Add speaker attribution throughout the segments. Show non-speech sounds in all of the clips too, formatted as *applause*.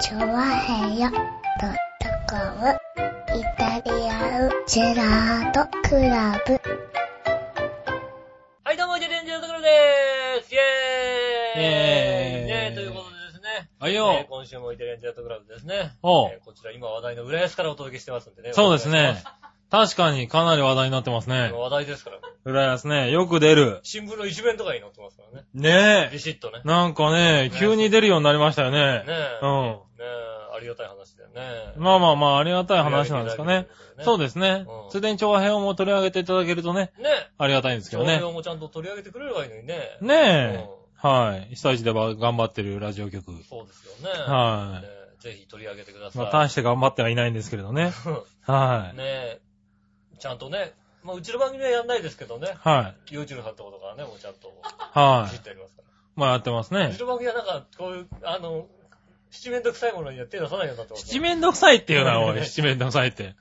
Speaker 1: チョワヘヨドットコムイタリアンジェラートクラブ。
Speaker 2: はい、どうも、ゲレンジのところでーすイェーイ
Speaker 3: イェーイ
Speaker 2: ねえということでですね。
Speaker 3: はい
Speaker 2: えー
Speaker 3: よ。
Speaker 2: 今週もイテレンジャートクラブですね。
Speaker 3: おう
Speaker 2: えーこちら今話題の浦安からお届けしてますんでね。
Speaker 3: そうですね。確かにかなり話題になってます
Speaker 2: お願いします。
Speaker 3: ね
Speaker 2: 今。話題ですから。
Speaker 3: 浦安ね、よく出る。
Speaker 2: 新聞の一面とかに載ってますからね。
Speaker 3: ねえ
Speaker 2: ビ。シッとね。ね
Speaker 3: なんかね、急に出るようになりましたよ
Speaker 2: え。
Speaker 3: ね。
Speaker 2: ねえ、
Speaker 3: うん。
Speaker 2: ありがたい話だよね。
Speaker 3: まあまあまあ、ありが
Speaker 2: あ
Speaker 3: たい話なんですかね。。そうですね
Speaker 2: う。ん
Speaker 3: ついでに調和編をもう取り上げていただけるとね、
Speaker 2: ね
Speaker 3: ありがたいんで
Speaker 2: え。
Speaker 3: すけ
Speaker 2: 情
Speaker 3: どね
Speaker 2: 報。もちゃんと取り上げてくれればいいのにね。
Speaker 3: ねえ
Speaker 2: うん。
Speaker 3: はい。被災地でば頑張ってるラジオ局。
Speaker 2: そうですよね。
Speaker 3: はい
Speaker 2: ねえぜひ取り上げてください。
Speaker 3: まあ、大して頑張ってはいないんですけれど *laughs* ね。はい。
Speaker 2: ねえ、ちゃんとね、まあ、うちの番組はやんないですけどね、
Speaker 3: はい。
Speaker 2: 幼稚園さんってことからね、もうちゃんと、
Speaker 3: は
Speaker 2: 知っ
Speaker 3: い。
Speaker 2: てありますから。
Speaker 3: まあやってます
Speaker 2: う
Speaker 3: ね
Speaker 2: ち。の番組はなんか、こういう、あの、七面倒くさいものには手出さないようになってます
Speaker 3: 七面倒くさいっていう
Speaker 2: *laughs*
Speaker 3: な、おい。七面倒くさいって。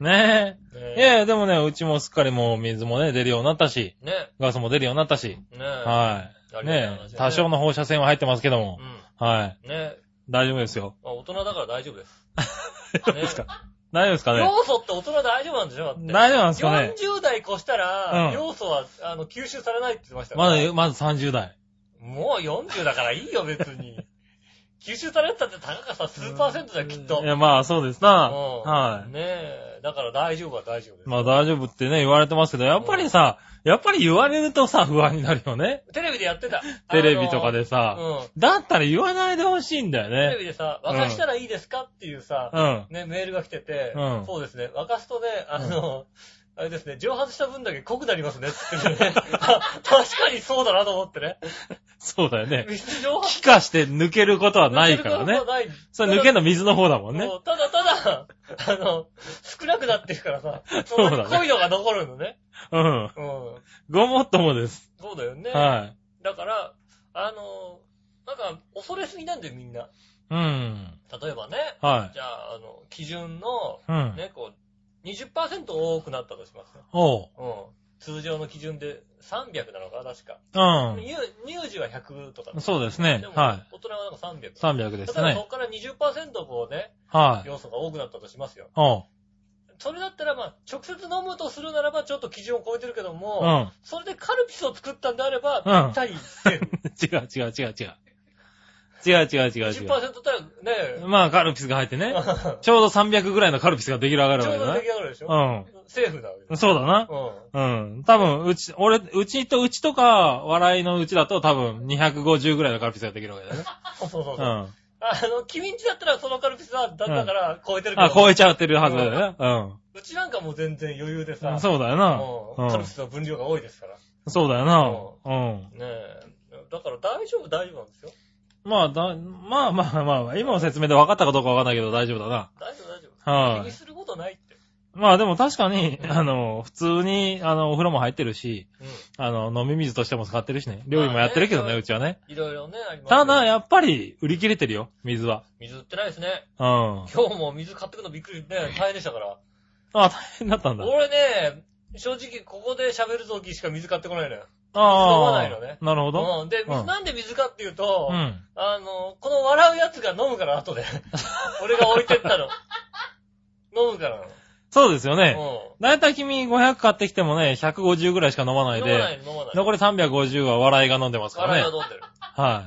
Speaker 3: ねえ。
Speaker 2: ね
Speaker 3: いやいや、でもね、うちもすっかりもう水もね、出るようになったし、
Speaker 2: ね
Speaker 3: ガスも出るようになったし、
Speaker 2: ねね
Speaker 3: は
Speaker 2: あ
Speaker 3: い。
Speaker 2: りがたい話
Speaker 3: ね
Speaker 2: だね
Speaker 3: 多少の放射線は入ってますけども
Speaker 2: う、ん。
Speaker 3: はい。
Speaker 2: ね
Speaker 3: 大丈夫ですよ。
Speaker 2: まあ、大人だから大丈夫です。
Speaker 3: *laughs* 大丈夫ですか大丈夫ですかね
Speaker 2: 要素って大人大丈夫なんでしょだって。
Speaker 3: 大丈夫なんですかね
Speaker 2: ?40 代越したら、
Speaker 3: うん
Speaker 2: 要素は、あの、吸収されないって言ってましたか
Speaker 3: ま
Speaker 2: ら
Speaker 3: だ、まだ30代。
Speaker 2: もう40だからいいよ、別に。吸収されてたって高かさ数パーセントだよ、きっと
Speaker 3: い。や、まあそうですな。
Speaker 2: うん
Speaker 3: は
Speaker 2: ねえ、だから大丈夫は大丈夫です。
Speaker 3: い。まあ大丈夫ってね、言われてますけど、やっぱりさ、やっぱり言われるとさ、不安になるよね。
Speaker 2: テレビでやってた。
Speaker 3: テレビとかで
Speaker 2: あ
Speaker 3: さ。
Speaker 2: の。うん。
Speaker 3: だったら言わないでほしいんだよ
Speaker 2: テレ
Speaker 3: ね。
Speaker 2: ビでさ、沸かしたらいいですかっていうさ、
Speaker 3: うん。
Speaker 2: ね、メールが来てて
Speaker 3: う、ん
Speaker 2: そうですね、沸かすとね、あの、あれですね、蒸発した分だけ濃くなりますね、つってね。 *laughs* あ確かにそうだなと思ってね。
Speaker 3: そうだよね。
Speaker 2: 水蒸発
Speaker 3: 気化して抜けることはないからね。。それ抜ける
Speaker 2: な
Speaker 3: の水の方だもんね。
Speaker 2: ただただ、あの、少なくなってるからさ、
Speaker 3: *laughs* そうだね
Speaker 2: そんなに濃いのが残るのね。
Speaker 3: うん。
Speaker 2: うん。
Speaker 3: ごもっともです。
Speaker 2: そうだよね。
Speaker 3: は
Speaker 2: だから、あの、なんか、恐れすぎなんだよ、みんな。
Speaker 3: い。うん。
Speaker 2: 例えばね、
Speaker 3: はい。
Speaker 2: じゃあ、あの、基準の、
Speaker 3: うん。
Speaker 2: ね、こう、20%多くなったとしますよ。
Speaker 3: おう。
Speaker 2: うん。通常の基準で300なのかな、確か。
Speaker 3: う
Speaker 2: 乳乳児は100とか
Speaker 3: ん。。そうです
Speaker 2: う
Speaker 3: ね
Speaker 2: で。も、
Speaker 3: は
Speaker 2: 大人はなんか300
Speaker 3: い。。300で
Speaker 2: だ
Speaker 3: す
Speaker 2: からそ
Speaker 3: ね。
Speaker 2: こから20%こうね、
Speaker 3: はい。
Speaker 2: 要素が多くなったとしますよ。
Speaker 3: おう。
Speaker 2: それだったら、まあ、直接飲むとするならば、ちょっと基準を超えてるけど
Speaker 3: う
Speaker 2: も、
Speaker 3: ん。 *laughs*
Speaker 2: それでカルピスを作ったんであれば、
Speaker 3: う
Speaker 2: ぴ
Speaker 3: ん
Speaker 2: ったりセー
Speaker 3: *laughs*
Speaker 2: フ。
Speaker 3: 違う違う違う違う。違う違う違う違
Speaker 2: 10%だったら、ね
Speaker 3: う。、まあ、カルピスが入ってね。ちょうど300ぐらいのカルピスが出来上がる
Speaker 2: ちょ
Speaker 3: わ
Speaker 2: う
Speaker 3: け
Speaker 2: ど
Speaker 3: だ
Speaker 2: 出来上がるでしょ、
Speaker 3: ね。
Speaker 2: セーフなわけ
Speaker 3: う
Speaker 2: で
Speaker 3: ん。
Speaker 2: す。
Speaker 3: そうだな。
Speaker 2: う
Speaker 3: うん。多分、うち、俺、うちとうちとか、笑いのうちだと多分250ぐらいのカルピスができるわけだね。
Speaker 2: ん。そうそうそうそう。
Speaker 3: うん。
Speaker 2: あの、君んちだったらそのカルピスは、だったから超え *laughs* てるけど、
Speaker 3: あ、超えちゃってるはずだよね。うん。
Speaker 2: うちなんかもう全然余裕でさ、
Speaker 3: そうだよ
Speaker 2: もう
Speaker 3: な。
Speaker 2: カ
Speaker 3: う
Speaker 2: ル
Speaker 3: ん
Speaker 2: ピ。スの分量が多いですから。
Speaker 3: そうだよな。うん。
Speaker 2: ねえ。だから大丈夫、大丈夫なんですよ。
Speaker 3: まあ、だ、まあまあまあ、今の説明で分かったかどうか分かんないけど大丈夫だな。
Speaker 2: 大丈夫、大丈夫。
Speaker 3: は
Speaker 2: 気に
Speaker 3: い。
Speaker 2: することないって。
Speaker 3: まあでも確かに、あの、普通に、あの、お風呂も入ってるし、
Speaker 2: うん。
Speaker 3: あの、飲み水としても使ってるしね。料理もやってるけど
Speaker 2: まあ
Speaker 3: ね、
Speaker 2: ね
Speaker 3: うちはね。
Speaker 2: いろいろね、ありますけど
Speaker 3: ただ、、やっぱり、売り切れてるよ、水は。
Speaker 2: 水売ってないですね。
Speaker 3: うん。あ、
Speaker 2: 今日も水買ってくのびっくりね、大変でしたから。
Speaker 3: 大変だったんだ。
Speaker 2: 俺ね、正直ここで喋る時しか水買ってこないのよ。飲ま
Speaker 3: あ
Speaker 2: な
Speaker 3: あ
Speaker 2: いのね、
Speaker 3: なるほど。
Speaker 2: うん。で、
Speaker 3: うん
Speaker 2: なんで水かっていうと、
Speaker 3: うん。
Speaker 2: あの、この笑うやつが飲むから、後
Speaker 3: *laughs*
Speaker 2: で。俺が置いてったの。飲むからな
Speaker 3: そうですよね。
Speaker 2: の。
Speaker 3: だいたい君500買ってきてもね、150ぐらいしか飲ま
Speaker 2: う。
Speaker 3: なんい
Speaker 2: 飲まな
Speaker 3: で、
Speaker 2: い、飲まない。
Speaker 3: 残り350は笑いが飲んでますから
Speaker 2: 笑い
Speaker 3: ね
Speaker 2: が。飲んでる。
Speaker 3: は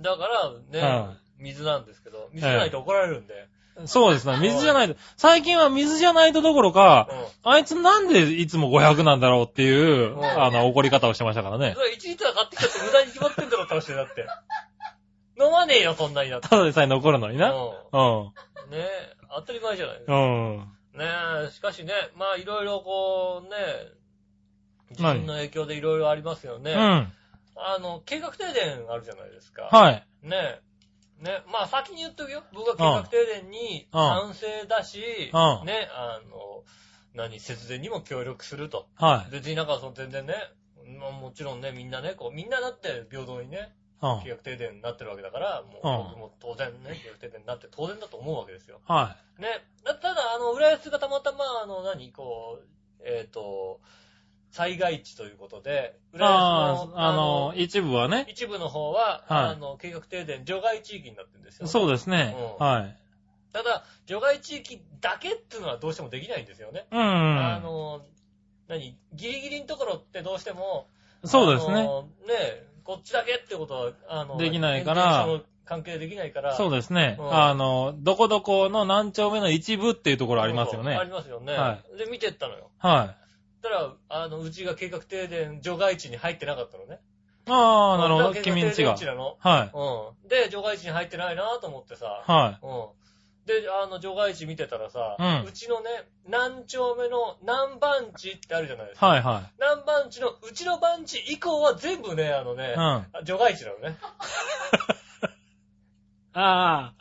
Speaker 2: うん。だから、ね
Speaker 3: は、
Speaker 2: 水なんですけど、水じゃないと怒られるんで。
Speaker 3: そうですね。水じゃないと。最近は水じゃないとどころか、
Speaker 2: う
Speaker 3: あいつなんでいつも500なんだろうっていう
Speaker 2: う、ん
Speaker 3: あの、怒り方をしてましたから
Speaker 2: ん。
Speaker 3: ね
Speaker 2: そ。れ1リットル買ってきたって無駄に決まってんだろ、楽しいだって。飲まねえよ、そんなにだって。
Speaker 3: ただでさえ残るのに
Speaker 2: う
Speaker 3: な。うん。
Speaker 2: ん。ねえ、当たり前じゃないです
Speaker 3: う
Speaker 2: か。
Speaker 3: ん。
Speaker 2: ねえ、しかしね、まあいろいろこう、ねえ、自
Speaker 3: 何
Speaker 2: 分の影響でいろいろありますよね。
Speaker 3: うん。
Speaker 2: あの、計画停電あるじゃないですか。
Speaker 3: はい。
Speaker 2: ねえ。ねまあ先に言っとくよ。僕は計画停電に
Speaker 3: うん
Speaker 2: 賛成だし、
Speaker 3: うん
Speaker 2: ね、あの、何、節電にも協力すると。
Speaker 3: はい。
Speaker 2: 別になんかその全然ね、まあもちろんね、みんなね、こう、みんなだって平等にね、
Speaker 3: うん
Speaker 2: 計。画停電になってるわけだから、もう、
Speaker 3: うん
Speaker 2: 僕も当然ね、計画停電になって当然だと思うわけですよ。
Speaker 3: は
Speaker 2: ね、だただ、あの、浦安がたまたま、あの、何、こう、えっ、と、災害地ということで、浦安
Speaker 3: あ
Speaker 2: の、
Speaker 3: あ、あの、一部はね。
Speaker 2: 一部の方は、
Speaker 3: はい
Speaker 2: あの、計画停電、除外地域になってるんですよ。
Speaker 3: そうですね。
Speaker 2: うん
Speaker 3: はい。
Speaker 2: ただ、除外地域だけっていうのはどうしてもできないんですよね。
Speaker 3: うん
Speaker 2: あ
Speaker 3: うん。
Speaker 2: の、何ギリギリのところってどうしても、
Speaker 3: そうです
Speaker 2: あ
Speaker 3: ね。
Speaker 2: のねえ、こっちだけってことは、あの、
Speaker 3: できないから
Speaker 2: 延長の関係できないから。
Speaker 3: そう
Speaker 2: で
Speaker 3: ですね。
Speaker 2: うん
Speaker 3: あの、どこどこの何丁目の一部っていうとこ
Speaker 2: す
Speaker 3: ろありますよね
Speaker 2: あ。りますよね。
Speaker 3: は
Speaker 2: で、見てったのよ。
Speaker 3: はい。
Speaker 2: たら、あの、うちが計画停電除外地に入ってなかったのね。
Speaker 3: ああ、なるほ
Speaker 2: う
Speaker 3: ど。
Speaker 2: ちが
Speaker 3: 君
Speaker 2: 計
Speaker 3: ん
Speaker 2: 画
Speaker 3: ち
Speaker 2: 停電
Speaker 3: が。
Speaker 2: 地なの。
Speaker 3: は
Speaker 2: う
Speaker 3: い。
Speaker 2: ん。で、除外地に入ってないなと思ってさ。
Speaker 3: は
Speaker 2: うん。で、あの、除外地見てたらさ、
Speaker 3: うん
Speaker 2: ちのね、何丁目の何番地ってあるじゃないです
Speaker 3: い。
Speaker 2: か。
Speaker 3: はいは
Speaker 2: 何番地の、うちの番地以降は全部ね、あのね
Speaker 3: い。うん。、あ
Speaker 2: 除外地なのね。
Speaker 3: あ。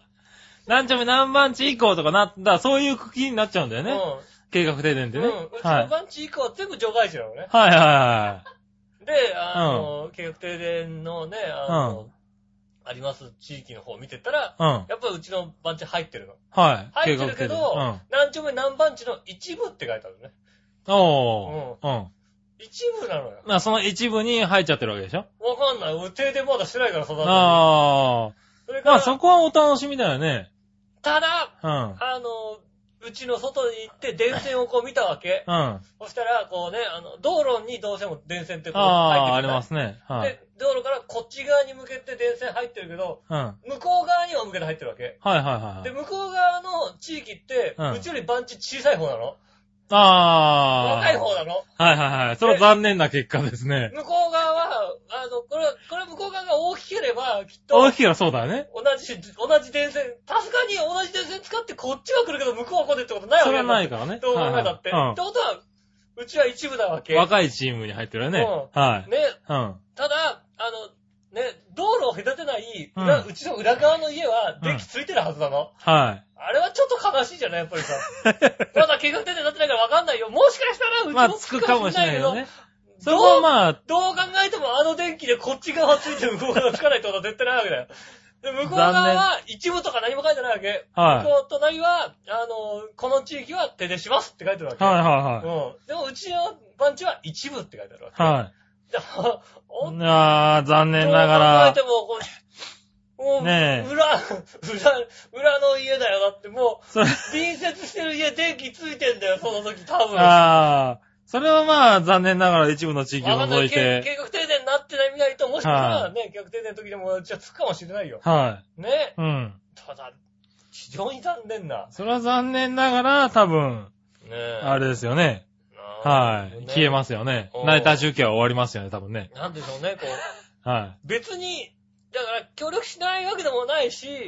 Speaker 3: 何丁目何番地以降とかな、だそういう区切りになっちゃうんだよね。
Speaker 2: うん。
Speaker 3: 計画停電ってね。
Speaker 2: うん。うち
Speaker 3: は
Speaker 2: の
Speaker 3: い。
Speaker 2: 番地以降は全部除外地なのね。
Speaker 3: はいはいは
Speaker 2: で、あの、計画停電のね、あの、
Speaker 3: う
Speaker 2: あります地域の方を見てたら、
Speaker 3: い。うん。
Speaker 2: やっぱりうちの番地入ってるの。
Speaker 3: は
Speaker 2: 入
Speaker 3: い。
Speaker 2: ってるけ
Speaker 3: 計画停電
Speaker 2: ど、
Speaker 3: うん。
Speaker 2: 何丁目何番地の一部って書いてあるね。
Speaker 3: おー。うん。
Speaker 2: 一部なのよ。
Speaker 3: まあ、その一部に入っちゃってるわけでしょ
Speaker 2: わかんない。俺停電まだしてないから育てる。
Speaker 3: ああ。
Speaker 2: それか
Speaker 3: ま
Speaker 2: ら、
Speaker 3: あ、そこはお楽しみだよね。
Speaker 2: ただ、
Speaker 3: うん。
Speaker 2: あの、うちの外に行って電線をこう見たわ
Speaker 3: *laughs*
Speaker 2: け。
Speaker 3: うん。あ
Speaker 2: そしたら、こうね、あの、道路にどうしても電線ってこう入って
Speaker 3: あー、
Speaker 2: る
Speaker 3: ありますね。はい。
Speaker 2: で、道路からこっち側に向けて電線入ってるけど、
Speaker 3: うん。はい
Speaker 2: 向こう側には向けて入ってるわけ。
Speaker 3: はいはいは
Speaker 2: で、
Speaker 3: い。
Speaker 2: 向こう側の地域って、
Speaker 3: うん
Speaker 2: うちより番地小さい方なの
Speaker 3: ああ。
Speaker 2: 若い方なの
Speaker 3: はいはいはい。それは残念な結果ですね。
Speaker 2: 向こう側は、あの、これ、これ向こう側が大きければ、きっと、同
Speaker 3: 大きいからそうだよね。
Speaker 2: じ、同じ電線、さすがに同じ電線使ってこっちは来るけど、向こうは来るってことないわ
Speaker 3: そ
Speaker 2: け
Speaker 3: れはない
Speaker 2: か
Speaker 3: からね。
Speaker 2: どう考えたって。
Speaker 3: はいはい
Speaker 2: ってことは、うちは一部なわ
Speaker 3: う
Speaker 2: け。
Speaker 3: ん。若いチームに入ってるよね。
Speaker 2: う
Speaker 3: はい。
Speaker 2: ね、
Speaker 3: うん。
Speaker 2: ただ、あの、ね、道路を隔てない、
Speaker 3: うん
Speaker 2: 裏うちの裏側の家は、
Speaker 3: うん
Speaker 2: 電気ついてるはずなの。
Speaker 3: は
Speaker 2: あれはちょっと悲しいじゃないやっぱ
Speaker 3: *laughs*
Speaker 2: りさ。まだ計画停電になってないからわかんないよ。もしかしたら、う
Speaker 3: い。
Speaker 2: ち
Speaker 3: まあ、
Speaker 2: も
Speaker 3: つくかもしれないけどね。そ
Speaker 2: どう
Speaker 3: れはまあ、
Speaker 2: どう考えてもあの電気でこっち側ついて向こう側つかないってことは絶対ないわけだよ。で、向こう側は一部とか何も書いてないわけ。
Speaker 3: はい
Speaker 2: 向こう隣は、あの、この地域は手でしますって書いてるわけ。
Speaker 3: はいはいは
Speaker 2: うん。でもうちの番地は一部って書いてあるわけ。
Speaker 3: い。は
Speaker 2: だから *laughs* お
Speaker 3: い。ああ、残念なが
Speaker 2: ど
Speaker 3: ら
Speaker 2: う、考えても、こう、もう、
Speaker 3: ねえ
Speaker 2: 裏、裏、裏の家だよ。だっても
Speaker 3: それ、
Speaker 2: う、隣接してる家電気ついてんだよ、その時多分。
Speaker 3: *laughs* ああ、それはまあ、残念ながら一部の地域を
Speaker 2: わかんな
Speaker 3: 除い
Speaker 2: いけ
Speaker 3: て、
Speaker 2: 計画停電になってないみたいと、もしかしたらね、計画停電の時でもうちはつくかもしれないよ。
Speaker 3: は
Speaker 2: ね。
Speaker 3: い。うん。
Speaker 2: ただ、非常に残念な。
Speaker 3: それは残念ながら、多分、
Speaker 2: ねえ。。
Speaker 3: あれですよね。はい。消えますすよね
Speaker 2: お。ー
Speaker 3: ナイター中継は終わりますよね、多分ね。
Speaker 2: なんでしょうね、こう。
Speaker 3: は
Speaker 2: 別に、だから協力しないわけでもないし、ね
Speaker 3: ん、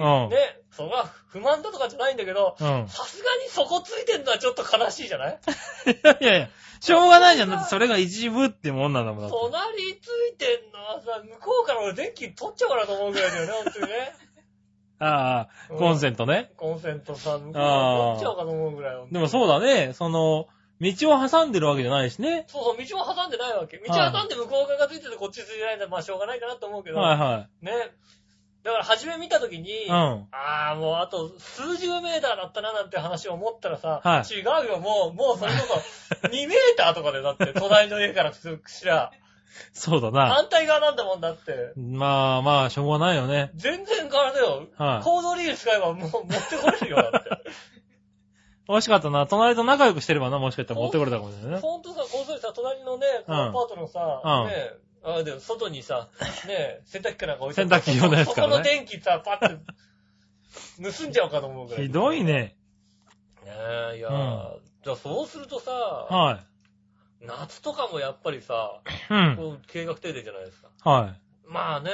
Speaker 2: そこは不満だとかじゃないんだけど、
Speaker 3: い。うん。
Speaker 2: さすがにそこついてんのはちょっと悲しいじゃない
Speaker 3: いやいやいや、しょうがないじゃん。だってそれが一部ってもんなんだもん。だって
Speaker 2: 隣ついてんのはさ、向こうから俺電気取っちゃおうかなと思うぐらいだよね、本当にね。
Speaker 3: ああ、
Speaker 2: うん
Speaker 3: *laughs* コンセントね。
Speaker 2: コンセントさ、向こうから取っちゃおうかと思うぐらい。
Speaker 3: でもそうだね。その、道を挟んでるわけじゃないしね。
Speaker 2: そうそう、道を挟んでないわけ。道を
Speaker 3: はい
Speaker 2: 挟んで向こう側がついててこっちついてないんだまあしょうがないかなと思うけど、
Speaker 3: はいは
Speaker 2: ね。だから初め見たときに、
Speaker 3: い。うん。
Speaker 2: ああ、もうあと数十メーターだったななんて話を思ったらさ、
Speaker 3: はい
Speaker 2: 違うよ、もう、もうそれこ
Speaker 3: *laughs*
Speaker 2: そ2メーターとかでだって、隣の家からするくしら、
Speaker 3: そうだな。
Speaker 2: 反対側なんだもんだって。
Speaker 3: まあまあ、しょうがないよね。
Speaker 2: 全然変わるよ。
Speaker 3: はい。
Speaker 2: コードリール使えばもう持ってこれるよ、だって。
Speaker 3: 惜しかったな。隣と仲良くしてればな、もしかしたら持ってこれたかもしれない *laughs* ね。
Speaker 2: ほんとさ、こうするさ、隣のね、こ
Speaker 3: う
Speaker 2: の
Speaker 3: ん
Speaker 2: アパートのさ、
Speaker 3: うん
Speaker 2: ねえ、あでも外にさ、ねえ、洗濯機かなんか置いて
Speaker 3: 洗濯機用のやつからね
Speaker 2: そこの電気さ、パッて、盗んじゃおうかと思うぐらい。
Speaker 3: ひどい
Speaker 2: ね。
Speaker 3: ね。
Speaker 2: え、いやー、
Speaker 3: うん
Speaker 2: じゃあそうするとさ、
Speaker 3: は
Speaker 2: 夏とかもやっぱりさ、
Speaker 3: い。うん。
Speaker 2: こう計画停電じゃないですか。
Speaker 3: はい。
Speaker 2: まあね、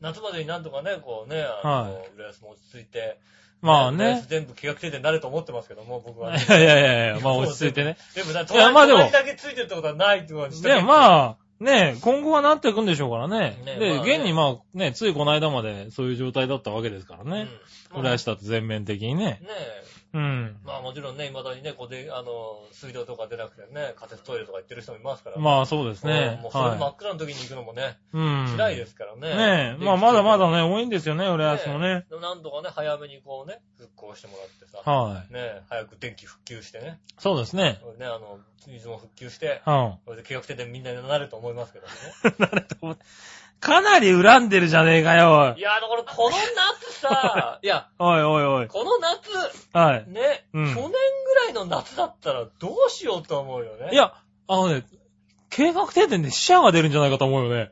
Speaker 2: 夏までになんとかね、こうね、あの、浦安も落ち着いて、
Speaker 3: まあ
Speaker 2: 浦安
Speaker 3: ね。
Speaker 2: 全部計画停電になると思ってますけども、僕
Speaker 3: い
Speaker 2: はね、
Speaker 3: やいやいやいや、まあ落ち着いてね。
Speaker 2: でもな、
Speaker 3: いやまあ
Speaker 2: 隣
Speaker 3: でも
Speaker 2: 隣だけついてるってことはないってことにしと
Speaker 3: で
Speaker 2: け
Speaker 3: もまあ、ねえ、今後はなっていくんでしょうからね。
Speaker 2: ねえ
Speaker 3: で、
Speaker 2: まあね
Speaker 3: 現にまあね、ついこの間までそういう状態だったわけですからね。
Speaker 2: うん。
Speaker 3: 浦
Speaker 2: まあ
Speaker 3: 安市だって全面的にね。
Speaker 2: ねえ。
Speaker 3: うん。
Speaker 2: まあもちろんね、未だにね、こうで、あの、水道とか出なくてね、仮設トイレとか行ってる人もいますから。あ
Speaker 3: まあそうですね。
Speaker 2: もうそれ真
Speaker 3: は
Speaker 2: っ暗の時に行くのもね、
Speaker 3: い。うん。
Speaker 2: 辛いですからね。
Speaker 3: ねえ。まあまだまだ
Speaker 2: ね
Speaker 3: ね、多いんですよね、浦安もね。。
Speaker 2: でもなんとかね、早めにこうね、復興してもらってさ。
Speaker 3: は
Speaker 2: ねえ、早く電気復旧してね。
Speaker 3: い。そうですね。
Speaker 2: ね、あの、水も復旧して、
Speaker 3: うん。
Speaker 2: これで計画停電みんなになると思いますけ
Speaker 3: *laughs*
Speaker 2: どね。
Speaker 3: かなり恨んでるじゃねえかよ、
Speaker 2: いや、だからこの夏
Speaker 3: *laughs*
Speaker 2: さ、いや、
Speaker 3: おい。おいおいおい。
Speaker 2: この夏、
Speaker 3: はい。
Speaker 2: ね、
Speaker 3: う
Speaker 2: 去
Speaker 3: ん
Speaker 2: 年ぐらいの夏だったらどうしようと思うよね。
Speaker 3: い、や、あのね、計画停電で死者が出るんじゃないかと思うよね。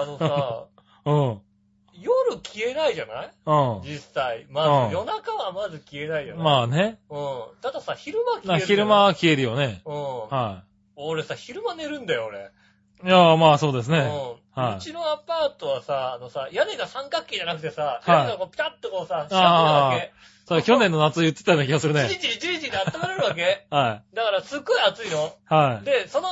Speaker 2: あの
Speaker 3: *laughs*
Speaker 2: さ、
Speaker 3: うん。
Speaker 2: 夜消えないじゃない実際。ま
Speaker 3: うん
Speaker 2: ず、夜中はまず消えないじゃ
Speaker 3: うん。
Speaker 2: ない
Speaker 3: まあね。
Speaker 2: うん。たださ、昼間消
Speaker 3: な
Speaker 2: える。
Speaker 3: 昼間。は消えるよね。
Speaker 2: うん。
Speaker 3: は
Speaker 2: 俺さ、昼間寝るんだよ、俺。
Speaker 3: い。いや、まあそうです
Speaker 2: う
Speaker 3: ね。はい
Speaker 2: ん。うちのアパートはさ、あのさ、屋根が三角形じゃなくてさ、
Speaker 3: はい
Speaker 2: 屋根がこうピタッとこうさ、四角いわけ。
Speaker 3: それ去年の夏言ってたような気がする
Speaker 2: じ
Speaker 3: ね。
Speaker 2: りじりじりじりで温まれるわけ。
Speaker 3: は
Speaker 2: だから、すっごい暑いの。
Speaker 3: い。はい。
Speaker 2: で、その、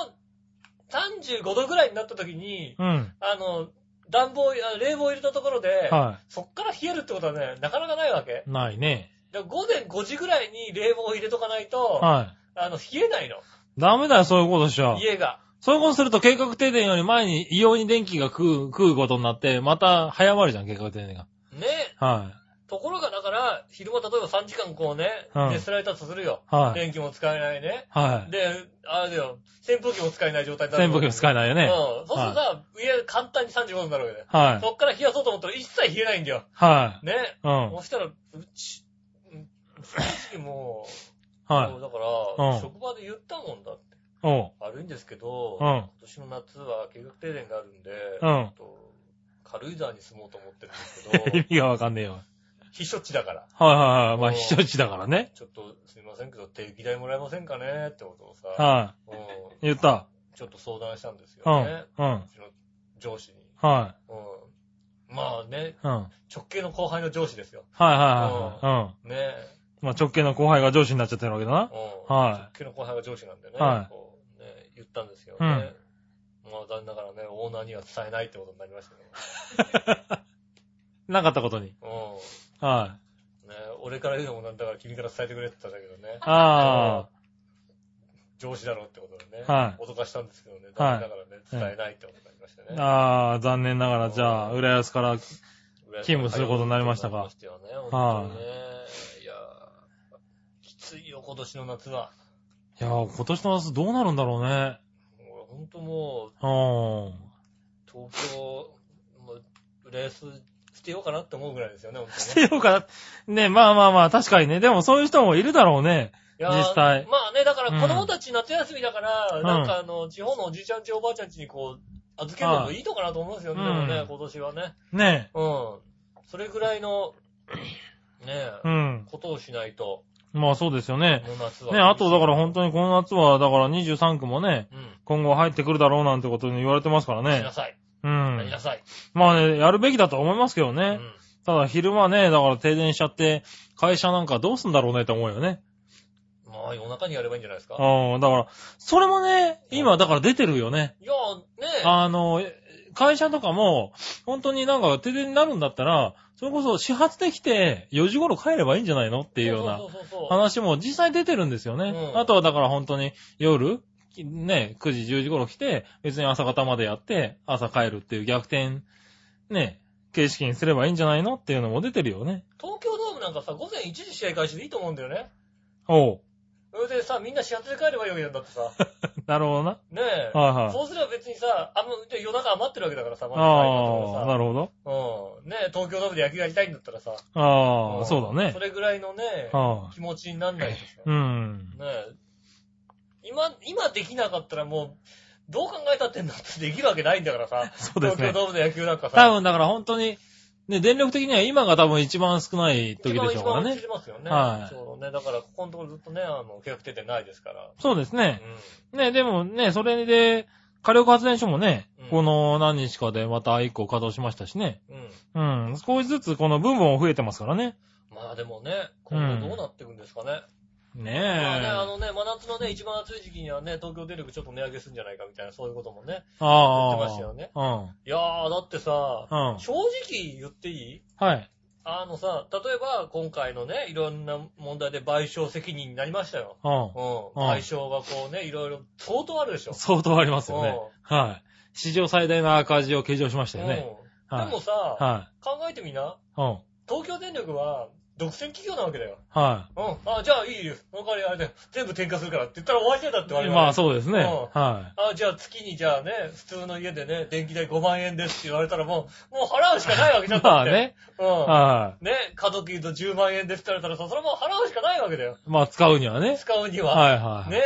Speaker 2: 35度ぐらいになった時に、
Speaker 3: うん。
Speaker 2: あの、暖房、あ冷房入れたところで、
Speaker 3: は
Speaker 2: そっから冷えるってことはね、なかなかないわけ。
Speaker 3: い。ないね。
Speaker 2: だから午前5時ぐらいに冷房を入れとかないと、
Speaker 3: は
Speaker 2: あの、冷えないの。
Speaker 3: い。ダメだよ、そういうことしちゃ。
Speaker 2: 家が。
Speaker 3: そういうことすると計画停電より前に異様に電気が食う、食うことになって、また早まるじゃん、計画停電が。
Speaker 2: ね。
Speaker 3: は
Speaker 2: ところがだから、昼間例えば3時間こうね、
Speaker 3: うん
Speaker 2: 寝捨てられたとするよ。
Speaker 3: い。はい。
Speaker 2: 電気も使えないね。
Speaker 3: はい。
Speaker 2: で、あれだよ、扇風機も使えない状態になる。
Speaker 3: 扇風機も使えないよ
Speaker 2: え
Speaker 3: ね。
Speaker 2: うん。そうするとさ、家簡単に35度になるわけだよ。
Speaker 3: はい。
Speaker 2: そっから冷やそうと思ったら一切冷えないんだよ。
Speaker 3: は
Speaker 2: ね。
Speaker 3: い。うん。
Speaker 2: そしたら、うち、うん正直もう、
Speaker 3: はい。
Speaker 2: もうだから、
Speaker 3: うん
Speaker 2: 職場で言ったもんだって。
Speaker 3: おう。
Speaker 2: 悪いんですけど、
Speaker 3: う
Speaker 2: 今
Speaker 3: ん。
Speaker 2: 年の夏は計画停電があるんで、
Speaker 3: う
Speaker 2: ち
Speaker 3: ん
Speaker 2: ょっ。と軽井沢に住もうと思ってるんです
Speaker 3: 意
Speaker 2: けど、
Speaker 3: 味がわかんねえよ。
Speaker 2: *laughs* 避暑地だから。
Speaker 3: はいはいはい。ま
Speaker 2: う
Speaker 3: あ、
Speaker 2: ん
Speaker 3: 避暑地だからね。
Speaker 2: ちょっとすみませんけど、定期代もらえませんかねってことをさ、
Speaker 3: は
Speaker 2: うん
Speaker 3: い。言った。
Speaker 2: ちょっと相談したんですよ
Speaker 3: うん。
Speaker 2: ね。
Speaker 3: うん
Speaker 2: う。ちの上司に。
Speaker 3: はい。
Speaker 2: うんまあね、
Speaker 3: うん。はい
Speaker 2: 直系の後輩の上司ですよ。
Speaker 3: はいはいはい。
Speaker 2: ねえ。
Speaker 3: うん。まあ、直系の後輩が上司になっちゃってるわけだな。
Speaker 2: うん
Speaker 3: は
Speaker 2: 直系の後輩が上司なんでね、
Speaker 3: はい
Speaker 2: こうね言ったんですよ、
Speaker 3: うん
Speaker 2: ね。まあ残念ながらね、オーナーには伝えないってことになりましたけ
Speaker 3: い。なかったことに。
Speaker 2: ど、うん
Speaker 3: はい。
Speaker 2: ね、俺から言うのもなんだから君から伝えてくれって言ったんだけどね。
Speaker 3: あ
Speaker 2: 上司だろうってことでね。
Speaker 3: は
Speaker 2: 脅かしたんですけどね。
Speaker 3: は
Speaker 2: 残念
Speaker 3: い
Speaker 2: ながらね、伝えないってことになりました
Speaker 3: あ。
Speaker 2: ね。
Speaker 3: ああ、残念ながら、じゃあ、浦安から、勤務することになりましたか
Speaker 2: 羨しいことになりましたよね。本当にね。いやーきついよ、今年の夏は。
Speaker 3: いやー、今年の夏どうなるんだろうね。
Speaker 2: もう本当もう、
Speaker 3: う
Speaker 2: 東京、もう、レースしてようかなって思うぐらいですよね、本
Speaker 3: ん。
Speaker 2: 当
Speaker 3: し *laughs* て
Speaker 2: ね。
Speaker 3: ようかな。ね、まあまあまあ、確かにね。でもそういう人もいるだろうね。
Speaker 2: いやー
Speaker 3: 実際
Speaker 2: まあね、だか
Speaker 3: うん
Speaker 2: ら子供たち夏休みだから、
Speaker 3: ん
Speaker 2: なんかあの、地方のおじいちゃんちおばあちゃんちにこう、預けるのもいいのかなと思うんですよね、
Speaker 3: は
Speaker 2: で
Speaker 3: い
Speaker 2: も
Speaker 3: う
Speaker 2: ね
Speaker 3: ん、
Speaker 2: 今年はね。
Speaker 3: ね。
Speaker 2: うん。それぐらいの、ねえ、
Speaker 3: うん。
Speaker 2: ことをしないと、
Speaker 3: まあそうですよね
Speaker 2: こ。の夏は。
Speaker 3: ね、あとだから本
Speaker 2: に。
Speaker 3: 当にこの夏は、だから23区もね、
Speaker 2: うん。
Speaker 3: 今後入ってくるだろうなんてことに言われてますから
Speaker 2: なり
Speaker 3: ね
Speaker 2: な。さい。
Speaker 3: う
Speaker 2: なり
Speaker 3: ん
Speaker 2: な。さい。
Speaker 3: まあね、やるべきだと思いますけど
Speaker 2: う
Speaker 3: ね。
Speaker 2: ん。
Speaker 3: ただ昼間ね、だから停電しちゃって、会社なんかどうすんだろうねって思うよね。
Speaker 2: まあ、夜中にやればいいんじゃないですか。
Speaker 3: うん。だから、それもね、今だから出てるよね。
Speaker 2: いや、ね *laughs* え。
Speaker 3: あの、会社とかも、本当になんか停電になるんだったら、それこそ始発できて4時頃帰ればいいんじゃないのっていうような
Speaker 2: そうそうそうそう。
Speaker 3: 話も実際出てるんですよね。
Speaker 2: うん
Speaker 3: あとはだから本当に夜、きね、9時、10時頃来て、別に朝方までやって、朝帰るっていう逆転、ね、形式にすればいいんじゃないのっていうのも出てるよね。
Speaker 2: 東京ドームなんかさ、午前1時試合開始でいいと思うんだよね。
Speaker 3: おう。
Speaker 2: それでさ、みんな始発で帰ればいいわけなんだって
Speaker 3: *laughs*
Speaker 2: さ。
Speaker 3: なるほどな。
Speaker 2: ねえ。
Speaker 3: はいはい
Speaker 2: そうすれば別にさ、あんま、で夜中余ってるわけだからさ、まだ帰ると
Speaker 3: ああ、な
Speaker 2: か
Speaker 3: るほど。
Speaker 2: さ。うん。ねえ、東京ドームで野球やりたいんだったらさ。
Speaker 3: あ
Speaker 2: ん
Speaker 3: あ、そうだね
Speaker 2: そ。れぐらいのね、
Speaker 3: は
Speaker 2: 気持ちになんないとさ
Speaker 3: い。。うん。
Speaker 2: ねえ。今、今できなかったらもう、どう考えたってんだってできるわけないんだからさ。
Speaker 3: *laughs* そうですね
Speaker 2: 東京ドームの野球なんかさ。
Speaker 3: 多分だから本当に、ね、電力的には今が多分一番少ない時でしょうから
Speaker 2: 一番落
Speaker 3: ね
Speaker 2: ち。てますよね。
Speaker 3: はい
Speaker 2: ちょうどね。だから、ここのところずっとね、あの、計画出てないですから。
Speaker 3: そうです
Speaker 2: う
Speaker 3: ね。
Speaker 2: ん。
Speaker 3: ね、でもね、それで、火力発電所もね、
Speaker 2: うん
Speaker 3: この何日かでまた1個稼働しましたしね。
Speaker 2: うん。
Speaker 3: うん、少しずつこの分母も増えてますからね。
Speaker 2: まあでもね、今後どうなっていくんですかね。まあね、あ
Speaker 3: ねえ。
Speaker 2: のね、真夏のね、一番暑い時期にはね、東京電力ちょっと値上げするんじゃないかみたいな、そういうこともね。
Speaker 3: ああ。
Speaker 2: 言ってましたよね
Speaker 3: うん。
Speaker 2: いやー、だってさ、
Speaker 3: うん。
Speaker 2: 正直言っていい
Speaker 3: はい。
Speaker 2: あのさ、例えば今回のね、いろんな問題で賠償責任になりましたよ。
Speaker 3: うん
Speaker 2: う。ん。
Speaker 3: うん
Speaker 2: 賠償がこうね、いろいろ相当あるでしょ。
Speaker 3: 相当ありますよね。はい。史上最大の赤字を計上しましたよね。
Speaker 2: うん
Speaker 3: はい。
Speaker 2: でもさ、
Speaker 3: は
Speaker 2: 考えてみな。
Speaker 3: い。うん。
Speaker 2: 東京電力は独占企業なわけだよ。
Speaker 3: は
Speaker 2: うん。あ、じゃあいいよ。その代わりあれだよ。全部転嫁するからって言ったら終わりだよだって我
Speaker 3: い。
Speaker 2: 々。
Speaker 3: まあそうですね。
Speaker 2: う
Speaker 3: は
Speaker 2: あ、じゃあ月にじゃあね、普通の家でね、電気代5万円ですって言われたらもう、もう払うしかないわけ
Speaker 3: い。
Speaker 2: じゃん。
Speaker 3: まあ
Speaker 2: だって。
Speaker 3: ね。
Speaker 2: うん。
Speaker 3: は
Speaker 2: ね、家族言うと10万円ですって言われたらさ、それはもう払うしかないわけだよ。
Speaker 3: い。まあ使うにはね。
Speaker 2: 使うには。
Speaker 3: はいはい。
Speaker 2: ね。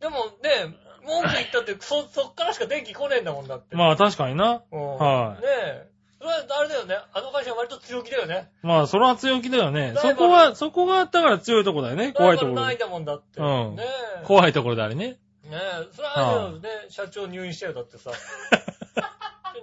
Speaker 2: でもね、文句言ったって、そ、そっからしか電気来ねえんだもんだって。
Speaker 3: まあ確かにな。
Speaker 2: うん。
Speaker 3: はい
Speaker 2: ねえ。それはあれだよね。あの会社は割と強気だよね。
Speaker 3: まあそれは強気だよ
Speaker 2: ライバ
Speaker 3: ね。
Speaker 2: ル
Speaker 3: そこは、そこがだから強いとこだよね。怖いとこ
Speaker 2: ライバル
Speaker 3: ろ
Speaker 2: ない。だもんだって。
Speaker 3: うん
Speaker 2: ねえ。
Speaker 3: 怖いところでありね。
Speaker 2: ねえ、それはあれだよね、社長入院したよ、だ
Speaker 3: *laughs*
Speaker 2: ってさ。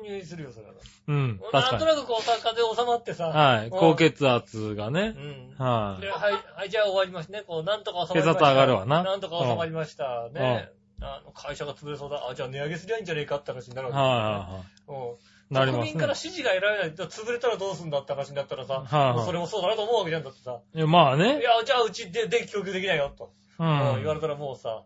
Speaker 2: 入院するよ、それは。
Speaker 3: うん。確
Speaker 2: なんと
Speaker 3: か
Speaker 2: なくこうさ、風邪収まってさ。
Speaker 3: に。はい。
Speaker 2: うん
Speaker 3: 高血圧がね
Speaker 2: う。ん。
Speaker 3: は
Speaker 2: で、
Speaker 3: い。
Speaker 2: はい、はい、じゃあ終わりますね。こう、なんとか収まりました。
Speaker 3: 血圧上がるわな
Speaker 2: なんとか収まりました。ねえ。あの、会社が潰れそうだ。あ、じゃあ値上げすりゃいいんじゃねえかって話になる
Speaker 3: はい
Speaker 2: わけだよね。
Speaker 3: は
Speaker 2: うん。
Speaker 3: いはい。なりま
Speaker 2: 国
Speaker 3: す
Speaker 2: 民から
Speaker 3: ね。
Speaker 2: 支持が得られない。じゃあ潰れたらどうすんだって話になったらさ、
Speaker 3: はいはい
Speaker 2: もうそれもそうだなと思うわけじゃんだってさ。
Speaker 3: いやまあ
Speaker 2: い
Speaker 3: ね。
Speaker 2: や、じゃあうちで電気供給できないよ、と。
Speaker 3: う。
Speaker 2: うんん言われたらもうさ。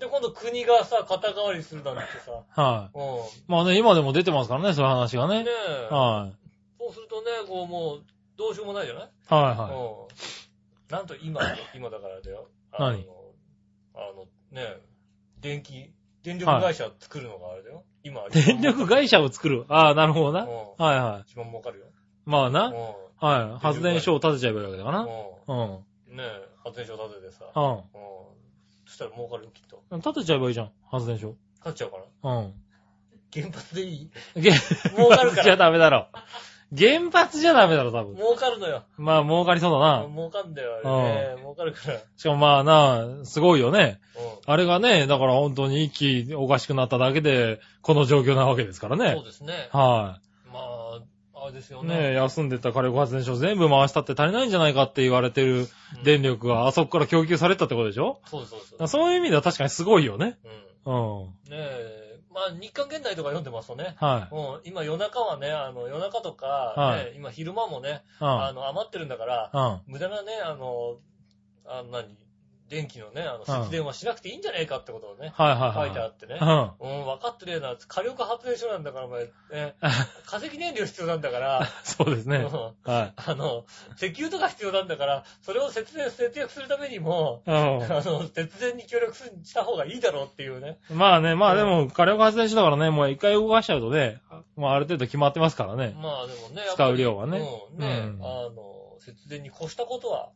Speaker 2: で、今度国がさ、肩代わりするなんてさ。
Speaker 3: はい。
Speaker 2: うん。
Speaker 3: まあね、今でも出てますからね、そういう話がね
Speaker 2: ね。え。
Speaker 3: は
Speaker 2: そうするとね、こうもう、どうしようもないじゃない
Speaker 3: い。はいは
Speaker 2: うん。なんと
Speaker 3: *laughs*
Speaker 2: 今、今だからだよ。あの
Speaker 3: 何、
Speaker 2: あのね、電気、電力会社作るのがあれだよ。今、
Speaker 3: い。 *laughs* 電力会社を作る。ああ、なるほどな。
Speaker 2: う
Speaker 3: は
Speaker 2: ん
Speaker 3: いは
Speaker 2: 一番儲かるよ。
Speaker 3: い。まあ
Speaker 2: う
Speaker 3: な。
Speaker 2: ん。
Speaker 3: はい。発電所を建てちゃえばいいわけだからな。
Speaker 2: う
Speaker 3: うん。
Speaker 2: ん。ねえ、発電所建ててさ。
Speaker 3: う
Speaker 2: うん。そしたら儲かるよ、きっと。
Speaker 3: ん。建てちゃえばいいじゃん、発電所。
Speaker 2: 勝っちゃうから。
Speaker 3: うん。
Speaker 2: 原発でいい
Speaker 3: *laughs* 原
Speaker 2: 儲かる
Speaker 3: 発
Speaker 2: から
Speaker 3: じゃダメだろ。原発じゃダメだろ、多分。
Speaker 2: 儲かるのよ。
Speaker 3: まあ、儲かりそうだな。
Speaker 2: 儲かんだよ、あれね。儲かるから。うん。
Speaker 3: しかもまあな、すごいよね。あれがね、だから本当に一気おかしくなっただけで、この状況なわけですから
Speaker 2: そ
Speaker 3: ね
Speaker 2: う。ですね。
Speaker 3: は
Speaker 2: まあ、あれですよ
Speaker 3: い。
Speaker 2: ね。
Speaker 3: ねえ、休んでた火力発電所全部回したって足りないんじゃないかって言われてる電力があそこから供給されたってことでしょ
Speaker 2: そうです、そうです
Speaker 3: だか。らそういう意味では確かにすごいよね。
Speaker 2: うん。
Speaker 3: うん。
Speaker 2: ねえ、まあ、日刊現代とか読んでますとね、
Speaker 3: はい。
Speaker 2: うん、今夜中はね、あの、夜中とか、ね
Speaker 3: はい
Speaker 2: 今昼間もね、
Speaker 3: う
Speaker 2: あ
Speaker 3: ん。
Speaker 2: の、余ってるんだから、
Speaker 3: うん。
Speaker 2: 無駄なね、あの、あの、何、電気のね、あの、節電はしなくていいんじゃねえかってことをね、
Speaker 3: はいはい
Speaker 2: 書
Speaker 3: はい。
Speaker 2: いてあってね。
Speaker 3: うん。
Speaker 2: うん、分かってねえな。火力発電所なんだから、お前、ね、化石燃料必要なん
Speaker 3: *laughs*
Speaker 2: だから、
Speaker 3: そうです
Speaker 2: う
Speaker 3: ね。
Speaker 2: ん
Speaker 3: は
Speaker 2: あの、石油とか必要なんだから、それを節電、節約するためにも、
Speaker 3: い。うん。
Speaker 2: あの、節電に協力すした方がいいだろうっていうね。
Speaker 3: まあね、まあ
Speaker 2: うん
Speaker 3: でも、火力発電所だからね、もう一回動かしちゃうとね、まあある程度決まってますからね。
Speaker 2: まあでもね、
Speaker 3: 使う量はね
Speaker 2: うん、ね、
Speaker 3: うん
Speaker 2: あの、節電に越したことは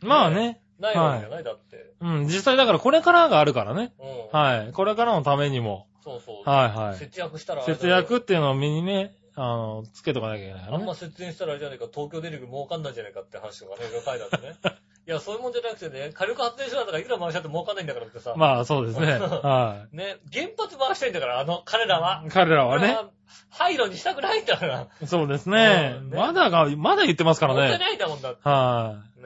Speaker 3: まあね、
Speaker 2: ないわけじゃない、だって。
Speaker 3: うん、実際だからこれからがあるからね。
Speaker 2: うん。
Speaker 3: はい。これからのためにも、
Speaker 2: そうそう。
Speaker 3: はいはい。
Speaker 2: 節約したらあれだよ
Speaker 3: 節約っていうのを身にね、あの、つけとかなきゃいけないか
Speaker 2: あ
Speaker 3: ら
Speaker 2: んま
Speaker 3: ね。
Speaker 2: 節電したらあれじゃないか、東京電力儲かんないんじゃないかって話とかね、いろいろ書いてあ
Speaker 3: *laughs*
Speaker 2: ってね。いや、そういうもんじゃなくてね、火力発電所なんだからいくら回しちゃって儲かんないんだからってさ。
Speaker 3: まあそうですね。は
Speaker 2: ね、原発回したいんだから、あの、彼らは。
Speaker 3: い。彼らはね、
Speaker 2: あ。廃炉にしたくないんだから。
Speaker 3: そうですね
Speaker 2: う。んね
Speaker 3: まだが、まだ言ってますから
Speaker 2: もったい
Speaker 3: ね。
Speaker 2: ないんだもんだって。
Speaker 3: は
Speaker 2: ね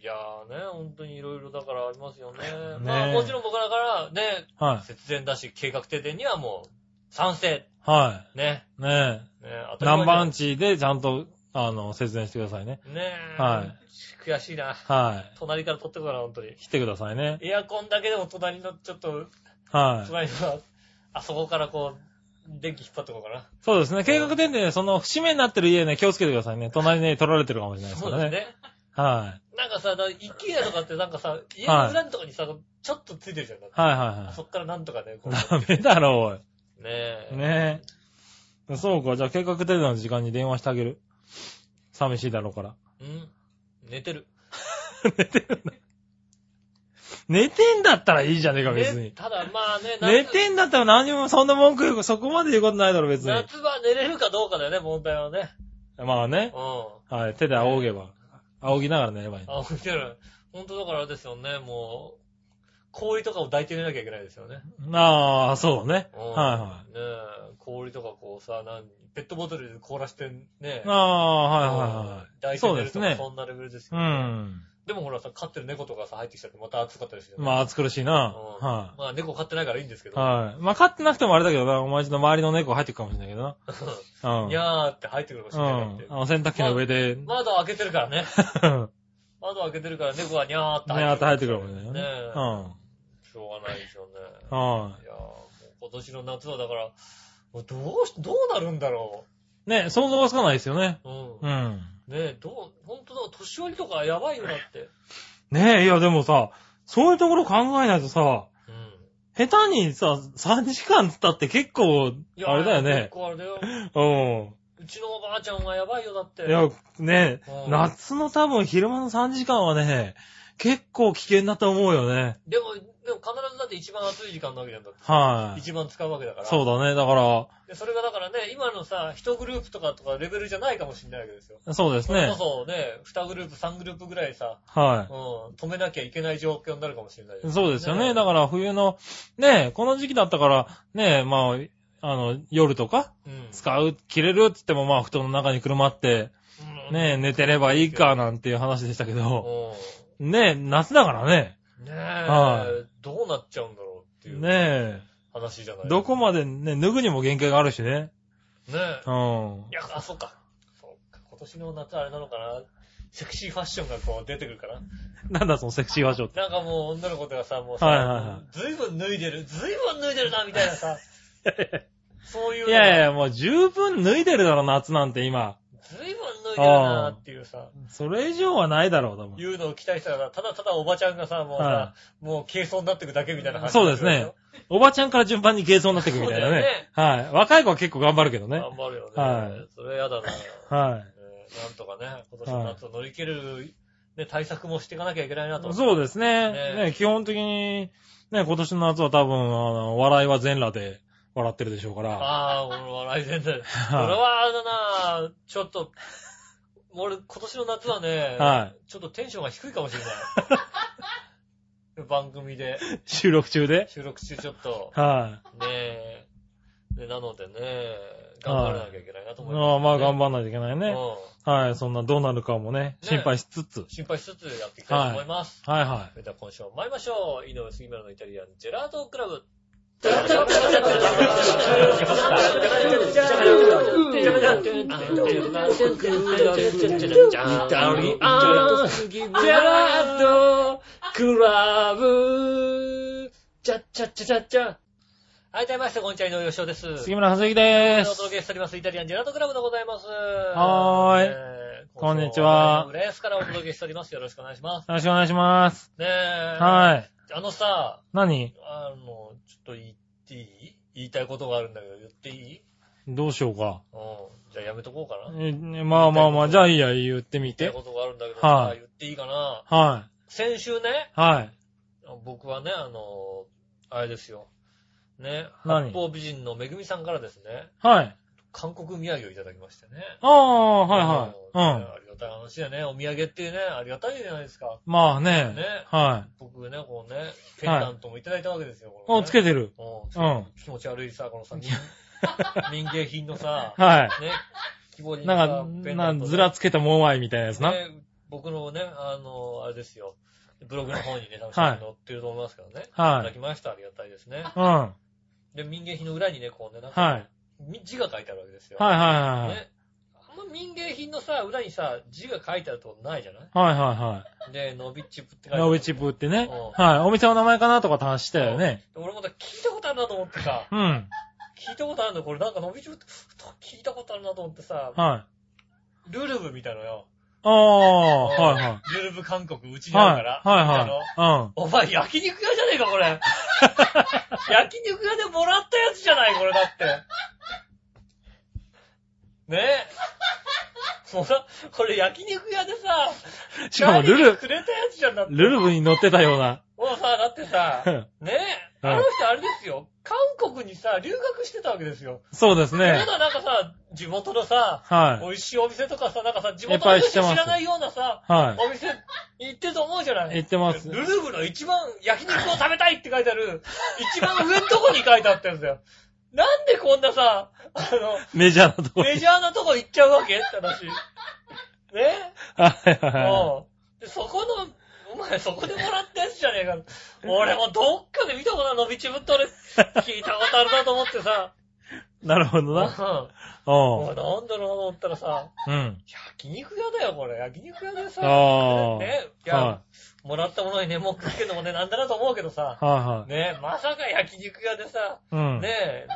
Speaker 2: え。いやーね、本当にいろいろだからありますよね。
Speaker 3: え
Speaker 2: まあもちろん僕らからね、
Speaker 3: い。は
Speaker 2: 節電だし、計画停電にはもう、賛成。
Speaker 3: い。は
Speaker 2: ね。
Speaker 3: い。ね
Speaker 2: ね
Speaker 3: え。南蛮
Speaker 2: 地
Speaker 3: 地でちゃんと、あの、節電してくださいね。
Speaker 2: ねえ。
Speaker 3: は
Speaker 2: 悔しいな。
Speaker 3: はい。
Speaker 2: 隣から取ってこいな、本当に。
Speaker 3: 来てくださいね。
Speaker 2: エアコンだけでも隣の、ちょっと、
Speaker 3: はい。
Speaker 2: 隣の、あそこからこう、電気引っ張ってこうかな。
Speaker 3: そうですね。計画点で、その、節目になってる家ね、気をつけてくださいね。隣ね、取られてるかもしれないです
Speaker 2: そ
Speaker 3: か
Speaker 2: う
Speaker 3: ら
Speaker 2: で
Speaker 3: ね。
Speaker 2: すね。
Speaker 3: はい。
Speaker 2: なんかさ、だ一軒家とかってなんかさ、家の裏のとこにさ、ちょっとついてるじゃん。だって
Speaker 3: はいはいは
Speaker 2: あ
Speaker 3: い。
Speaker 2: そこからなんとかね、こう。
Speaker 3: ダメだろ、
Speaker 2: ね
Speaker 3: おい。
Speaker 2: え。
Speaker 3: ねえ。そうか、じゃあ計画停電の時間に電話してあげる。寂しいだろうから。
Speaker 2: うん。寝てる。
Speaker 3: 寝てんだったらいいじゃねえか、別
Speaker 2: ね
Speaker 3: に。
Speaker 2: ただまあね、
Speaker 3: 寝
Speaker 2: 夏
Speaker 3: てんだったら何もそんな文句言う、そこまで言うことないだろ、別に。
Speaker 2: 夏場寝れるかどうかだよね、問題はね。
Speaker 3: まあね。
Speaker 2: うん。
Speaker 3: はい、手で仰げば。仰ぎながら寝ればいい。
Speaker 2: あ、起きてる。本当だからあれですよね、もう、氷とかを抱いて寝なきゃいけないですよね。
Speaker 3: ああ、そうね。
Speaker 2: うん
Speaker 3: は
Speaker 2: ねえ、氷とかこうさ、なんペットボトルで凍らしてね
Speaker 3: いはい。
Speaker 2: う
Speaker 3: ああ、
Speaker 2: ん
Speaker 3: はいはいは
Speaker 2: 抱いて寝るとか、そんなレベルです
Speaker 3: い。う
Speaker 2: よね。
Speaker 3: ん。
Speaker 2: でもほらさ、飼ってる猫とかさ、入ってきちゃってまた暑かったりするよね。
Speaker 3: まあ、暑苦しいな。
Speaker 2: うん
Speaker 3: は
Speaker 2: まあ、猫飼ってないからいいんですけ
Speaker 3: い。
Speaker 2: ど。
Speaker 3: はい。まあ、飼ってなくてもあれだけどな、お前んちの周りの猫入ってくかもしれないけどな。うん。
Speaker 2: にゃーって入ってくるかもし
Speaker 3: う
Speaker 2: れないだっ
Speaker 3: ん
Speaker 2: て。。
Speaker 3: あの、洗濯機の上で、ね
Speaker 2: 窓開けてるからね。窓開けてるから猫がにゃー
Speaker 3: *laughs*
Speaker 2: って
Speaker 3: あと入ってくるかもしれ
Speaker 2: ね。
Speaker 3: な
Speaker 2: ね
Speaker 3: いよね。
Speaker 2: え
Speaker 3: う
Speaker 2: しょうがないですよね。
Speaker 3: ん。はい
Speaker 2: やーもう今年の夏はだから、もうどうし、どうなるんだろ
Speaker 3: い。ね、想像がつかないですよね。
Speaker 2: う。うん。
Speaker 3: う
Speaker 2: ね
Speaker 3: ん。
Speaker 2: え、どう、本当だ、年寄りとかやばいよだって。
Speaker 3: ねえ、いやでもさ、そういうところ考えないとさ、
Speaker 2: うん。
Speaker 3: 下手にさ、3時間経って結構、
Speaker 2: いやー
Speaker 3: あれだよ
Speaker 2: 結
Speaker 3: ね。
Speaker 2: 構あれだよ。
Speaker 3: うん。
Speaker 2: うちのおばあちゃんがやばいよだって。
Speaker 3: いや、ねえ
Speaker 2: う、ん
Speaker 3: 夏の多分昼間の3時間はね、結構危険だと思うよね。
Speaker 2: でも、でも必ずだって一番暑い時間なわけなんだって。
Speaker 3: はい。
Speaker 2: 一番使うわけだから。
Speaker 3: そうだね。だか
Speaker 2: で、それがだからね、今のさ、一グループとかとかレベルじゃないかもしれないわけですよ。
Speaker 3: ら、そうです
Speaker 2: それ
Speaker 3: ね
Speaker 2: こ。そね、二グループ、三グループぐらいさ、
Speaker 3: は
Speaker 2: うん、止めなきゃいけない状況になるかもしれない
Speaker 3: い。そうですよね。
Speaker 2: だ
Speaker 3: だから冬の、ねえ、この時期だったから、ねえ、まあ、あの、夜とか、
Speaker 2: うん。
Speaker 3: 使う、着れるって言っても、まあ、布団の中にくるまって、
Speaker 2: うん
Speaker 3: ねえ、寝てればいいか、なんていう話でしたけど。
Speaker 2: う
Speaker 3: ねえ、夏だからね。
Speaker 2: ん。ねえ、
Speaker 3: は
Speaker 2: どうなっちゃうんだろうっていう
Speaker 3: ね
Speaker 2: 話じゃない、
Speaker 3: え。どこまでね、脱ぐにも限界があるしね。
Speaker 2: ねえ。
Speaker 3: うん
Speaker 2: い。や、あ、そうか。そうか。今年の夏あれなのかな。セクシーファッションがこう出てくるかな。
Speaker 3: なんだそのセクシー場所って。
Speaker 2: なんかもう女の子とかさ、もうさ、
Speaker 3: はいはいは
Speaker 2: ずいぶん脱いでる、ずいぶん脱いでるな、みたいな
Speaker 3: *laughs*
Speaker 2: さ。そういうの
Speaker 3: い
Speaker 2: が。
Speaker 3: やいや、もう十分脱いでるだろ、夏なんて今。
Speaker 2: ずいぶん脱いでるなっていうさ、
Speaker 3: それ以上はないだろう、多分。
Speaker 2: いうのを期待したら、ただただおばちゃんがさ、もうさ
Speaker 3: は、
Speaker 2: もう軽装になってくだけみたいな感じ。
Speaker 3: そうですね。。おばちゃんから順番に軽装になっていくみたいな
Speaker 2: そう
Speaker 3: ね
Speaker 2: だよね。
Speaker 3: はい。若い子は結構頑張るけどね。
Speaker 2: 頑張るよね。
Speaker 3: はい
Speaker 2: それやだな。ね
Speaker 3: は
Speaker 2: なんとかね、今年の夏を乗り切る、ね、対策もしていかなきゃいけないなと。
Speaker 3: い。そうですね。
Speaker 2: ね
Speaker 3: ね基本的に、ね、今年の夏は多分、あの、笑いは全裸で笑ってるでしょうから。
Speaker 2: ああ、俺笑い全然。俺
Speaker 3: は
Speaker 2: は、あれだな、ちょっと、俺今年の夏はね、
Speaker 3: は
Speaker 2: ちょっとテンションが低いかもしれ
Speaker 3: *laughs*
Speaker 2: ない。番組で、
Speaker 3: い。収録中で。
Speaker 2: 収録中ちょっと、
Speaker 3: はい。
Speaker 2: ねえ、ねなのでね、頑張らなきゃいけないなと思います、
Speaker 3: ああまあ頑
Speaker 2: 張
Speaker 3: 張んないといけないね。
Speaker 2: う
Speaker 3: はい、そんなどうなるかもね、心配しつつ。
Speaker 2: ん。心配しつつやっていきたいと思います。
Speaker 3: はいは
Speaker 2: それでは今週も参りましょう。井上杉村のイタリアンジェラートクラブ。はい、どうもみなさん、こんにちは、井上洋翔です。
Speaker 3: い。杉村はずきでー
Speaker 2: お
Speaker 3: す。
Speaker 2: 届けしております、イタリアンジェラートクラブでございます。
Speaker 3: はーい
Speaker 2: えー
Speaker 3: こんにちは
Speaker 2: 浦安からお届けしております。よろしくお願いします。
Speaker 3: よろしくお願いします。
Speaker 2: ねえ。
Speaker 3: は
Speaker 2: い。
Speaker 3: い。
Speaker 2: あのさ、
Speaker 3: 何
Speaker 2: あの、ちょっと言っていい言いたいことがあるんだけど、言っていい
Speaker 3: どうしようか。
Speaker 2: うん。じゃあやめとこうかな。言い
Speaker 3: えまあまあまあ、じゃあいいや、言ってみ
Speaker 2: たい
Speaker 3: て。
Speaker 2: ことがあるんだけど
Speaker 3: は
Speaker 2: さ
Speaker 3: い、
Speaker 2: 言っていいかな。
Speaker 3: は
Speaker 2: 先週ね、
Speaker 3: い。はい。
Speaker 2: 僕はね、あの、あれですよ。ね、
Speaker 3: 何
Speaker 2: 八方美人のめぐみさんからですね、
Speaker 3: はい。
Speaker 2: 韓国土産をいただきましてね。
Speaker 3: ああ、はい
Speaker 2: あ
Speaker 3: は
Speaker 2: の
Speaker 3: い。うん
Speaker 2: ね。ありがたい話だね。お土産っていうね、ありがたいじゃないですか。
Speaker 3: まあね
Speaker 2: ね。
Speaker 3: はい。
Speaker 2: 僕ね、こうね、ペンダントもいただいたわけですよ。この
Speaker 3: お、
Speaker 2: ね
Speaker 3: つけてる。
Speaker 2: うん
Speaker 3: うん。は
Speaker 2: 気持ち悪いさ、こ
Speaker 3: *laughs*
Speaker 2: のさ、民民芸品のさ、
Speaker 3: い。
Speaker 2: ね、希望に
Speaker 3: なんか、なんずら
Speaker 2: つ
Speaker 3: つけたモワイみたいなやつな。
Speaker 2: 僕のね、あの、あれですよ、ブログの方にね、多分
Speaker 3: は
Speaker 2: 写
Speaker 3: い
Speaker 2: 真載ってると思いますけどね。いただ
Speaker 3: はい。
Speaker 2: きました。ありがたいですね。
Speaker 3: うん。はい。
Speaker 2: で、民芸品の裏にね、こうね、なん
Speaker 3: は
Speaker 2: か
Speaker 3: い、
Speaker 2: み字が書いてあるわけですよ。
Speaker 3: はいはいはい。
Speaker 2: ね。あんま民芸品のさ、裏にさ、字が書いてあるとこないじゃない
Speaker 3: はいはいは
Speaker 2: で、ノビチップって書いてある。
Speaker 3: い。ラビチップってね
Speaker 2: う。
Speaker 3: はい。お店の名前かなとかって話したよね。
Speaker 2: で俺もだ聞いたことあるなと思ってさ、
Speaker 3: うん。
Speaker 2: 聞いたことあるのこれなんかノビチップって、ふと聞いたことあるなと思ってさ、
Speaker 3: はい。
Speaker 2: ルルブみたいのよ。
Speaker 3: ああ、はいはい。
Speaker 2: ルルブ韓国、うちにある
Speaker 3: は
Speaker 2: から。
Speaker 3: い。はい
Speaker 2: あの
Speaker 3: は
Speaker 2: お前、焼肉屋じゃねえか、こ
Speaker 3: *laughs*
Speaker 2: れ。焼肉屋でもらったやつじゃない、これだって。ねえ。もら、これ焼肉屋でさ、
Speaker 3: い。うん。しかも、ル
Speaker 2: 何
Speaker 3: ル
Speaker 2: か、くれたやつじゃんだって。
Speaker 3: ルルブに乗ってたような。 *laughs*
Speaker 2: もうさ、だってさ、ねえ、
Speaker 3: うん
Speaker 2: あの人あれですよ、韓国にさ、留学してたわけですよ。
Speaker 3: そうで
Speaker 2: た
Speaker 3: すね。
Speaker 2: だなんかさ、地元のさ、
Speaker 3: は
Speaker 2: 美味しいお店とかさ、なんかさ、地
Speaker 3: いっ
Speaker 2: 元
Speaker 3: ぱ
Speaker 2: の
Speaker 3: い知
Speaker 2: 人
Speaker 3: っ
Speaker 2: してか
Speaker 3: ます
Speaker 2: 知らないようなさ、
Speaker 3: い。は
Speaker 2: お店行ってると思うじゃない
Speaker 3: い。言ってます。
Speaker 2: ルルブの一番焼肉を食べたいって書いてある、一番上のとこに書いてあったんだよ。なんでこんなさ、あ
Speaker 3: *laughs* メジャーなとこ
Speaker 2: の、
Speaker 3: に。
Speaker 2: メジャーなとこ行っちゃうわけって話。ね
Speaker 3: はいはいはい。
Speaker 2: うんでそこの前そこでもらったやつじゃねえか。俺もどっかで見たことある伸びちぶって俺、聞いたことあるなと思ってさ。
Speaker 3: なるほどな。
Speaker 2: う
Speaker 3: うん
Speaker 2: ん。俺なんだろうなと思ったらさ、
Speaker 3: うん。
Speaker 2: 焼肉屋だよ、これ。焼肉屋でさ、
Speaker 3: ああ
Speaker 2: ね、いや、
Speaker 3: は
Speaker 2: もらったものにね、文句つけるのもね、なんだなと思うけどさ
Speaker 3: い。、は
Speaker 2: ね、まさか焼肉屋でさ、
Speaker 3: いはい。うん。
Speaker 2: ね、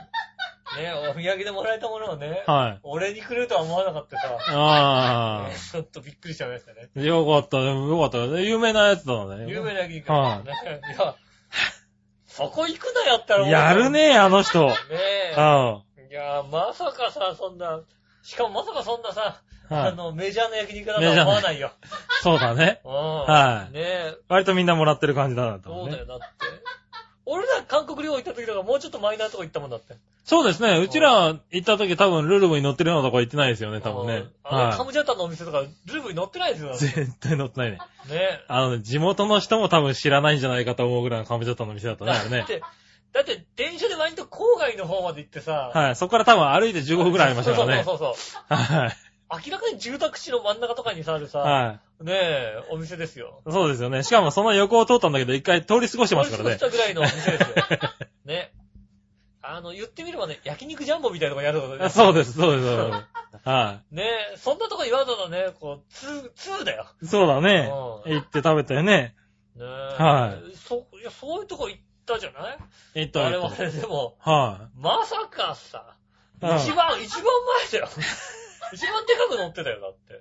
Speaker 2: ね、お土産でもらえたものをね、
Speaker 3: はい。
Speaker 2: 俺にくれるとは思わなかったさ、
Speaker 3: あ
Speaker 2: ねちょっとびっくりしちゃいましたね。
Speaker 3: あ。よかった、よかった。有名なやつだね。
Speaker 2: 有名な焼肉
Speaker 3: は
Speaker 2: 屋
Speaker 3: い
Speaker 2: ね。いや、そこ行くなやったら
Speaker 3: やる。ねあ
Speaker 2: *laughs*
Speaker 3: の人。うん。
Speaker 2: ね
Speaker 3: は
Speaker 2: え。いや、まさかさ、そんな、しかもまさかそんなさ、あ
Speaker 3: い。
Speaker 2: の、メジャーな焼肉屋だとは思わないよ。
Speaker 3: そうだね。
Speaker 2: うん。
Speaker 3: はい
Speaker 2: ねえ、
Speaker 3: 割とみんなもらってる感じだなと
Speaker 2: そ
Speaker 3: 思
Speaker 2: う
Speaker 3: う
Speaker 2: だよ、
Speaker 3: ね。
Speaker 2: だって。俺ら韓国旅行行った時とかもうちょっとマイナーなとこ行ったもんだって。
Speaker 3: そうですね。うちら行った時多分ルルブに乗ってるようなとこ行ってないですよね、多分
Speaker 2: う
Speaker 3: ね
Speaker 2: ん。あの、カ
Speaker 3: は
Speaker 2: ムジャタンのお店とか、ルーブに乗ってないですよ。だっ
Speaker 3: い。
Speaker 2: てね
Speaker 3: 絶対乗ってないね。
Speaker 2: え。
Speaker 3: あのね、地元の人も多分知らないんじゃないかと思うぐらいのカムジャタンの店だったね、あれ
Speaker 2: だ
Speaker 3: ね
Speaker 2: *laughs* っ。て、だって電車で割と郊外の方まで行ってさ、
Speaker 3: はい。そこから多分歩いて15分ぐらいありましたからね
Speaker 2: そ。うそうそうそう。
Speaker 3: はい。
Speaker 2: 明らかに住宅地の真ん中とかにさ、あるさ、
Speaker 3: は
Speaker 2: ねえ、お店ですよ。
Speaker 3: い。そうですよね。しかもその横を通ったんだけど、一回通り過ごしてますからね
Speaker 2: 通。り過ごしたぐらいのお店ですよ。ね。あの、言ってみればね、焼肉ジャンボみたいなとこやる
Speaker 3: *laughs*
Speaker 2: と
Speaker 3: そうです、そうです、そうです。は
Speaker 2: ねえ、そんなとこにわざわざね、こう、ツー、ツーだよ。
Speaker 3: い。そうだね。
Speaker 2: うん
Speaker 3: 行って食べたよね。
Speaker 2: ねえ。。
Speaker 3: はい
Speaker 2: そ、いや、そういうとこ行ったじゃない
Speaker 3: 行った
Speaker 2: あれ
Speaker 3: 行
Speaker 2: は
Speaker 3: っ
Speaker 2: ね、でも、
Speaker 3: た。は
Speaker 2: まさかさ、
Speaker 3: い。
Speaker 2: 一
Speaker 3: うん
Speaker 2: 番、一番前だ
Speaker 3: *laughs*
Speaker 2: よ。一番でかく乗ってたよ、だって。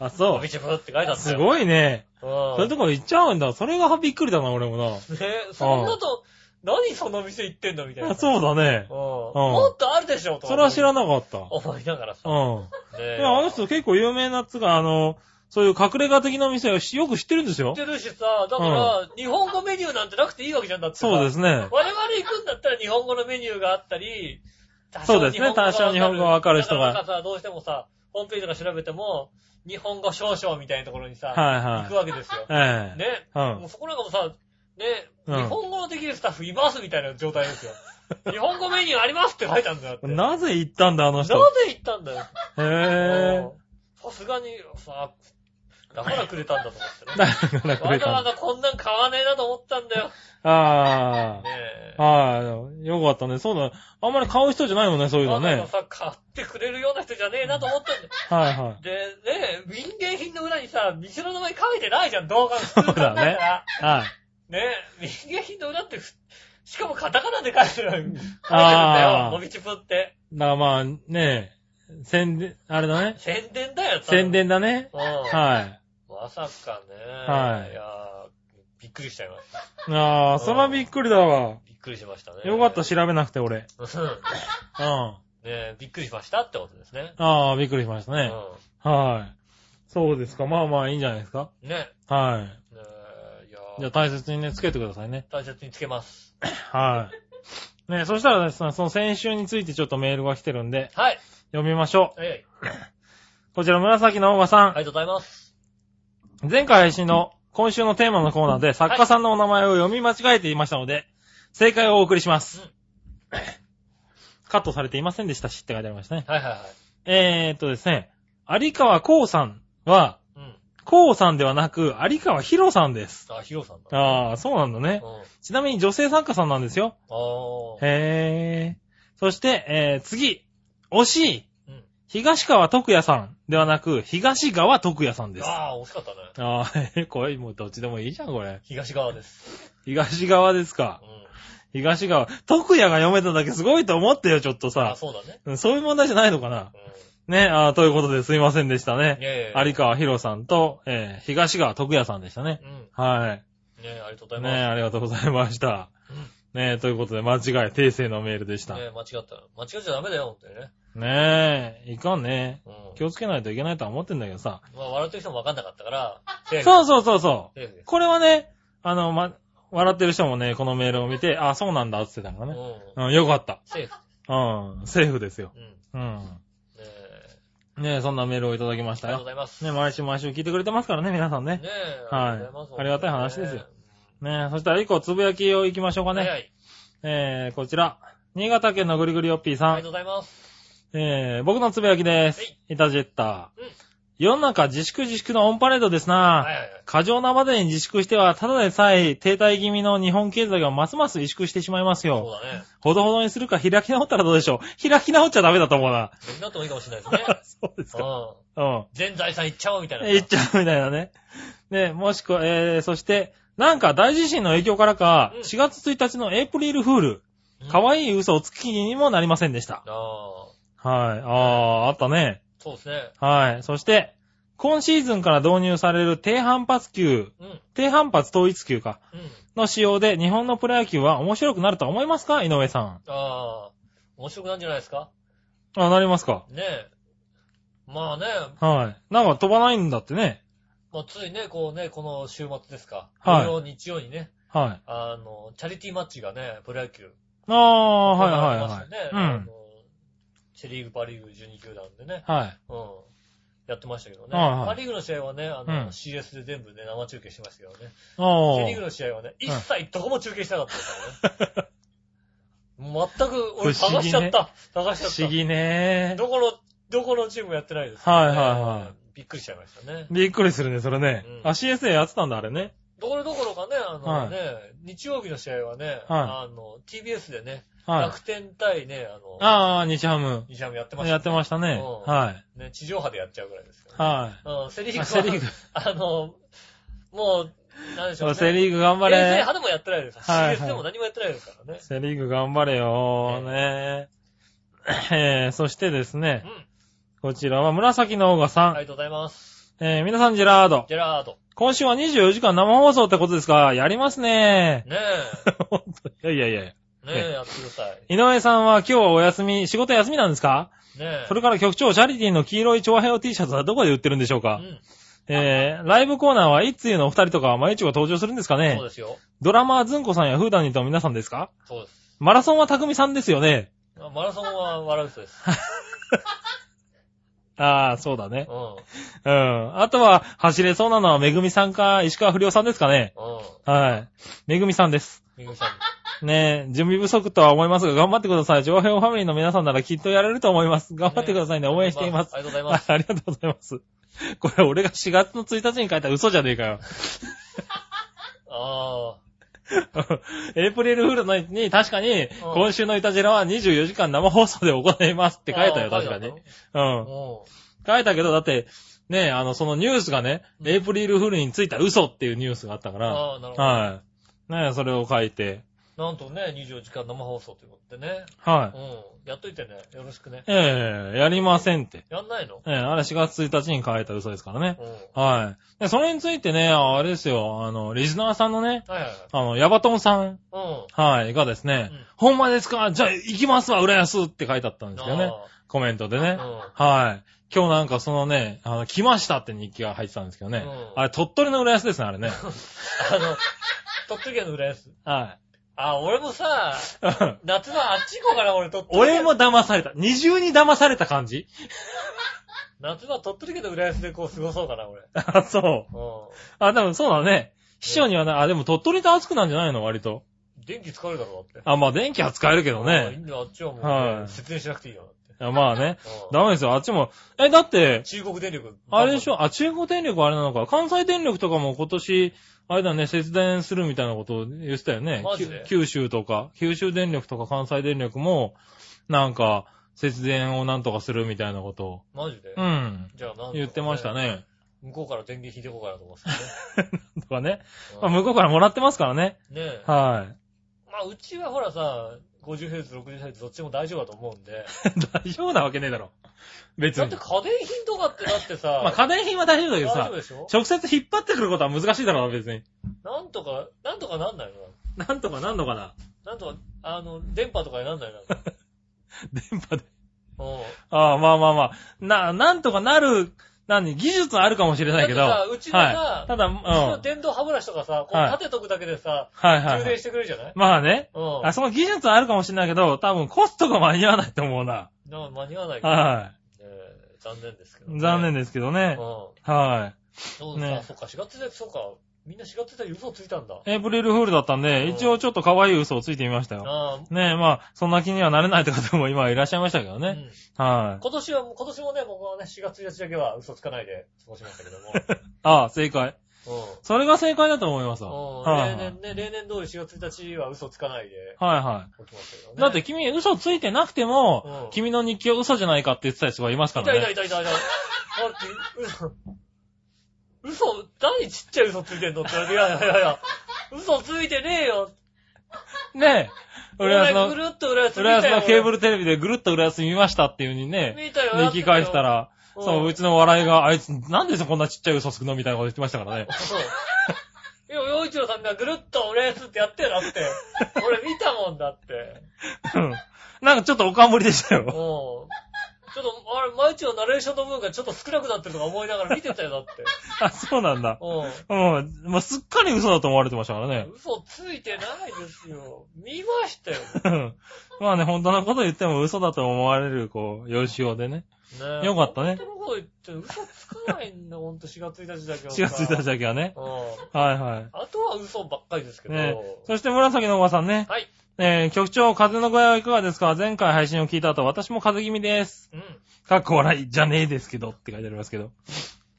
Speaker 3: あ、そ
Speaker 2: お店ブーって書いてあったよ。
Speaker 3: う。す
Speaker 2: い。
Speaker 3: ごいね。
Speaker 2: うん。
Speaker 3: そういうところ行っちゃうんだ。それがびっくりだな、俺もな。
Speaker 2: ねえ、そんなと、何その店行ってんのみたいな。
Speaker 3: あそうだね
Speaker 2: うん。。もっとあるでしょ、と。
Speaker 3: それは知らなかった。
Speaker 2: 思いながらさ。
Speaker 3: う
Speaker 2: ね
Speaker 3: ん。
Speaker 2: え
Speaker 3: いや、あの人結構有名なっつうか、あの、そういう隠れ家的な店をしよく知ってるんですよ
Speaker 2: 知っ。てるしさ、だから、日本語メニューなんてなくていいわけじゃんだってさ。
Speaker 3: そうですね。
Speaker 2: 我々行くんだったら日本語のメニューがあったり、
Speaker 3: そうですね
Speaker 2: 多少わかる
Speaker 3: 多少日本語わかる人が
Speaker 2: だからさ、どうしてもさ、ホームページとか調べても、日本語少々みたいなところにさ、
Speaker 3: はい
Speaker 2: 行く
Speaker 3: は
Speaker 2: わけですよ
Speaker 3: い。。ええ。
Speaker 2: ね。
Speaker 3: う
Speaker 2: も
Speaker 3: ん
Speaker 2: う。そこなんかもさ、ね、
Speaker 3: うん
Speaker 2: 日本語のできるスタッフいますみたいな状態
Speaker 3: *laughs*
Speaker 2: ですよ。日本語メニューありますって書いてあるんだよだって。
Speaker 3: なぜ行ったんだ、あの
Speaker 2: なぜ
Speaker 3: 人。
Speaker 2: 行ったんだよ。
Speaker 3: へえ。
Speaker 2: さすがに、さ、だからくれたんだと思ってね。
Speaker 3: だから *laughs* く
Speaker 2: わ
Speaker 3: れ
Speaker 2: ざ
Speaker 3: た
Speaker 2: わ
Speaker 3: んだ。
Speaker 2: ざこんなん買わねえなと思ったんだよ。ね
Speaker 3: あ
Speaker 2: え
Speaker 3: あ。。はい。よかったね。そうだ。あんまり買う人じゃないもんね、そういうの
Speaker 2: わ
Speaker 3: ね。
Speaker 2: ざわざ買ってくれるような人じゃねえなと思ったんだよ。
Speaker 3: はいは
Speaker 2: で、ねえ、民芸品の裏にさ、店の名前書いてないじゃん、動画の普通に考えた
Speaker 3: そう
Speaker 2: ら。
Speaker 3: い。はい。
Speaker 2: ねえ、民芸品の裏ってふ、しかもカタカナで書いてる。書いてるんだ
Speaker 3: あ
Speaker 2: よ、
Speaker 3: ー
Speaker 2: のびちぷって。
Speaker 3: だからまあ、ねえ、宣伝、あれだね。
Speaker 2: 宣伝だよ、多分
Speaker 3: 宣。伝だね。
Speaker 2: うん。
Speaker 3: はい。
Speaker 2: まさかね。
Speaker 3: はい
Speaker 2: いやーびっくりしちゃいました。
Speaker 3: ああ、それはびっくりだわ。
Speaker 2: びっくりしましたね。
Speaker 3: よかった、調べなくて俺。
Speaker 2: うん。
Speaker 3: うん。あ
Speaker 2: ねえ、びっくりしましたってことですね。
Speaker 3: あ、びっくりしました
Speaker 2: う
Speaker 3: ね。
Speaker 2: ん。
Speaker 3: はい。そうですか。まあまあ、いいんじゃないですか。
Speaker 2: ね
Speaker 3: はい。
Speaker 2: え、ねえいや
Speaker 3: じゃあ大切にね、つけてくださいね。
Speaker 2: 大切につけます。
Speaker 3: はい。ね、そしたらですね、その先週についてちょっとメールが来てるんで、
Speaker 2: はい。
Speaker 3: 読みましょ
Speaker 2: ええ
Speaker 3: う。こちら、紫のオーガ
Speaker 2: あ
Speaker 3: さん。
Speaker 2: りがとうございます。
Speaker 3: 前回配信の今週のテーマのコーナーで作家さんのお名前を読み間違えていましたので、正解をお送りします
Speaker 2: うん。
Speaker 3: カットされていませんでしたしって書いてありましたね。
Speaker 2: はいはいはい。
Speaker 3: えーっとですね、有川光さんは、
Speaker 2: うん。
Speaker 3: 光さんではなく、有川博さんです。
Speaker 2: あ、ヒロさんだ。
Speaker 3: ああ、そうなんだ
Speaker 2: うん
Speaker 3: ね。。ちなみに女性作家さんなんですよ。
Speaker 2: あー。
Speaker 3: へえ。そして、えー、次、惜しい、
Speaker 2: うん
Speaker 3: 東川徳也さんではなく、東川徳也さんです。あ
Speaker 2: あー、惜しかったね。
Speaker 3: あー、 *laughs* これもうどっちでもいいじゃん、これ。
Speaker 2: 東側です。
Speaker 3: 東側ですか
Speaker 2: う。ん。
Speaker 3: 東側。徳也が読めただけすごいと思ってよ、ちょっと
Speaker 2: あ
Speaker 3: さ。
Speaker 2: そうだね。
Speaker 3: うんそういう問題じゃないのかな。
Speaker 2: う
Speaker 3: ね、あーということですいませんでした
Speaker 2: ん。
Speaker 3: ね。
Speaker 2: ねえ。
Speaker 3: 有川博さんと、えー東川徳也さんでしたね。
Speaker 2: うん。ね
Speaker 3: は
Speaker 2: え、ありがとうござ
Speaker 3: い。
Speaker 2: い
Speaker 3: ね、
Speaker 2: ま
Speaker 3: ありがとうございました。ね、ということで、間違い、訂正のメールでし
Speaker 2: す。
Speaker 3: た。
Speaker 2: ね
Speaker 3: ね
Speaker 2: え、間違った。間違っちゃダメだよ、ほんとにね。
Speaker 3: え、いかんね。
Speaker 2: うん。
Speaker 3: 気をつけないといけないとは思ってんだけどさ。
Speaker 2: まあ、笑ってる人もわかんなかったから、セーフ。
Speaker 3: そうそうそうそ
Speaker 2: セーフで
Speaker 3: う。
Speaker 2: す。
Speaker 3: これはね、あの、ま、笑ってる人もね、このメールを見て、あ、そうなんだって言ってた
Speaker 2: う
Speaker 3: から
Speaker 2: ん。
Speaker 3: ね。うん、よかった。
Speaker 2: セーフ。
Speaker 3: うん、セーフですよ。
Speaker 2: うん。ね
Speaker 3: うん。
Speaker 2: え。
Speaker 3: ねえ、そんなメールをいただきまし
Speaker 2: あ
Speaker 3: た
Speaker 2: りがとうご
Speaker 3: よ。
Speaker 2: ざいます。
Speaker 3: ねえ、毎週毎週聞いてくれてますからね、皆さんね
Speaker 2: ね。え。
Speaker 3: はい
Speaker 2: ます
Speaker 3: ありがたい話ですよ
Speaker 2: ね
Speaker 3: ねえ、そしたら以降、つぶやきを行きましょうか
Speaker 2: えはい
Speaker 3: ね。
Speaker 2: はい。
Speaker 3: えー、こちら。新潟県のぐりぐりおっぴー
Speaker 2: あ
Speaker 3: さ
Speaker 2: りが
Speaker 3: ん
Speaker 2: と。うございます。
Speaker 3: えー、僕のつぶやきで
Speaker 2: は
Speaker 3: す
Speaker 2: い。
Speaker 3: イタジェッター。世の中自粛自粛のオンパレードですな
Speaker 2: はいはいはい。
Speaker 3: 過剰なまでに自粛しては、ただでさえ停滞気味の日本経済がますます萎縮してしまいます
Speaker 2: そう
Speaker 3: よ。
Speaker 2: だね。
Speaker 3: ほどほどにするか開き直ったらどうでしょう。開き直っちゃダメだと思うな。
Speaker 2: それになってもいいかもしれないですね。
Speaker 3: そうです
Speaker 2: う
Speaker 3: か。
Speaker 2: ん。
Speaker 3: うん。
Speaker 2: 全財産いっちゃおうみたい
Speaker 3: *laughs*
Speaker 2: な。
Speaker 3: いっちゃうみたいなね。ね、もしくは、えー、そして、なんか大地震の影響からか、
Speaker 2: うん
Speaker 3: 4月1日のエイプリルフール、
Speaker 2: うん
Speaker 3: 可愛い嘘をつきにもなりませんでした。
Speaker 2: ああ、
Speaker 3: はい。あー、あったね。
Speaker 2: そうですね。
Speaker 3: はい。そして、今シーズンから導入される低反発球、
Speaker 2: うん。うん。
Speaker 3: 低反発統一球か、の使用で日本のプロ野球は面白くなると思いますか井上さん。
Speaker 2: ああ、面白くなんじゃないですか
Speaker 3: あ、なりますか。
Speaker 2: ねえ。まあね、
Speaker 3: はい。なんか飛ばないんだってね。
Speaker 2: まあ、ついね、こうね、この週末ですか。
Speaker 3: はい
Speaker 2: 土曜日曜にね、
Speaker 3: はい。
Speaker 2: あの、チャリティーマッチがね、プロ野球。
Speaker 3: ああ、はい
Speaker 2: 行われまし
Speaker 3: は
Speaker 2: たね
Speaker 3: い
Speaker 2: あ
Speaker 3: はい。うん
Speaker 2: の。セリーグ、パリーグ12球団でね。
Speaker 3: はい。
Speaker 2: うん。やってましたけどね。
Speaker 3: はいはい
Speaker 2: パリーグの試合はね、あの、
Speaker 3: うん
Speaker 2: CS で全部ね、生中継してましたけどね。
Speaker 3: あ
Speaker 2: セリーグ
Speaker 3: あ。
Speaker 2: の試合はね、一切どこも中継してなかったですから
Speaker 3: *laughs*
Speaker 2: ね。全く、俺
Speaker 3: 不思
Speaker 2: 探
Speaker 3: 議
Speaker 2: し
Speaker 3: ね
Speaker 2: ちゃった。探しちゃった。
Speaker 3: 不思議ね。
Speaker 2: どこの、どこのチームやってないです、。
Speaker 3: はいはいはい
Speaker 2: びっくりしちゃいましたね。
Speaker 3: びっくりするね、それね。
Speaker 2: うん
Speaker 3: あ、CSA やってたんだ、あれね。
Speaker 2: どころどころかね、あ
Speaker 3: は
Speaker 2: の
Speaker 3: い
Speaker 2: ね、日曜日の試合はね、あの、TBS でね、
Speaker 3: はい。
Speaker 2: 楽天対ね、あの、
Speaker 3: ああ、日ハム。
Speaker 2: 西山やってました、
Speaker 3: やってましたね。
Speaker 2: うん
Speaker 3: はい。
Speaker 2: ね、地上波でやっちゃうぐらいですから、
Speaker 3: は
Speaker 2: うん、セリー
Speaker 3: い。
Speaker 2: グ
Speaker 3: あ
Speaker 2: は、
Speaker 3: セリー
Speaker 2: *laughs* あの、もう、なんでしょう
Speaker 3: グ。
Speaker 2: ね。
Speaker 3: セ
Speaker 2: ー
Speaker 3: リーグ頑張
Speaker 2: 衛星
Speaker 3: れ。
Speaker 2: 派でもやってないです。
Speaker 3: はいはい
Speaker 2: CS でも何もやってないですからね。
Speaker 3: セリーグ頑張れよーね。えー、そしてですね、こちらは紫のオーガ
Speaker 2: うん。あ
Speaker 3: さん。
Speaker 2: りがとうございます。
Speaker 3: えー、皆さんジェラード。
Speaker 2: ジェラード。
Speaker 3: 今週は24時間生放送ってことですかやります *laughs* ね。
Speaker 2: ね
Speaker 3: ほんといやいやいや。
Speaker 2: え、ねえ、やってください。
Speaker 3: 井上さんは今日はお休み、仕事休みなんですか
Speaker 2: ねえ。
Speaker 3: それから局長、チャリティーの黄色い長編を T シャツはどこで売ってるんでしょう
Speaker 2: う
Speaker 3: か
Speaker 2: ん、
Speaker 3: えー、ライブコーナーは、いつゆのお二人とか、まゆちが登場するんですかね
Speaker 2: そうですよ。
Speaker 3: ドラマーずんこさんやフーダニーと皆さんですか
Speaker 2: そうです。
Speaker 3: マラソンはたくみさんですよね
Speaker 2: あマラソンは笑う人です。
Speaker 3: ああ、そうだね
Speaker 2: う。ん。
Speaker 3: うん。あとは、走れそうなのはめぐみさんか、石川不良さんですかね
Speaker 2: うん。
Speaker 3: はい。めぐみさんです。
Speaker 2: めぐみさん。
Speaker 3: ねえ、準備不足とは思いますが、頑張ってください。上辺ファミリーの皆さんならきっとやれると思います。頑張ってくださいね。応援しています。
Speaker 2: ありがとうござい
Speaker 3: は
Speaker 2: ま
Speaker 3: い
Speaker 2: す。
Speaker 3: ありがとうございます。 *laughs* これ、俺が4月の1日に書いた嘘じゃねえかよ。
Speaker 2: あ
Speaker 3: *laughs* エイプリルフールのに、確かに、
Speaker 2: ん
Speaker 3: 今週のイタジェラは24時間生放送で行いますって書いたよ、
Speaker 2: あー
Speaker 3: 確かに。
Speaker 2: 書い
Speaker 3: うん。
Speaker 2: も
Speaker 3: 書いたけど、だって、ねえ、あの、そのニュースがね、
Speaker 2: うん
Speaker 3: エイプリルフールについた嘘っていうニュースがあったか
Speaker 2: う、
Speaker 3: ら、
Speaker 2: ああ、なるほど。
Speaker 3: はい。ねえ、それを書いて、
Speaker 2: なんとね、24時間生放送ということでね。
Speaker 3: は
Speaker 2: う
Speaker 3: い。
Speaker 2: ん。やっといてね。よろしくね。
Speaker 3: ええやりませんって。
Speaker 2: やんないの
Speaker 3: ええあれ4月1日に書いた嘘ですからね。
Speaker 2: うん。はい
Speaker 3: はい。で、それについてね、あれですよ、あの、リスナーさんのね、
Speaker 2: はいはい。
Speaker 3: あの、ヤバトンさん、
Speaker 2: うん。
Speaker 3: はい、がですね、
Speaker 2: うん
Speaker 3: ほんまですかじゃあ行きますわ、浦安って書いてあったんですよね。コメントでね。
Speaker 2: あ
Speaker 3: はい。今日なんかそのね、あの、来ましたって日記が入ってたんですけどね。
Speaker 2: うん
Speaker 3: あれ、鳥取の浦安ですね、あ
Speaker 2: *laughs*
Speaker 3: れね。
Speaker 2: あの、鳥取県の浦安。
Speaker 3: は
Speaker 2: あ、俺もさ、夏
Speaker 3: い。
Speaker 2: のあっち行こうかな、俺鳥取。
Speaker 3: *laughs* 俺も。騙された。二重に騙された感じ *laughs*
Speaker 2: 夏は鳥取県の浦安でこう過ごそうかな、俺。
Speaker 3: あ、そう。
Speaker 2: う
Speaker 3: あ、でもそうだね。秘書にはな、あ、でも鳥取って暑くなんじゃないの割と。
Speaker 2: ん。電気使えるだろ、だって。
Speaker 3: あ、まあ電気は使えるけど
Speaker 2: あいい
Speaker 3: ね。
Speaker 2: んだよ、あっちはもう
Speaker 3: は
Speaker 2: ね
Speaker 3: い
Speaker 2: 節電しなくていいよ、だっ
Speaker 3: あまあね。
Speaker 2: てうん。
Speaker 3: ダメですよ。あっちも。え、だって、
Speaker 2: 中国電力。
Speaker 3: あれでしょあ、中国電力はあれなのか関西電力とかも今年、あれだね、節電するみたいなことを言ってたよね。
Speaker 2: マジで
Speaker 3: きゅ九州とか、九州電力とか関西電力も、なんか、節電をなんとかするみたいなことを、
Speaker 2: マジで
Speaker 3: うん、
Speaker 2: じゃあなんとかね
Speaker 3: 言ってました。ね。
Speaker 2: 向こうから電源引いてこうかなと思ってたね。
Speaker 3: とかね。
Speaker 2: う
Speaker 3: まあ、
Speaker 2: ん
Speaker 3: 向こうからもらってますからね。
Speaker 2: ねえ。
Speaker 3: はい。
Speaker 2: まあ、うちはほらさ、50Hz、60Hz、どっちも大丈夫だと思うんで。
Speaker 3: *laughs* 大丈夫なわけねえだろ。別
Speaker 2: だっ
Speaker 3: に
Speaker 2: て。家電品とかってだってさ、
Speaker 3: まあ、家電品は大丈夫だけど
Speaker 2: 大丈
Speaker 3: さ
Speaker 2: 夫、でしょ
Speaker 3: 直接引っ張ってくることは難しいだろうな、別に。
Speaker 2: なんとか、なんとかなんないの
Speaker 3: なんとかなんのかな。
Speaker 2: なんとか、あの、電波とかになんないの
Speaker 3: 電波で。
Speaker 2: うん。
Speaker 3: ああ、まあまあまあ。な、なんとかなる、何、技術はあるかもしれ *laughs* ないけど。
Speaker 2: だってさうちのさ
Speaker 3: はい、ただ、うん。
Speaker 2: うちの
Speaker 3: はい
Speaker 2: 電動歯ブラシとかさ、こう
Speaker 3: はい
Speaker 2: 立てとくだけでさ、
Speaker 3: はい
Speaker 2: 充
Speaker 3: は
Speaker 2: 電
Speaker 3: い。
Speaker 2: してくれるじゃない
Speaker 3: まあね。
Speaker 2: うん。
Speaker 3: あ、その技術はあるかもしれないけど、多分コストが間に合わないと思うな。
Speaker 2: な間に合わないけど、え
Speaker 3: は
Speaker 2: ー残念ですけど、
Speaker 3: い。残念ですけど
Speaker 2: う
Speaker 3: ね
Speaker 2: ん。。
Speaker 3: は
Speaker 2: そうか、
Speaker 3: ね
Speaker 2: そうか、4月で、そうか、みんな4月1日嘘ついたんだ。
Speaker 3: エイプリルフールだったんで、
Speaker 2: うん
Speaker 3: 一応ちょっと可愛い嘘をついてみましたよ。
Speaker 2: あ
Speaker 3: ねえ、まあ、そんな気にはなれないって方も今いらっしゃいましたけど
Speaker 2: あ、う
Speaker 3: ね。
Speaker 2: ん
Speaker 3: は
Speaker 2: 今
Speaker 3: い。
Speaker 2: 年は、今年もね、僕はね、4月1日だけは嘘つかないで過ごしましたけ
Speaker 3: *laughs*
Speaker 2: ども。
Speaker 3: ああ、正解。
Speaker 2: うん
Speaker 3: それが正解だと思いますわ。
Speaker 2: うん
Speaker 3: はい
Speaker 2: 例
Speaker 3: はい
Speaker 2: 年ね、例年通り4月1日は嘘つかないで
Speaker 3: はいは
Speaker 2: 起きましたけど
Speaker 3: い。
Speaker 2: ね。
Speaker 3: だって君嘘ついてなくても
Speaker 2: うん、
Speaker 3: 君の日記を嘘じゃないかって言ってた人がいますか
Speaker 2: い
Speaker 3: ら
Speaker 2: たいた
Speaker 3: ね。
Speaker 2: いたいたいた。だって、嘘、嘘、何ちっちゃい嘘ついてんのって言われて、いやいやいやいや、嘘ついてねえよ。
Speaker 3: ねえ、
Speaker 2: 俺
Speaker 3: 浦安
Speaker 2: ぐ
Speaker 3: の、
Speaker 2: るっと裏安
Speaker 3: 浦安のケーブ
Speaker 2: ル
Speaker 3: ルテレビでぐるっと浦安見ましたっていう風にね、
Speaker 2: 見たよ。
Speaker 3: 日記返したら、
Speaker 2: うん、
Speaker 3: そう、うちの笑いが、あいつ、なんでこんなちっちゃい嘘つくのみたいなこと言ってましたからね。 *laughs*
Speaker 2: そう。いや、洋一郎さんがぐるっと俺やつってやってな
Speaker 3: *laughs*
Speaker 2: って。俺見たもんだって。
Speaker 3: うんなんかちょっとおかんぶりでした
Speaker 2: うん。ち
Speaker 3: よ。
Speaker 2: ょっと、あれ、毎日のナレーションの分がちょっと少なくなってるとか思いながら見てたよ、だって。
Speaker 3: *laughs* あ、そうなんだ。
Speaker 2: う
Speaker 3: うん。まあ、すっかり嘘だと思われてましたからね *laughs*
Speaker 2: ん。。嘘ついてないですよ。見ましたよ。
Speaker 3: うんまあね、本当のこと言っても嘘だと思われる、こう、よしおでね。
Speaker 2: ねえ
Speaker 3: よかったね
Speaker 2: 本当のこと言って嘘つかないんだ、ほんと4月1日だけはさ。
Speaker 3: 4月1日
Speaker 2: だ
Speaker 3: だけはね。
Speaker 2: うん。
Speaker 3: はいは
Speaker 2: あとは嘘ばっかりですけ
Speaker 3: い。
Speaker 2: ど。
Speaker 3: ねそして紫のおばさんね。
Speaker 2: はい。
Speaker 3: えー局長、風邪の具合はいかがですか前回配信を聞いた後、私も風邪気味です。
Speaker 2: うん。
Speaker 3: かっこ笑い、じゃねえですけど、って書いてありますけど。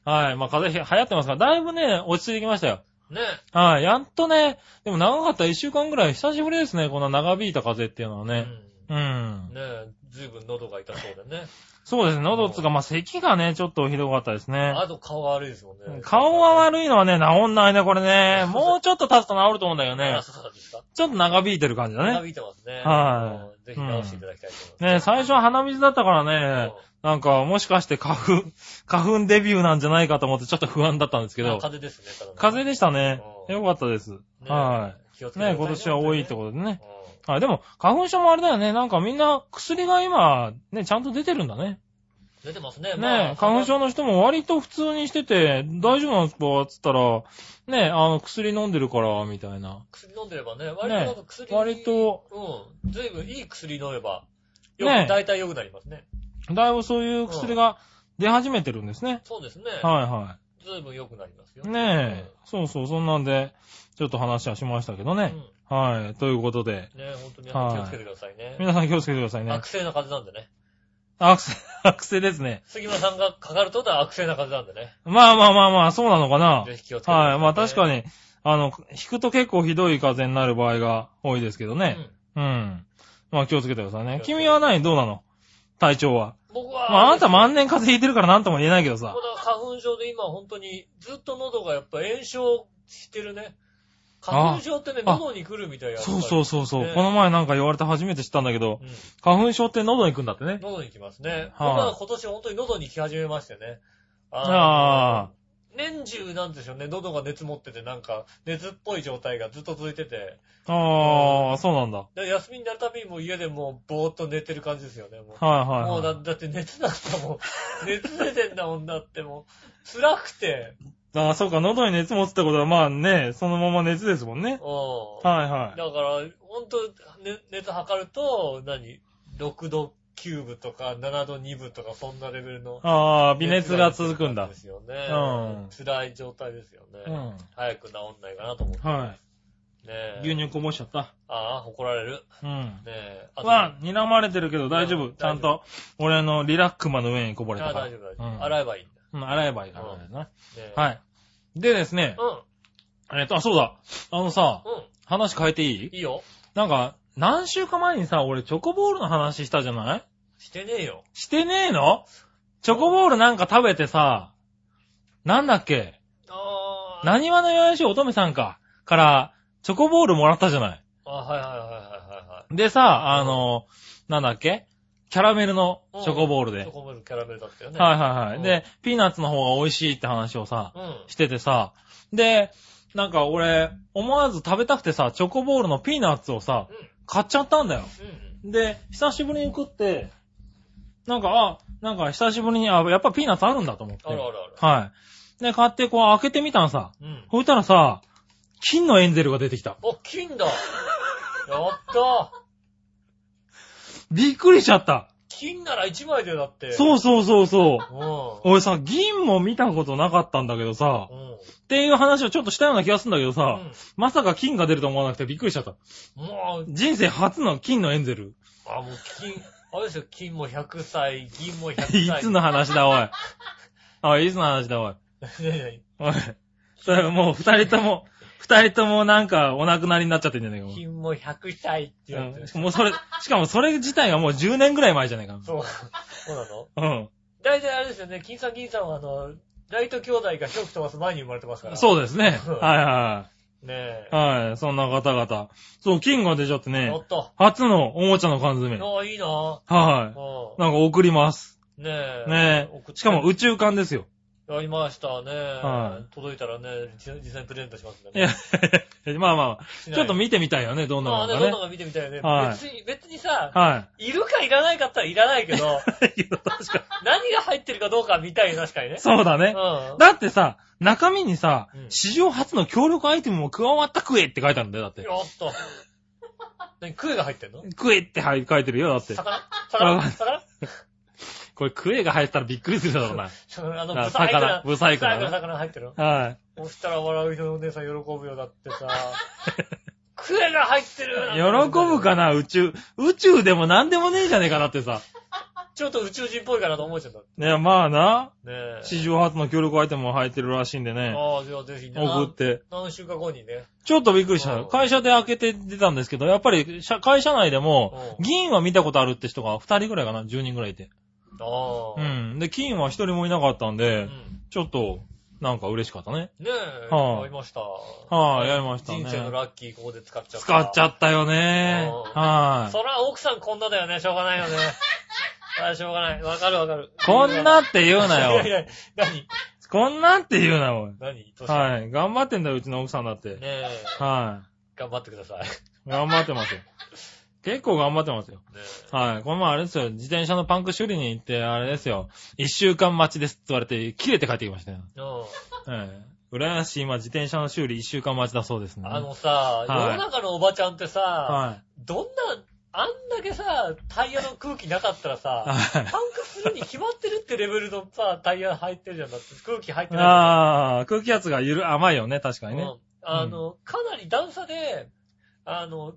Speaker 3: はい。まあ、風邪流行ってますから、だいぶね、落ち着いてきましたよ。
Speaker 2: ね
Speaker 3: はい。やっとね、でも長かった1週間ぐらい、久しぶりですね、この長引いた風邪っていうのは
Speaker 2: え。
Speaker 3: ね。うん
Speaker 2: うん。ねえ、ずいぶん喉が痛そうでね。
Speaker 3: そうですね。喉つうか、まあ、咳がね、ちょっとひどかったですね。
Speaker 2: あと顔悪いですもんね。
Speaker 3: 顔は悪いのはね、治んないね、これね。
Speaker 2: *laughs*
Speaker 3: もうちょっと経つと治ると思うんだよね
Speaker 2: あ。そうなんですか。
Speaker 3: ちょっと長引いてる感じだ
Speaker 2: 長
Speaker 3: ね。
Speaker 2: 引いてますね。。
Speaker 3: はい
Speaker 2: ぜひ直していただきたいと思い
Speaker 3: ね
Speaker 2: ます。
Speaker 3: 最初は鼻水だったから
Speaker 2: うん
Speaker 3: ね、なんか、もしかして花粉、 *laughs* 花粉デビューなんじゃないかと思ってちょっと不安だったんですけ
Speaker 2: あ
Speaker 3: ど、
Speaker 2: 風邪ですね、ただの
Speaker 3: 風邪でしたね。
Speaker 2: うん
Speaker 3: よかったです。
Speaker 2: ね
Speaker 3: は
Speaker 2: 気をつ
Speaker 3: い。
Speaker 2: けてくださ
Speaker 3: ね
Speaker 2: い
Speaker 3: 今年は多いってことでね。
Speaker 2: と。うん
Speaker 3: はい、でも、花粉症もあれだよね。なんかみんな薬が今、ね、ちゃんと出てるんだね。
Speaker 2: 出てますね。ま
Speaker 3: ね
Speaker 2: あ
Speaker 3: 花粉症の人も割と普通にしてて、大丈夫なんですかっつったら、ねあの、薬飲んでるから、みたいな。
Speaker 2: 薬飲んでればね、割となんか薬、
Speaker 3: 割と、
Speaker 2: うん。ずいぶんいい薬飲めば、よ
Speaker 3: ね
Speaker 2: く、大体良くなりますね。
Speaker 3: だいぶそういう薬が出始めてるんですね。
Speaker 2: そうですね。
Speaker 3: はいは
Speaker 2: ずいぶん良くなりますよ。
Speaker 3: い。ねえ。そうそう、そんなんで、ちょっと話はしましたけど
Speaker 2: うん。
Speaker 3: ね。はい。ということで、
Speaker 2: ね本当に皆さん気をつけてくださいね。
Speaker 3: 皆さん気をつけてくださいね
Speaker 2: 悪。性な風邪なんでね。
Speaker 3: 悪性、 *laughs* 悪性ですね。
Speaker 2: 杉村さんがかかるとは悪性な風邪なんでね。
Speaker 3: まあまあまあまあ、そうなのかな。
Speaker 2: ぜひ気をつけてくださいね。
Speaker 3: はい。まあ確かに、あの、引くと結構ひどい風邪になる場合が多いですけど
Speaker 2: う
Speaker 3: ね。
Speaker 2: ん
Speaker 3: うん。まあ気をつけてください
Speaker 2: 気
Speaker 3: ね。
Speaker 2: をつけて
Speaker 3: 君は何どうなの体調は。
Speaker 2: 僕
Speaker 3: ま
Speaker 2: は、
Speaker 3: ああなた
Speaker 2: も
Speaker 3: 万年風邪ひいてるから何とも言えないけどさ。
Speaker 2: 花粉症で今本当にずっと喉がやっぱ炎症してるね。花粉症ってね、
Speaker 3: あ
Speaker 2: 喉に来るみたいやっぱり
Speaker 3: そうそうそうそう。
Speaker 2: ね
Speaker 3: この前なんか言われて初めて知ったんだけど、
Speaker 2: うん。
Speaker 3: 花粉症って喉に行くんだってね。
Speaker 2: 喉に来ますね。
Speaker 3: はい
Speaker 2: 僕は今年本当に喉に来始めましてね。
Speaker 3: ああ。
Speaker 2: ー年中なんでしょうね、喉が熱持ってて、なんか、熱っぽい状態がずっと続いてて、
Speaker 3: ああ、そうなんだ。はい
Speaker 2: で休みになるたびにもう家でもうぼーっと寝てる感じですよね、もう。
Speaker 3: はい、はい。
Speaker 2: もうだだって熱なんだもん。熱出てんだもんだってもう、辛くて、
Speaker 3: ああ、そうか、喉に熱持つってことは、まあね、そのまま熱ですもんね。
Speaker 2: うん。
Speaker 3: はいはい。
Speaker 2: だから、本当、ね、熱測ると、何 ?6 度9分とか7度2分とか、そんなレベルの。
Speaker 3: ああ、微熱が続くんだ
Speaker 2: で。すよね。
Speaker 3: うん
Speaker 2: 辛い状態ですよね。
Speaker 3: うん
Speaker 2: 早く治んないかなと思って。
Speaker 3: は
Speaker 2: ねえ
Speaker 3: い。牛乳こぼしちゃった。
Speaker 2: ああ、怒られる。
Speaker 3: うん。
Speaker 2: ねえ。あと
Speaker 3: は、睨まれてるけど大丈
Speaker 2: う
Speaker 3: 夫。
Speaker 2: ん
Speaker 3: ちゃんと、俺のリラックマの上にこぼれ
Speaker 2: あ
Speaker 3: た
Speaker 2: あ、
Speaker 3: から。
Speaker 2: 大丈夫、大丈
Speaker 3: うん
Speaker 2: 夫。洗えばいいんだ。
Speaker 3: うん洗えばいいからね。
Speaker 2: ねえ
Speaker 3: はい。でですね、
Speaker 2: う
Speaker 3: えっと、あ、そうだ。あのさ、
Speaker 2: ん、うん。
Speaker 3: 話変えていい
Speaker 2: いいよ。
Speaker 3: なんか、何週か前にさ、俺チョコボールの話したじゃない
Speaker 2: してねえよ。
Speaker 3: してねえのチョコボールなんか食べてさ、なんだっけ
Speaker 2: ああ。
Speaker 3: 何話のよやし乙女さんか、から、チョコボールもらったじゃない。
Speaker 2: あはいはいはいはいはいは
Speaker 3: でさ、あの、なんだっけキャラメルの
Speaker 2: い。うん
Speaker 3: チョコボールで。
Speaker 2: チョコボールキャラメルだったよね。
Speaker 3: はい
Speaker 2: い。
Speaker 3: はいは
Speaker 2: う
Speaker 3: い。
Speaker 2: ん
Speaker 3: で、ピーナッツの方が美味しいって話をさ、
Speaker 2: うん。
Speaker 3: しててさ、で、なんか俺、思わず食べたくてさ、チョコボールのピーナッツをさ、買っちゃったんだよ。
Speaker 2: うん。うん。
Speaker 3: で、久しぶりに食って、なんか、あ、なんか久しぶりに、あ、やっぱピーナッツあるんだと思って。
Speaker 2: あるあるあ
Speaker 3: はい。で、買ってこう開けてみたのさ。
Speaker 2: る。うん。
Speaker 3: そしたらさ、金のエンゼルが出てきた。
Speaker 2: お、
Speaker 3: *laughs*
Speaker 2: 金だ。やった
Speaker 3: びっくりしちゃった。
Speaker 2: 金なら1枚でだって。う
Speaker 3: そうそうそうそう。
Speaker 2: ん。う
Speaker 3: 俺さ、銀も見たことなかったんだけどさ、
Speaker 2: ん。
Speaker 3: っていう話をちょっとしたような気がするんだけど
Speaker 2: う
Speaker 3: さ、
Speaker 2: ん。
Speaker 3: まさか金が出ると思わなくてびっくりしちゃった。
Speaker 2: もう、
Speaker 3: 人生初の金のエンゼル。
Speaker 2: あ、もう金、あれですよ、金も100歳、銀も100
Speaker 3: い
Speaker 2: 歳。
Speaker 3: つの話だ、おい。おい、いつの話だ、おい。
Speaker 2: ね
Speaker 3: おい。それもう二人とも、二人ともなんかお亡くなりになっちゃってんじゃねえか
Speaker 2: え
Speaker 3: もう
Speaker 2: 金も100歳って言われてる。
Speaker 3: うん。もうそれ、しかもそれ自体がもう10年ぐらい前じゃねえか。
Speaker 2: そう。そうなの
Speaker 3: うん。
Speaker 2: 大体あれですよね、金さん銀さんはあの、ライト兄弟が広く飛ばす前に生まれてますから。
Speaker 3: そうですね。
Speaker 2: うん
Speaker 3: はいは
Speaker 2: う。ねえ
Speaker 3: い。。はい。そんな方々。そう、金が出ちゃって
Speaker 2: お
Speaker 3: ね、
Speaker 2: っと。
Speaker 3: 初のおもちゃの缶詰。
Speaker 2: ああ、いいな。
Speaker 3: は
Speaker 2: う
Speaker 3: い。なんか送ります。
Speaker 2: ん。ねえ。
Speaker 3: ね
Speaker 2: 送っ
Speaker 3: え。
Speaker 2: て
Speaker 3: しかも宇宙缶ですよ。
Speaker 2: やりましたね。
Speaker 3: は
Speaker 2: 届いたらね、実実際にプレゼントしますんで
Speaker 3: い
Speaker 2: ね
Speaker 3: や、 *laughs* まあまあ、
Speaker 2: しない
Speaker 3: ちょっと見てみたいよね、どんな
Speaker 2: まあ
Speaker 3: も
Speaker 2: ね、
Speaker 3: のか
Speaker 2: どんなの。
Speaker 3: ね
Speaker 2: か見てみたいよね。
Speaker 3: はい
Speaker 2: 別に、別にさ、
Speaker 3: はい
Speaker 2: るかいらないかったらいら *laughs* ないけど、
Speaker 3: *laughs* い。いや確か
Speaker 2: 何が入ってるかどうかは見たいよ、確かにね
Speaker 3: に。。そうだ
Speaker 2: う
Speaker 3: ね。
Speaker 2: ん。
Speaker 3: だってさ、中身にさ
Speaker 2: うん、
Speaker 3: 史上初の協力アイテムも加わったクエって書いてあるんだよ、だって。
Speaker 2: よっと。何、クエが入ってんの
Speaker 3: クエって入書いてるよ、だって。
Speaker 2: 魚魚
Speaker 3: わかん
Speaker 2: 魚
Speaker 3: これクエが入ってたらびっくりするだろ
Speaker 2: *laughs*
Speaker 3: うな。
Speaker 2: 魚あの、
Speaker 3: あ
Speaker 2: ブサイクな
Speaker 3: 魚、ブサイクなね
Speaker 2: ブサイ魚入ってるの
Speaker 3: は
Speaker 2: そしたら笑う人のお姉さん喜ぶよ、だって
Speaker 3: *laughs*
Speaker 2: さ。クエが入ってる
Speaker 3: い。喜ぶかな、宇宙。宇宙でも何でもねえじゃねえかなってさ。
Speaker 2: ちょっと宇宙人っぽいかなと思っちゃった。ね
Speaker 3: ねまあな。
Speaker 2: え。
Speaker 3: 史上初の協力アイテムも入ってるらしいんでね。
Speaker 2: ああ、じゃあぜひね。
Speaker 3: 送って。
Speaker 2: 何週間後にね。
Speaker 3: ちょっとびっくりし
Speaker 2: う
Speaker 3: た。
Speaker 2: ん
Speaker 3: 会社で開けて出たんですけど、やっぱり社会社内でも
Speaker 2: う、ん
Speaker 3: 銀は見たことあるって人が2人ぐらいかな、10人ぐらいいて。
Speaker 2: ああ。
Speaker 3: う。ん。で、金は1人もいなかったん
Speaker 2: う
Speaker 3: で、
Speaker 2: ん。
Speaker 3: ちょっと、なんか嬉しかったね。
Speaker 2: ねえ。
Speaker 3: はい
Speaker 2: やりました。
Speaker 3: はい、やりましたね。
Speaker 2: 人生のラッキーここで使っちゃった。
Speaker 3: 使っちゃったよね。
Speaker 2: うん
Speaker 3: はい。
Speaker 2: そら奥さんこんなだよね。しょうがないよ
Speaker 3: *laughs*
Speaker 2: ね。ああ、しょうがない。わかるわかる。
Speaker 3: こんなって言うない
Speaker 2: やい
Speaker 3: よ。
Speaker 2: や、何
Speaker 3: こんなって言うなよ。
Speaker 2: 何年ね
Speaker 3: はい。頑張ってんだよ、うちの奥さんだって。
Speaker 2: え。
Speaker 3: は
Speaker 2: 頑張ってください。ね
Speaker 3: い。頑張ってますよ。結構頑張ってますよ。
Speaker 2: え。
Speaker 3: はい。この前あれですよ、自転車のパンク修理に行って、あれですよ、一週間待ちですって言われて、切れて帰ってきましたよ。
Speaker 2: うん。
Speaker 3: はい。浦安市今自転車の修理一週間待ちだそうですね。
Speaker 2: あのさ、
Speaker 3: い
Speaker 2: 世の中のおばちゃんってさ、 *laughs*
Speaker 3: はい。
Speaker 2: どんな、あんだけさ、タイヤの空気なかったらさ、
Speaker 3: は
Speaker 2: パン
Speaker 3: い。
Speaker 2: クするに決まってるってレベルのさ、タイヤ入ってるじゃん。だって空気入ってないじゃん。
Speaker 3: ああ、空気圧がゆる、甘いよね、確かにね。
Speaker 2: うんあの、かなり段差で、あの、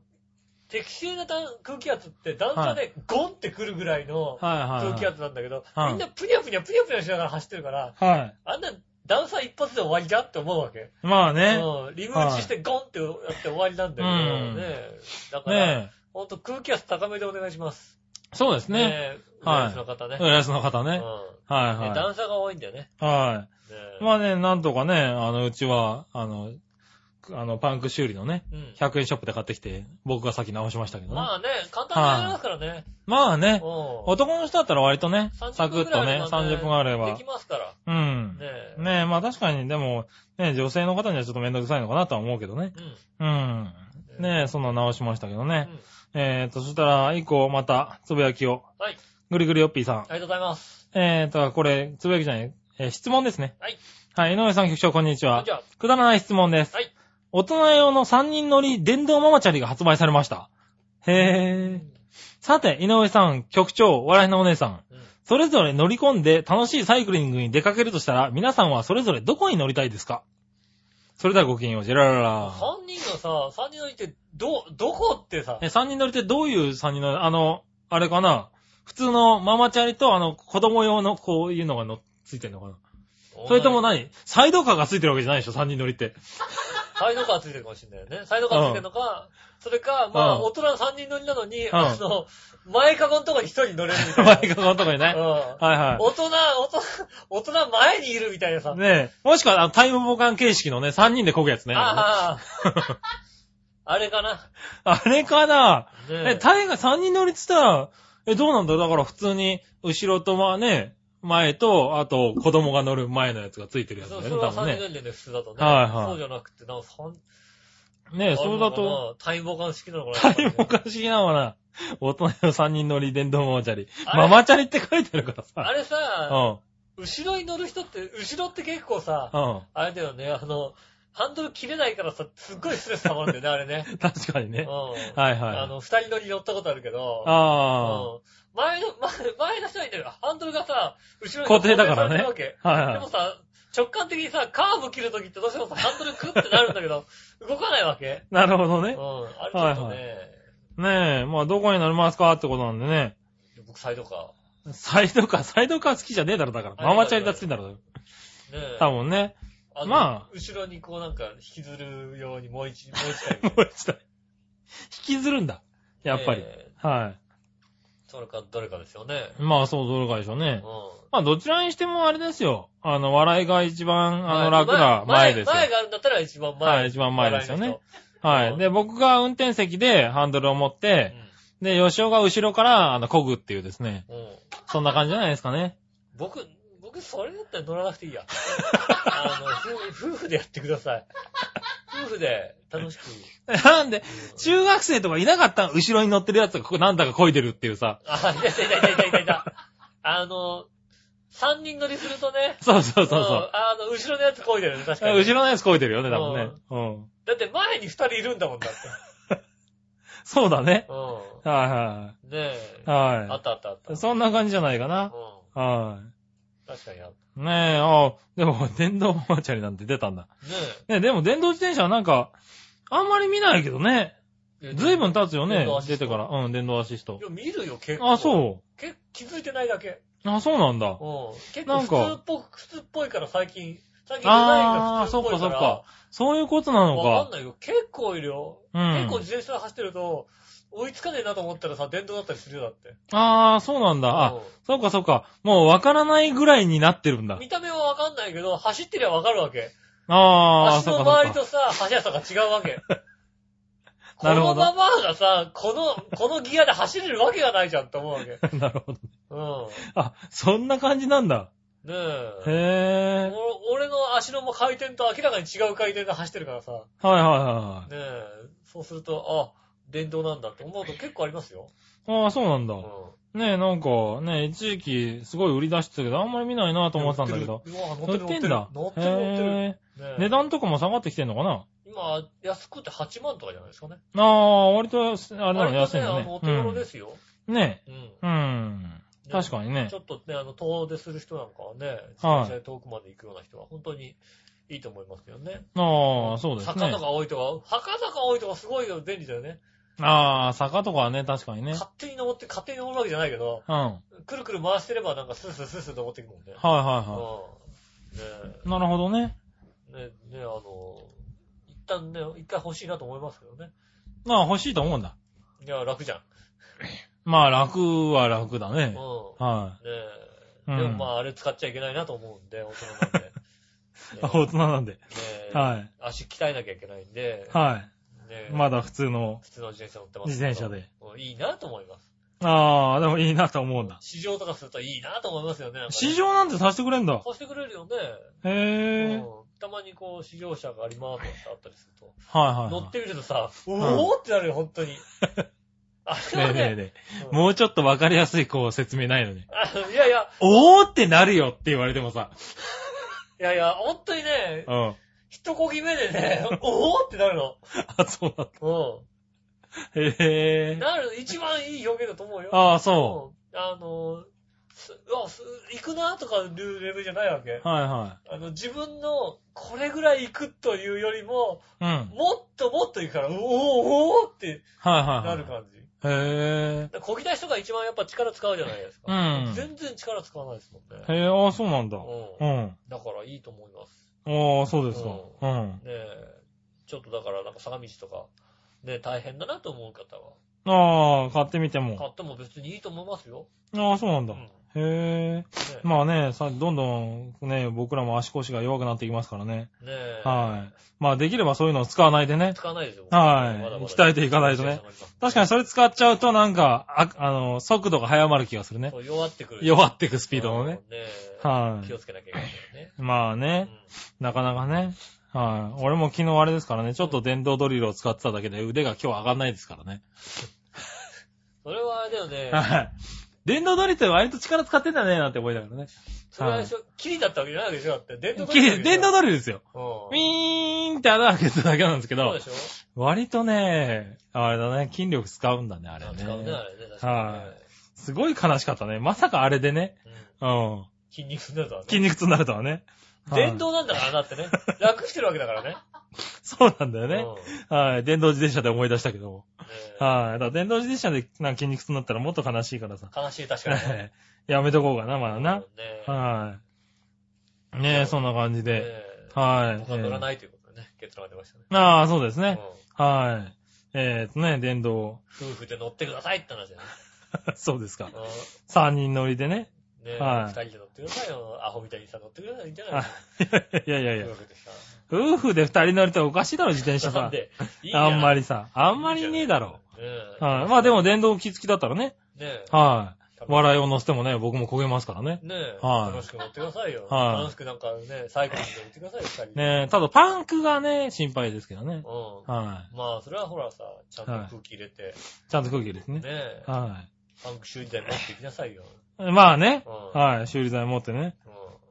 Speaker 2: 適正な段空気圧って段差でゴンってくるぐらいの
Speaker 3: はいはいはい。
Speaker 2: 空気圧なんだけど、
Speaker 3: はい
Speaker 2: みんなプニャプニャプニャプニャしながら走ってるから、
Speaker 3: はい。
Speaker 2: あんな段差一発で終わりだって思うわけ。
Speaker 3: まあね。
Speaker 2: うん、リム打ちしてゴンってやって終わりなんだけど、
Speaker 3: うん
Speaker 2: ねえだから、
Speaker 3: ねえ。
Speaker 2: ほんと空気圧高めでお願いします。
Speaker 3: そうですね。
Speaker 2: ねえ、浦
Speaker 3: はい
Speaker 2: 安の方ね。
Speaker 3: 浦安の方
Speaker 2: うん
Speaker 3: ね。はい
Speaker 2: ね
Speaker 3: は
Speaker 2: 段差が多いんだよね。
Speaker 3: い。はい。
Speaker 2: ねえ
Speaker 3: まあね、なんとかね、あの、うちは、あの、くあの、パンク修理のね、
Speaker 2: うん
Speaker 3: 100円ショップで買ってきて、僕が先直しましたけどね。まあ、
Speaker 2: まあね、簡単にやりますからね。
Speaker 3: ね、
Speaker 2: うん
Speaker 3: 男の人だったら割とね、
Speaker 2: 30
Speaker 3: サク
Speaker 2: 分ぐ
Speaker 3: ッ
Speaker 2: ら
Speaker 3: と
Speaker 2: い
Speaker 3: ね、
Speaker 2: あれば
Speaker 3: 30分あれ
Speaker 2: で
Speaker 3: ば
Speaker 2: き。ますから。
Speaker 3: うん。
Speaker 2: ねえ。
Speaker 3: ねえ、まあ確かに、でも、ね女性の方にはちょっとめんどくさいのかなとは思うけどね。
Speaker 2: うん。
Speaker 3: うん。ねえ、そんな直しましたけど
Speaker 2: うん。あ
Speaker 3: ね。えーと、そしたら、以降また、つぶやきを。
Speaker 2: はい。
Speaker 3: ぐりぐりよっぴーさん。
Speaker 2: りがとうございます。
Speaker 3: えーと、これ、つぶやきじゃない、えー質問ですね。
Speaker 2: はい。
Speaker 3: はい、井上さん、局長、こんにちは
Speaker 2: じ。ゃあ、
Speaker 3: くだらない質問です。
Speaker 2: はい。
Speaker 3: 大人用の3人乗り電動ママチャリが発売されました。
Speaker 2: う
Speaker 3: へぇー
Speaker 2: ん。
Speaker 3: さて、井上さん、局長、笑いのお姉さん。
Speaker 2: うん
Speaker 3: それぞれ乗り込んで楽しいサイクリングに出かけるとしたら、皆さんはそれぞれどこに乗りたいですかそれではごきげんよう、ジェラララ。
Speaker 2: 三人のさ、三人のいて、ど、どこってさ
Speaker 3: え、、3人乗りってどういう3人乗りあの、あれかな普通のママチャリと、あの、子供用のこういうのがの、ついてんのかなそれとも
Speaker 2: な、
Speaker 3: 何サイドカーがついてるわけじゃないでしょ ?3 人乗りって。
Speaker 2: サイドカーついてるかもしれないよね。サイドカーついてるのか、それか、まあ、
Speaker 3: うん
Speaker 2: 大人の三人乗りなのに、
Speaker 3: ん
Speaker 2: あの、前かごのとこに一人乗れるみたいな。
Speaker 3: 前かごのとこにね。はい
Speaker 2: うん
Speaker 3: はい。
Speaker 2: 大人、大人、大人前にいるみたいなさ。
Speaker 3: ねえ。もしくは、あのタイムボカン形式のね、3人でこぐやつね。あ
Speaker 2: あ
Speaker 3: *laughs*
Speaker 2: あ。あれかな。
Speaker 3: れかな
Speaker 2: ね
Speaker 3: え、タイが3人乗りって言ったら、え、どうなんだだから普通に、後ろとまあね、前と、あと、子供が乗る前のやつがついてるやつだ
Speaker 2: そ
Speaker 3: よ
Speaker 2: うそれ
Speaker 3: ね、多
Speaker 2: は
Speaker 3: 分
Speaker 2: 三人乗
Speaker 3: ね。
Speaker 2: りでね、普通だとね。
Speaker 3: はいはい
Speaker 2: そうじゃなくて、なんか三
Speaker 3: ねえ、そ
Speaker 2: れ
Speaker 3: れだと、。
Speaker 2: タイムボカン式なのか
Speaker 3: タ
Speaker 2: な
Speaker 3: イムボカン式なのかな大人の3人乗り電動ママチャリ。
Speaker 2: あれ
Speaker 3: ママチャリって書いてるから
Speaker 2: あ
Speaker 3: さ。
Speaker 2: れ
Speaker 3: う
Speaker 2: さ、
Speaker 3: ん。
Speaker 2: 後ろに乗る人って、後ろって結構さ、
Speaker 3: うん。
Speaker 2: あれだよね、あの、ハンドル切れないからさ、すっごいストレス溜まるんだよね、あれね。
Speaker 3: 確かに
Speaker 2: う
Speaker 3: *laughs* ね
Speaker 2: ん。。
Speaker 3: はいはい。
Speaker 2: あの、二人乗り乗ったことあるけど、
Speaker 3: あ
Speaker 2: うん前の、 *laughs* 前前の人はいいんだけど、ハンドルがさ、後ろに
Speaker 3: 固定だからね
Speaker 2: 固定されてるわけ
Speaker 3: あ。はい
Speaker 2: で
Speaker 3: は
Speaker 2: も
Speaker 3: い。
Speaker 2: さ、直感的にさ、カーブ切るときってどうしてもさ、ハンドルクッてなるんだけど、動かないわけ。
Speaker 3: なるほど
Speaker 2: うん。
Speaker 3: ね。
Speaker 2: あれちょっとね、
Speaker 3: はいねえ、まあどこに乗りますかってことなんでね。
Speaker 2: 僕サイドカ
Speaker 3: サイドカー、サイドカー好きじゃねえだろ、だから。
Speaker 2: はい
Speaker 3: ママチャリだっつってんだろ。
Speaker 2: ー。ね
Speaker 3: 多分ね。
Speaker 2: あの
Speaker 3: まあ
Speaker 2: 後ろにこうなんか引きずるようにもう
Speaker 3: *laughs*
Speaker 2: 一、もう一回。
Speaker 3: もう一台引きずるんだ。やっぱり。
Speaker 2: え
Speaker 3: は
Speaker 2: ーそれか、どれかですよね。
Speaker 3: い。まあそう、どれかでしょう
Speaker 2: う
Speaker 3: ね
Speaker 2: ん。。
Speaker 3: まあどちらにしてもあれですよ。あの、笑いが一番、あの、楽な
Speaker 2: はい
Speaker 3: 前ですよ。
Speaker 2: 前があるんだったら一番前。
Speaker 3: はい一番前ですよね
Speaker 2: 前
Speaker 3: はい。で、僕が運転席でハンドルを持っ
Speaker 2: 前
Speaker 3: て、
Speaker 2: の人。
Speaker 3: で、吉尾が後ろから、あの、こぐっていうですね。
Speaker 2: うん。うん
Speaker 3: そんな感じじゃないですかね。
Speaker 2: 僕、僕、それだったら乗らなくて
Speaker 3: *laughs*
Speaker 2: いいや。あの、夫夫婦でやってください。夫婦で楽しく。
Speaker 3: なんで、
Speaker 2: うん
Speaker 3: 中学生とかいなかった後ろに乗ってるやつがここなんだか漕いでるっていうさ。
Speaker 2: あ、いたいたいたいたいたいた。あの、三人乗りするとね。
Speaker 3: そうそうそうん
Speaker 2: あの、後ろのやつ漕いでるね、確
Speaker 3: そう。
Speaker 2: かに。
Speaker 3: 後ろのやつ漕いでるよね、多分ね。うん。
Speaker 2: だって前に二人いるんだもんだって。
Speaker 3: そうだね。
Speaker 2: う
Speaker 3: は
Speaker 2: ん。ねえ
Speaker 3: い。はい。
Speaker 2: あ
Speaker 3: は
Speaker 2: ったあったあった。
Speaker 3: い。そんな感じじゃないか
Speaker 2: うん
Speaker 3: な。。は
Speaker 2: 確かにあった。
Speaker 3: い。ねえ、あでも、電動ママチャリなんて出たんだ。
Speaker 2: ね
Speaker 3: ねえ、でも電動自転車はなんか、あんまり見ないけどね。
Speaker 2: え。
Speaker 3: ずいぶん経つよね
Speaker 2: 電動ア。シ
Speaker 3: 出
Speaker 2: スト
Speaker 3: てから。うん、電動アシスト
Speaker 2: い。や、見るよ、結構。
Speaker 3: あ、そ
Speaker 2: け気づいてないだけ。
Speaker 3: う。あ、そうなんだ。
Speaker 2: うん。結
Speaker 3: な
Speaker 2: 構普通
Speaker 3: んか
Speaker 2: っぽく、普通っぽいから最近。最近
Speaker 3: あ
Speaker 2: デ
Speaker 3: あ、
Speaker 2: ザ
Speaker 3: そ
Speaker 2: イン
Speaker 3: っ
Speaker 2: が普通ぽ
Speaker 3: かそ
Speaker 2: い
Speaker 3: っ
Speaker 2: ら
Speaker 3: か。。そういうことなの
Speaker 2: わか
Speaker 3: か
Speaker 2: ん。ないよ。結構いるよ。
Speaker 3: うん
Speaker 2: 結構自転車で走ってると、追いつかねえなと思ったらさ、電動だったりするよ、だって。
Speaker 3: ああ、そうなんだ。あ、
Speaker 2: う
Speaker 3: そうかそうか。もうわからないぐらいになってるんだ
Speaker 2: ん。見た目はわかんないけど、走ってりゃわかるわけ。
Speaker 3: ああ、
Speaker 2: 足
Speaker 3: そう
Speaker 2: の
Speaker 3: かそ
Speaker 2: 周
Speaker 3: う
Speaker 2: り
Speaker 3: か。
Speaker 2: とさ、速さが違うわけ。
Speaker 3: *laughs* なるほど
Speaker 2: このままがさ、この、このギアで走れるわけがないじゃんって思うわけ。
Speaker 3: *laughs* なるほど。
Speaker 2: う
Speaker 3: あ、そんな感じなんだ。
Speaker 2: ん。ねえ。
Speaker 3: へえ。
Speaker 2: お俺の足の回転と明らかに違う回転で走ってるからさ。ね
Speaker 3: はいはいは
Speaker 2: え。そうすると、あ、電動なんだって思うと結構ありますよ。
Speaker 3: いはい。ああ、そうなんだ
Speaker 2: うん。。
Speaker 3: ねえ、なんか、ねえ、一時期すごい売り出してたけど、あんまり見ないなと思ってたんだけど。
Speaker 2: うわ。乗
Speaker 3: 売
Speaker 2: っる乗って
Speaker 3: って
Speaker 2: て
Speaker 3: ん
Speaker 2: る
Speaker 3: だ。
Speaker 2: 乗ってる乗ってる。ね
Speaker 3: へえ。値段とかも下がってきてんのかな
Speaker 2: 今、安くて8万とかじゃないですかね。
Speaker 3: ああ、割と、あれなの安い
Speaker 2: あ
Speaker 3: の
Speaker 2: れとねあの、お手頃で
Speaker 3: ね。
Speaker 2: すよ。
Speaker 3: うん。ね
Speaker 2: うん。
Speaker 3: え。うん。確かにね
Speaker 2: ち。ょっとね、あの、遠出する人なんかはね、
Speaker 3: はい
Speaker 2: 自転車で遠くまで行くような人は本当にいいと思いますけどね。
Speaker 3: ああ、そうです
Speaker 2: 坂
Speaker 3: ね
Speaker 2: と。か多いとか、坂とか多いとかすごいよ、便利だよね。
Speaker 3: ああ、坂とかはね、確かにね。
Speaker 2: 勝手に登って、勝手に登るわけじゃないけど、
Speaker 3: うん。はい
Speaker 2: くるくる回してればなんかスースースースー登っていくもんね。
Speaker 3: はいは
Speaker 2: うん。ね
Speaker 3: い。なるほどね。
Speaker 2: え、ねえ、ねえ、あの、一旦ね、一回欲しいなと思いますけどね。
Speaker 3: まあ欲しいと思うんだ。
Speaker 2: いや、楽じゃん。
Speaker 3: まあ楽は楽だ
Speaker 2: うん。
Speaker 3: ね。
Speaker 2: ね
Speaker 3: は
Speaker 2: え。で
Speaker 3: う
Speaker 2: も
Speaker 3: ん
Speaker 2: まあ、あれ使っちゃいけないなと思うんで、大人なんで。
Speaker 3: *laughs*
Speaker 2: ね
Speaker 3: い。大人なんで。
Speaker 2: えね
Speaker 3: は
Speaker 2: え足鍛えなきゃいけないんで、
Speaker 3: い。は
Speaker 2: ねえ
Speaker 3: い。まだ普通の。
Speaker 2: 普通の自転車乗ってます。
Speaker 3: 自転車で
Speaker 2: うん。いいなと思います。
Speaker 3: ああ、でもいいなと思うんだ。
Speaker 2: 試乗とかするといいなと思いますよね。なんかね
Speaker 3: 市場なんてさせてくれんだ。
Speaker 2: こうしてくれるよね。
Speaker 3: へえ。はい
Speaker 2: うんたまにこう、試乗車がありますとかあったりすると。
Speaker 3: はい
Speaker 2: 乗
Speaker 3: は
Speaker 2: ってみるとさ、お
Speaker 3: ん
Speaker 2: おーってなるよ、本
Speaker 3: *laughs*
Speaker 2: 当に。あれ
Speaker 3: い。ね
Speaker 2: は
Speaker 3: えねえ
Speaker 2: ね、
Speaker 3: ね
Speaker 2: う
Speaker 3: え。
Speaker 2: ん
Speaker 3: もうちょっとわかりやすいこう説明ないのに。
Speaker 2: あのいやいや、
Speaker 3: おーってなるよって言われてもさ。
Speaker 2: いやいや、本当にね
Speaker 3: う、ん。
Speaker 2: 一こぎ目でね、 *laughs* おおってなるの。
Speaker 3: あ、そうなんだ。
Speaker 2: う
Speaker 3: へ
Speaker 2: ん。
Speaker 3: え。
Speaker 2: なる、一番いい表現だと思うよ。
Speaker 3: ああ、
Speaker 2: う
Speaker 3: そ
Speaker 2: ん。あの、すうわ、す行くなとかいうレベルじゃないわけ
Speaker 3: う。。はいは
Speaker 2: あの、自分の、これぐらい行くというよりも、
Speaker 3: い。うん。はい
Speaker 2: もっともっと行くから、おおおーって
Speaker 3: はいは。
Speaker 2: ないる感じ。
Speaker 3: へえ。
Speaker 2: こぎ出しとか一番やっぱ力使うじゃないですか。
Speaker 3: うん
Speaker 2: 全然力使わないですもんね。
Speaker 3: へえ、ああ、そうなんだ。
Speaker 2: う。
Speaker 3: うんん。
Speaker 2: だからいいと思います。
Speaker 3: ああ、そうですか。
Speaker 2: う
Speaker 3: うん。
Speaker 2: ねえ。ちょっとだからなんか坂道とか、ね大変だなと思う方は、
Speaker 3: ああ、買ってみても。
Speaker 2: 買っても別にいいと思いますよ。
Speaker 3: ああ、そうなん
Speaker 2: う
Speaker 3: だ。
Speaker 2: ん。ね
Speaker 3: へえ。
Speaker 2: え。
Speaker 3: まあね、さ、どんどん、ね、僕らも足腰が弱くなっていきますからね。
Speaker 2: ねえ。
Speaker 3: はい。まあできればそういうのを使わないでね。
Speaker 2: 使わないですよ。
Speaker 3: はい
Speaker 2: まだまだ
Speaker 3: 鍛えていかないとね。確かにそれ使っちゃうとなんか、あ、あの、速度が速まる気がするね。
Speaker 2: そう弱ってくる。
Speaker 3: 弱ってくスピードのね。
Speaker 2: うん。ねえ。
Speaker 3: はい
Speaker 2: 気をつけなきゃいけないよね。
Speaker 3: まあ
Speaker 2: うん
Speaker 3: ね、なかなかね。はい。俺も昨日あれですからね、ちょっと電動ドリルを使ってただけで腕が今日上がんないですからね。
Speaker 2: それはあれだよね。
Speaker 3: はい。電動ドリルって割と力使ってんだね、なんて思いながらね。
Speaker 2: それはあれでしょ、キリだったわけじゃないでしょだって。電動
Speaker 3: き電
Speaker 2: だ
Speaker 3: 動ドリルですよ。
Speaker 2: うん
Speaker 3: ウィーンーンって穴開けただけなんですけ
Speaker 2: そう
Speaker 3: ど
Speaker 2: で、しょ
Speaker 3: 割とね、あれだね、筋力使うんだね、あれ
Speaker 2: 使うね、あ
Speaker 3: ね。
Speaker 2: れね。確かにね
Speaker 3: すごい悲しかったね。まさかあれでね、
Speaker 2: うん
Speaker 3: うん。
Speaker 2: 筋肉痛だとはね。
Speaker 3: 筋肉痛になるとはね。はい
Speaker 2: 電動なんだからなってね。楽してるわけだからね。
Speaker 3: そうなんだよ
Speaker 2: うん
Speaker 3: ね。はい。電動自転車で思い出したけども。
Speaker 2: ね
Speaker 3: はい。だから電動自転車でなんか筋肉痛になったらもっと悲しいからさ。
Speaker 2: 悲しい、確かにね。
Speaker 3: *laughs* やめとこうかな、まだ
Speaker 2: うん
Speaker 3: な
Speaker 2: ね。
Speaker 3: はい。ねえ、そんな感
Speaker 2: ね
Speaker 3: じで。はい。
Speaker 2: 他乗ら
Speaker 3: い。
Speaker 2: ないということでね、結論が出ましたね。
Speaker 3: ああ、そうです
Speaker 2: うん
Speaker 3: ね。はい。えーっとね、電動。 *laughs*
Speaker 2: 夫婦で乗ってくださいって話だよね。
Speaker 3: そうですか
Speaker 2: う。ん
Speaker 3: 3人乗りでね。 *laughs*
Speaker 2: ね
Speaker 3: はい
Speaker 2: 二人で乗ってくださいよ。アホみたいにさ、乗ってください。いいんじゃない
Speaker 3: あいやいやいや
Speaker 2: 夫。婦でさ。
Speaker 3: 夫婦で2人乗りっておかしいだろ、自転車
Speaker 2: な
Speaker 3: さ
Speaker 2: ん。で、いい
Speaker 3: あんま
Speaker 2: り。
Speaker 3: りさ。あんまりねえだろ。
Speaker 2: ねえ
Speaker 3: はい。まあでも、電動機付きだったらね。
Speaker 2: ねえ
Speaker 3: はい。笑いを乗せてもね、僕も焦げますからね。
Speaker 2: ねえ、
Speaker 3: はい
Speaker 2: 楽しく乗ってくださいよ。
Speaker 3: はい
Speaker 2: 楽しくなんかね、最後に乗ってくださいよ、二人で。
Speaker 3: ねえ、ただパンクがね、心配ですけどね。
Speaker 2: うん。
Speaker 3: は
Speaker 2: まあ、それはほらさ、ちゃんと
Speaker 3: はい
Speaker 2: 空気入れて、
Speaker 3: い。ちゃんと空気ですね
Speaker 2: ね。え、
Speaker 3: は
Speaker 2: パンク修理剤持ってきなさいよ。
Speaker 3: い。まあね。
Speaker 2: うん。
Speaker 3: はい。修理剤持ってね。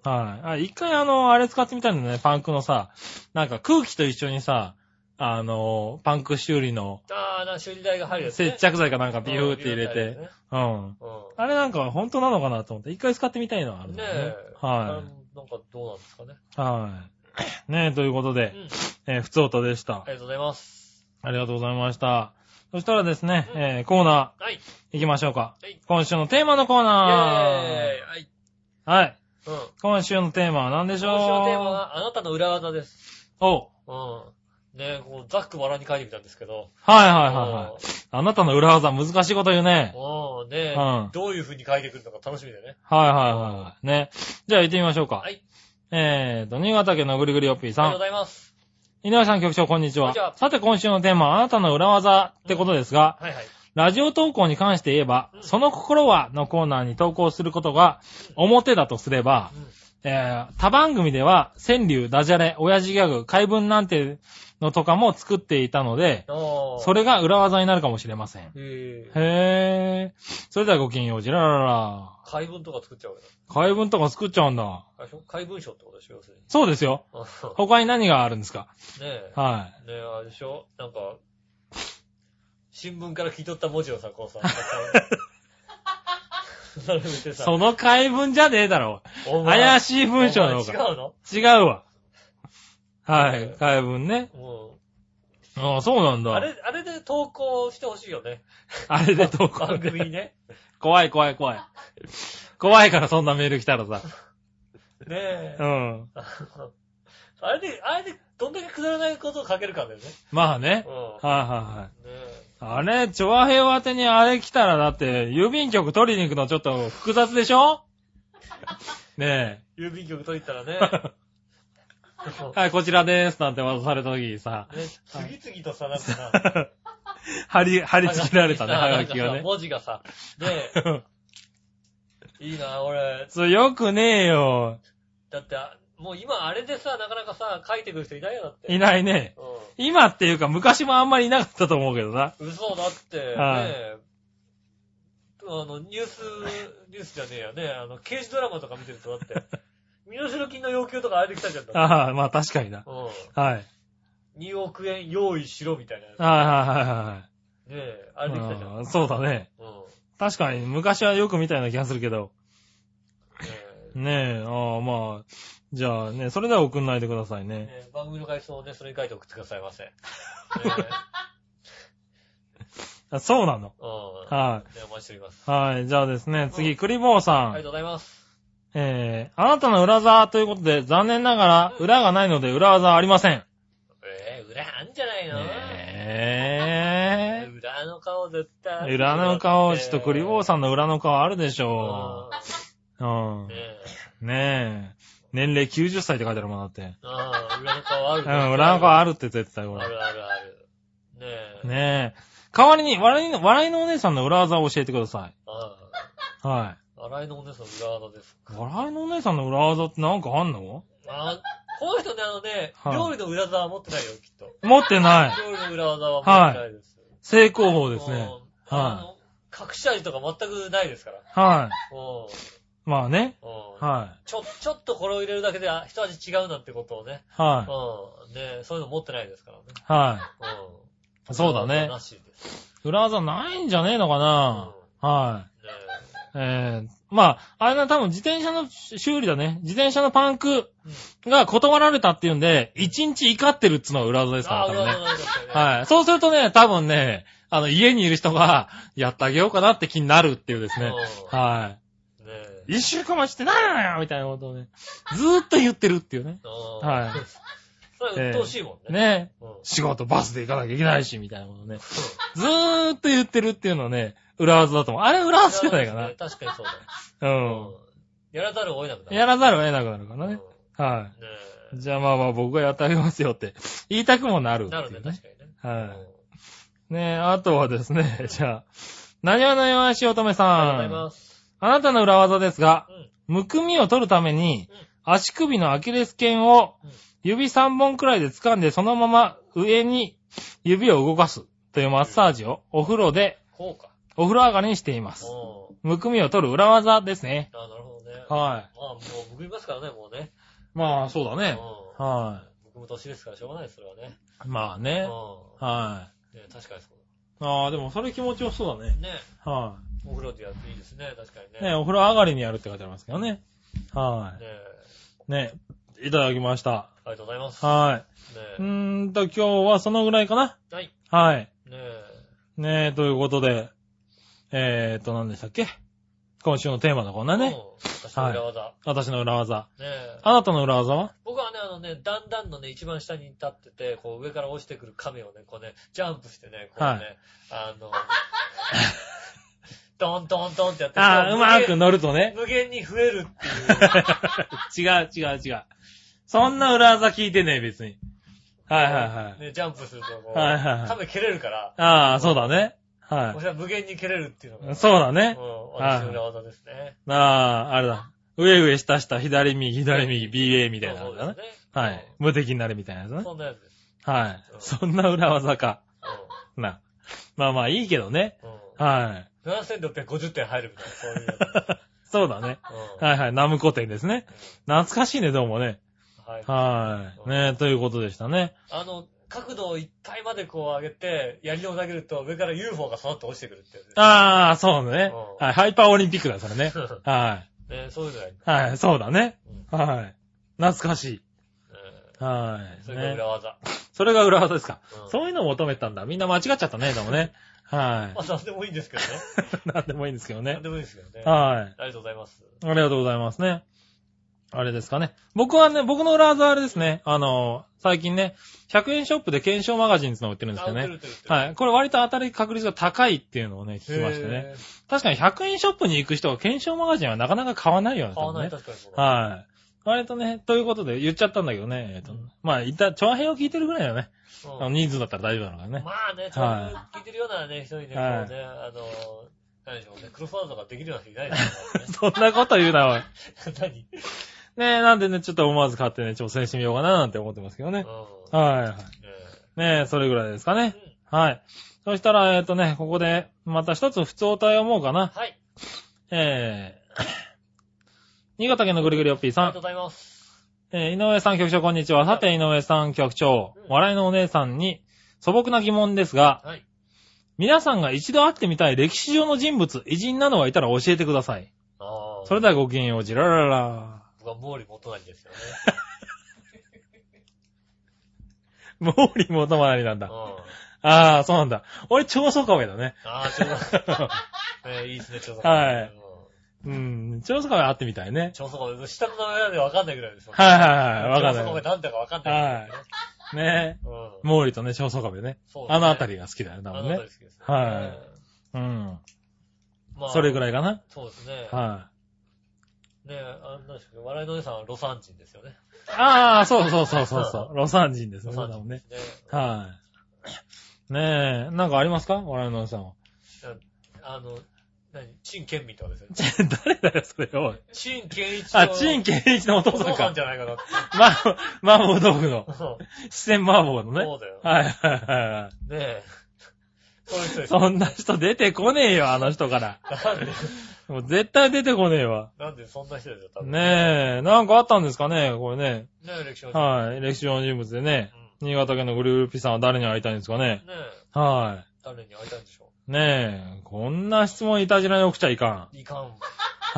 Speaker 2: うん。
Speaker 3: はい。あ、一回あの、あれ使ってみたんだよね。パンクのさ、なんか空気と一緒にさ、あの、パンク修理の
Speaker 2: ああ、な、修理代が入るやつ、ね。
Speaker 3: 接着剤かなんか
Speaker 2: うん
Speaker 3: ビューって入れ
Speaker 2: ビュー
Speaker 3: て。うん。
Speaker 2: っ
Speaker 3: あれなんかは本当なのかなと思って、一回使ってみたいのはあるん
Speaker 2: て入れてね。うん。ね
Speaker 3: だよね
Speaker 2: え。。
Speaker 3: は
Speaker 2: あなんかどうなんですかね。
Speaker 3: い。はい。ねえ、ということ
Speaker 2: う
Speaker 3: で、
Speaker 2: ん。
Speaker 3: えー、ふつおたでし
Speaker 2: あ
Speaker 3: た
Speaker 2: り。がとうございます。
Speaker 3: ありがとうございました。そしたらですね、
Speaker 2: うん
Speaker 3: えー、コーナ
Speaker 2: はい。
Speaker 3: ー行きましょうか。
Speaker 2: はい。
Speaker 3: 今週のテーマのコー
Speaker 2: イェー
Speaker 3: ナ
Speaker 2: イはい。
Speaker 3: ー。はい。
Speaker 2: うん。
Speaker 3: 今週のテーマは何でしょう
Speaker 2: 今週のテーマは、あなたの裏技です。う
Speaker 3: お
Speaker 2: ん。ねえ、こう、ざっくばらんに書いてみたんですけど。
Speaker 3: はいはいはいはい。あなたの裏技難しいこと言うね。
Speaker 2: うん。うん、ねえ、
Speaker 3: うん
Speaker 2: どういう風に書いてくるのか楽しみだよね。
Speaker 3: はいはいはいはい。ね。じゃあ行ってみましょうか。
Speaker 2: はい。
Speaker 3: えーと、新潟県のぐりぐりおっぴー
Speaker 2: あり
Speaker 3: さ
Speaker 2: がとうござ
Speaker 3: ん。
Speaker 2: います。
Speaker 3: 井上さん局長、こんにち
Speaker 2: こんに
Speaker 3: は
Speaker 2: ちは。
Speaker 3: さて、今週のテーマはあなたの裏技ってことですが、
Speaker 2: はいはい。
Speaker 3: ラジオ投稿に関して言えば
Speaker 2: う、ん
Speaker 3: その心はのコーナーに投稿することが表だとすれば、
Speaker 2: うん
Speaker 3: えー他番組では、川柳、ダジャレ、親父ギャグ、怪文なんてのとかも作っていたので、
Speaker 2: ああ。
Speaker 3: それが裏技になるかもしれません。
Speaker 2: へえ。
Speaker 3: へー。それではごきげんよう、じらららら。
Speaker 2: 怪文とか作っちゃうわけだ。
Speaker 3: 怪文とか作っちゃうんだ。
Speaker 2: あれでしょ怪文書ってことでしょ、要するに。
Speaker 3: そうですよ。
Speaker 2: あそう
Speaker 3: 他に何があるんですか
Speaker 2: ねえ。
Speaker 3: は
Speaker 2: ねえ、あれでしょなんか、新聞から聞い取った文字をさ、こう
Speaker 3: *laughs*
Speaker 2: さ、並べて
Speaker 3: い。
Speaker 2: さ、
Speaker 3: その怪文じゃねえだろ。
Speaker 2: お前
Speaker 3: 怪しい文章の
Speaker 2: お
Speaker 3: 方
Speaker 2: 前
Speaker 3: が。
Speaker 2: 違うの
Speaker 3: 違うわ。はい、怪文ね。
Speaker 2: も
Speaker 3: ああ、そうなん
Speaker 2: う、
Speaker 3: だ。
Speaker 2: あれ、あれで投稿してほしいよね。
Speaker 3: あれで投稿
Speaker 2: 番組に
Speaker 3: で。
Speaker 2: ね。
Speaker 3: 怖い怖い怖い。怖いからそんなメール来たらさ。
Speaker 2: ね
Speaker 3: う
Speaker 2: え。
Speaker 3: ん。
Speaker 2: あれで、あれで、どんだけくだらないことを書けるかだよね。
Speaker 3: まあね
Speaker 2: う。ん。
Speaker 3: はいはいはい。
Speaker 2: ねえ。
Speaker 3: あれ、チョアヘオ宛てにあれ来たらだって、郵便局取りに行くのちょっと複雑で
Speaker 2: *laughs*
Speaker 3: しょね
Speaker 2: 郵便局取りに行ったら
Speaker 3: *laughs*
Speaker 2: ね。
Speaker 3: え。はい、こちらでーすなんて渡された時にさ、 *laughs*
Speaker 2: ね、次々とさ、なんかさ、
Speaker 3: 貼り、貼り付けられたね、
Speaker 2: は
Speaker 3: は
Speaker 2: が
Speaker 3: が
Speaker 2: き
Speaker 3: き
Speaker 2: がね
Speaker 3: が
Speaker 2: なんかさ
Speaker 3: ね。
Speaker 2: 文字がさ、ねえ、いいな、俺。
Speaker 3: *laughs* それよくねえよ。
Speaker 2: だって、あもう今あれでさ、なかなかさ、書いてくる人いないよ、だって。
Speaker 3: いないね。
Speaker 2: う
Speaker 3: 今っていうか昔もあんまりいなかったと思うけどな。
Speaker 2: ん。嘘だって、ね
Speaker 3: はい
Speaker 2: え。あの、ニュース、ニュースじゃねえやね。あの、刑事ドラマとか見てると、だって、
Speaker 3: *laughs*
Speaker 2: 身代金の要求とかあれできたじゃん。だって
Speaker 3: ああ、まあ確かにな。
Speaker 2: う
Speaker 3: はい。
Speaker 2: ん。2億円用意しろ、みたいなやつ。ね
Speaker 3: はいはいはいはいはい。
Speaker 2: え、あれできたじゃん。うん。
Speaker 3: うんそうだね。確かに昔はよく見たような気がするけど。
Speaker 2: ね
Speaker 3: ねえ、ああまあ、じゃあね、それでは送んないでください
Speaker 2: え
Speaker 3: ね。
Speaker 2: ねえ番組の回想をね、それに書いて送ってくださいませ。ね
Speaker 3: *laughs* あそうなの。
Speaker 2: えうん。
Speaker 3: は
Speaker 2: ね、お待ちしております。
Speaker 3: い。はい、じゃあですね、
Speaker 2: う
Speaker 3: 次、
Speaker 2: ん
Speaker 3: クリボー
Speaker 2: あり
Speaker 3: さ
Speaker 2: が
Speaker 3: ん
Speaker 2: と。うございます。
Speaker 3: えー、あなたの裏技ということで、残念ながら、裏がないので裏技はありません。
Speaker 2: えー、裏あんじゃないの、
Speaker 3: え
Speaker 2: 裏の顔絶対あ
Speaker 3: ー。
Speaker 2: るよ
Speaker 3: 裏の顔、ちょっとクリボー
Speaker 2: ん。
Speaker 3: さんの裏の顔あるでし
Speaker 2: うん
Speaker 3: ょう。うん
Speaker 2: ね。え。
Speaker 3: ねえ。年齢90歳って書いてあるもんだって。
Speaker 2: うん裏の顔ある
Speaker 3: うん、裏の顔あ
Speaker 2: る。
Speaker 3: るって絶対、ほ
Speaker 2: あ
Speaker 3: ら。
Speaker 2: るあるある。ねえ。
Speaker 3: ねえ。代わりに、笑いの、笑いのお姉さんの裏技を教えてくださ
Speaker 2: う
Speaker 3: い。は
Speaker 2: ん。洗いのお姉さんの裏技です。
Speaker 3: い。笑いのお姉さんの裏技ってなんかあんの
Speaker 2: あこの人ね、あのね、
Speaker 3: はい
Speaker 2: 料理の裏技は持ってないよ、きっと。
Speaker 3: 持ってない。
Speaker 2: 料理の裏技は持ってないです。
Speaker 3: 正攻法ですね。
Speaker 2: うん。あの隠し味とか全くないですから。
Speaker 3: は
Speaker 2: うん。
Speaker 3: い。まあね。
Speaker 2: うん。
Speaker 3: は
Speaker 2: ちょ、ちょっとこれを入れるだけであ一味違うなんてことをね
Speaker 3: い。。は
Speaker 2: うん。ねそういうの持ってないですからね。
Speaker 3: い。は
Speaker 2: うん。
Speaker 3: そうだね
Speaker 2: なしです。
Speaker 3: い。裏技ないんじゃねえのか
Speaker 2: うん。
Speaker 3: なはい。
Speaker 2: ね
Speaker 3: えー、まあ、あれは多分自転車の修理だね。自転車のパンクが断られたっていうんで、一日怒ってるっつうのが裏技ですから
Speaker 2: あ
Speaker 3: 多
Speaker 2: あ、
Speaker 3: 分
Speaker 2: 裏
Speaker 3: ね。
Speaker 2: 技なんですよね。
Speaker 3: はい。そうするとね、多分ね、あの、家にいる人が、やってあげようかなって気になるっていうですね。
Speaker 2: うん
Speaker 3: は
Speaker 2: ねえ
Speaker 3: い。一週間待ちってなんなのよみたいなことをね、ずーっと言ってるっていうね。
Speaker 2: うん
Speaker 3: はい。
Speaker 2: それ、鬱陶しいもんね。ね。
Speaker 3: ね。
Speaker 2: うん。
Speaker 3: 仕事バスで行かなきゃいけないし、みたいなことね。ずーっと言ってるっていうのはね、裏技だと思う。あれ裏技じゃないか
Speaker 2: ね確かにそうだ。
Speaker 3: な。う
Speaker 2: やらざるを得なくなる。
Speaker 3: ん。やらざるを得なくなるか
Speaker 2: う
Speaker 3: ら
Speaker 2: んね
Speaker 3: ね。は
Speaker 2: え
Speaker 3: い。じゃあまあまあ僕がやってあげますよって言いたくもなるってい
Speaker 2: な
Speaker 3: う
Speaker 2: るね、確かにね。
Speaker 3: は
Speaker 2: うん
Speaker 3: い。ねえ、あとはですね、じゃあ、何は何はしおとめさん。
Speaker 2: ありがとうございます。
Speaker 3: あなたの裏技ですが、
Speaker 2: うん
Speaker 3: むくみを取るために
Speaker 2: うん、
Speaker 3: 足首のアキレス腱を
Speaker 2: うん
Speaker 3: 指3本くらいで掴んで、そのまま上に指を動かすというマッサージをお風呂で、
Speaker 2: こうか。
Speaker 3: お風呂上がりにしています。
Speaker 2: うん。
Speaker 3: むくみを取る裏技ですね。
Speaker 2: あなるほどね。
Speaker 3: は
Speaker 2: まあ、もう、むくみますからね、もうね。
Speaker 3: い。まあ、そうだ
Speaker 2: うん
Speaker 3: ね。。は
Speaker 2: 僕も年ですからしょうがないです、それはね。
Speaker 3: い。まあ
Speaker 2: う
Speaker 3: ね。
Speaker 2: ん。
Speaker 3: はい。
Speaker 2: ね確かにそう
Speaker 3: ああ、でもそれ気持ちよさそうだ
Speaker 2: だ
Speaker 3: ね。
Speaker 2: ね。
Speaker 3: は
Speaker 2: お風呂でやっていいですね、確かに
Speaker 3: い。
Speaker 2: ね。
Speaker 3: ねお風呂上がりにやるって書いてありますけどね。は
Speaker 2: ねえ
Speaker 3: い。ねいただきました。
Speaker 2: ありがとうございます。
Speaker 3: は
Speaker 2: ね
Speaker 3: い。うーんと、今日はそのぐらいかな。
Speaker 2: えはい。
Speaker 3: はい。
Speaker 2: ねえ
Speaker 3: ねえ、ということで、えーっと、何でしたっけ今週のテーマのこんなね。
Speaker 2: うん私の裏技。
Speaker 3: 私の裏技。
Speaker 2: ねえ
Speaker 3: あなたの裏技は
Speaker 2: 僕はね、あのね、だんだんのね、一番下に立ってて、こう上から落ちてくる亀をね、こうね、ジャンプしてね、こうね、
Speaker 3: はい
Speaker 2: あの、 *laughs* ドンドンドンってやって
Speaker 3: ああ、うまく
Speaker 2: 無
Speaker 3: 乗ると
Speaker 2: 限
Speaker 3: ね。
Speaker 2: 無限に増えるっていう。
Speaker 3: 違う違う違う。そんな裏技聞いてねえ、別に。はいはいはい。
Speaker 2: ね、ジャンプするとこう、
Speaker 3: はいはいはい
Speaker 2: 亀蹴れるから、
Speaker 3: ああ、そうだね。は
Speaker 2: こちら無限に蹴れるっていうのが、
Speaker 3: い。そうだ
Speaker 2: うん
Speaker 3: ね。、
Speaker 2: 私の裏技ですね。
Speaker 3: ああ、あれだ。上上下下、左右、左右、BA みたいな
Speaker 2: そ
Speaker 3: の
Speaker 2: う
Speaker 3: だ
Speaker 2: で
Speaker 3: ね
Speaker 2: す。ね。
Speaker 3: はい。無敵になるみたいなやつ
Speaker 2: うん。
Speaker 3: ね。
Speaker 2: そんなやつです。
Speaker 3: はい。
Speaker 2: うん
Speaker 3: そんな裏技か。
Speaker 2: う
Speaker 3: な。まあまあいいけどね。
Speaker 2: ん。
Speaker 3: はい。 *laughs*
Speaker 2: うん。7650点入るみたいな、そういうやつ。
Speaker 3: そうだね。
Speaker 2: うん
Speaker 3: *laughs* はいはい。ナムコ店ですね。懐かしいね、どうもね。
Speaker 2: はい。
Speaker 3: はい。ねということでしたね。
Speaker 2: あの、角度を一回までこう上げて、槍を投げると上から UFO がそのって落ちてくるってやつね。
Speaker 3: ああ、そうね。
Speaker 2: うん
Speaker 3: はい。ハイパーオリンピックだ、それね。は
Speaker 2: *laughs* ね、そういうのやり
Speaker 3: い。はい、そうだね。はい。懐かしい。は
Speaker 2: うん
Speaker 3: い。
Speaker 2: それが
Speaker 3: ね
Speaker 2: 裏技。
Speaker 3: それが裏技ですか。
Speaker 2: うん
Speaker 3: そういうのを求めてたんだ。みんな間違っちゃったね、でもね。は
Speaker 2: まあ、なんでもいいんですけどね。 *laughs*
Speaker 3: い。なんでもいいんですけど
Speaker 2: な
Speaker 3: ね
Speaker 2: ん。でもいいですけどね。あ
Speaker 3: はい。
Speaker 2: りがとうございます。
Speaker 3: ありがとうございますね。あれですかね。僕はね、僕の裏技はあれですね。あの、最近ね、100円ショップで検証マガジンつのを売ってるんですけどね。
Speaker 2: い。
Speaker 3: はい。これ割と当たる確率が高いっていうのをね、聞きましてね。
Speaker 2: へー。
Speaker 3: 確かに100円ショップに行く人が検証マガジンはなかなか買わないような、
Speaker 2: 買わない、
Speaker 3: ね。
Speaker 2: 確かにそうだ。
Speaker 3: はい。割とね、ということで言っちゃったんだけどね。えっと
Speaker 2: うん
Speaker 3: まあ、いった、長編を聞いてるぐらいだね。
Speaker 2: うん
Speaker 3: あの人数だったら大丈夫なのからね。
Speaker 2: まあね、ちょっと聞いてるようなね、人にね、こうね、
Speaker 3: はい
Speaker 2: あの、何でしょうね、クロスワードができるような人いないですからね
Speaker 3: そんなこと言うな、おい。 *laughs*
Speaker 2: 何
Speaker 3: ねえ、なんでね、ちょっと思わず買ってね、挑戦してみようかななんて思ってますけどね。
Speaker 2: う
Speaker 3: はいはい。
Speaker 2: ん。ね
Speaker 3: ねえ、それぐらいですか
Speaker 2: うん
Speaker 3: ね。はい。そしたら、えっ、とね、ここで、また一つ普通お題を思うかな。
Speaker 2: はい。
Speaker 3: えー、 *laughs* 新潟県のぐりぐりおっぴー
Speaker 2: あ
Speaker 3: さ
Speaker 2: り
Speaker 3: ん
Speaker 2: がとう。ございます。
Speaker 3: えー井上さん局長、こんにちは。さて、井上さん局長
Speaker 2: うん、
Speaker 3: 笑いのお姉さんに素朴な疑問ですが、
Speaker 2: はい。
Speaker 3: 皆さんが一度会ってみたい歴史上の人物、偉人などはいたら教えてください。
Speaker 2: ああ。
Speaker 3: それではごきげんよう、じらららら。
Speaker 2: 僕は毛利元成ですよね。
Speaker 3: *laughs* 毛利元就なん
Speaker 2: う
Speaker 3: だ。
Speaker 2: ん。
Speaker 3: ああ、そうなんだ。俺、長宗我部だね。
Speaker 2: ああ、ちょう *laughs* ど、ね、いいですね、ちょうど。
Speaker 3: はい
Speaker 2: うん。
Speaker 3: うん、長宗我部会ってみたいね。
Speaker 2: ちょうど、下の名前なんでわかんないぐらいですよね。
Speaker 3: はいはいはい、わかん
Speaker 2: ちょうどこれ
Speaker 3: な
Speaker 2: なんだかわかんないぐらいです
Speaker 3: い。
Speaker 2: よ
Speaker 3: ね
Speaker 2: ね。うん。
Speaker 3: 毛利とね、長宗我部ね。
Speaker 2: そうですね
Speaker 3: あのあたりが好きだよね、多
Speaker 2: あ
Speaker 3: 分
Speaker 2: の辺
Speaker 3: ね
Speaker 2: り。好きですね。
Speaker 3: はいうん。それぐら
Speaker 2: い。
Speaker 3: いかな。
Speaker 2: そうですね。
Speaker 3: はい。
Speaker 2: ねあの、笑いのお姉さんはロサン人ですよね。
Speaker 3: ああ、そうそうそうそうそう。ロサン人です
Speaker 2: ロ
Speaker 3: ね、
Speaker 2: サン
Speaker 3: 多
Speaker 2: 人
Speaker 3: 分ね
Speaker 2: で。すね。
Speaker 3: はい。ねえ、なんかありますか笑いのお
Speaker 2: *laughs*
Speaker 3: じさんは。
Speaker 2: あの、何陳健民とかですよね。
Speaker 3: ち誰だよ、それを。
Speaker 2: 陳健一の
Speaker 3: あ、陳健一のお
Speaker 2: お
Speaker 3: 父さん
Speaker 2: 父さん
Speaker 3: か
Speaker 2: じ。ゃないか
Speaker 3: *laughs*
Speaker 2: なって。
Speaker 3: マーボー、麻婆豆腐の。
Speaker 2: そう
Speaker 3: 四川麻婆のね。
Speaker 2: そうだよ。
Speaker 3: はいはいはいは
Speaker 2: ねえ。そういう人で
Speaker 3: い。
Speaker 2: すよ。
Speaker 3: そんな人出てこねえよ、あの人から。
Speaker 2: なんで
Speaker 3: もう絶対出てこねえわ。
Speaker 2: なんでそんな人ですよ、多分。
Speaker 3: ねえ、なんかあったんですかね、これね。
Speaker 2: え。ねえ、歴史は。
Speaker 3: はい。歴史上の人物でね。
Speaker 2: う
Speaker 3: 新潟県のぐるぐるピさんは誰に会いたいんですかね
Speaker 2: ん。。ねえ、
Speaker 3: は
Speaker 2: 誰に会いたいんでしょ
Speaker 3: い。ねえ、こんな質問いたじらに起きちゃいかん。
Speaker 2: う。いかん。
Speaker 3: *laughs*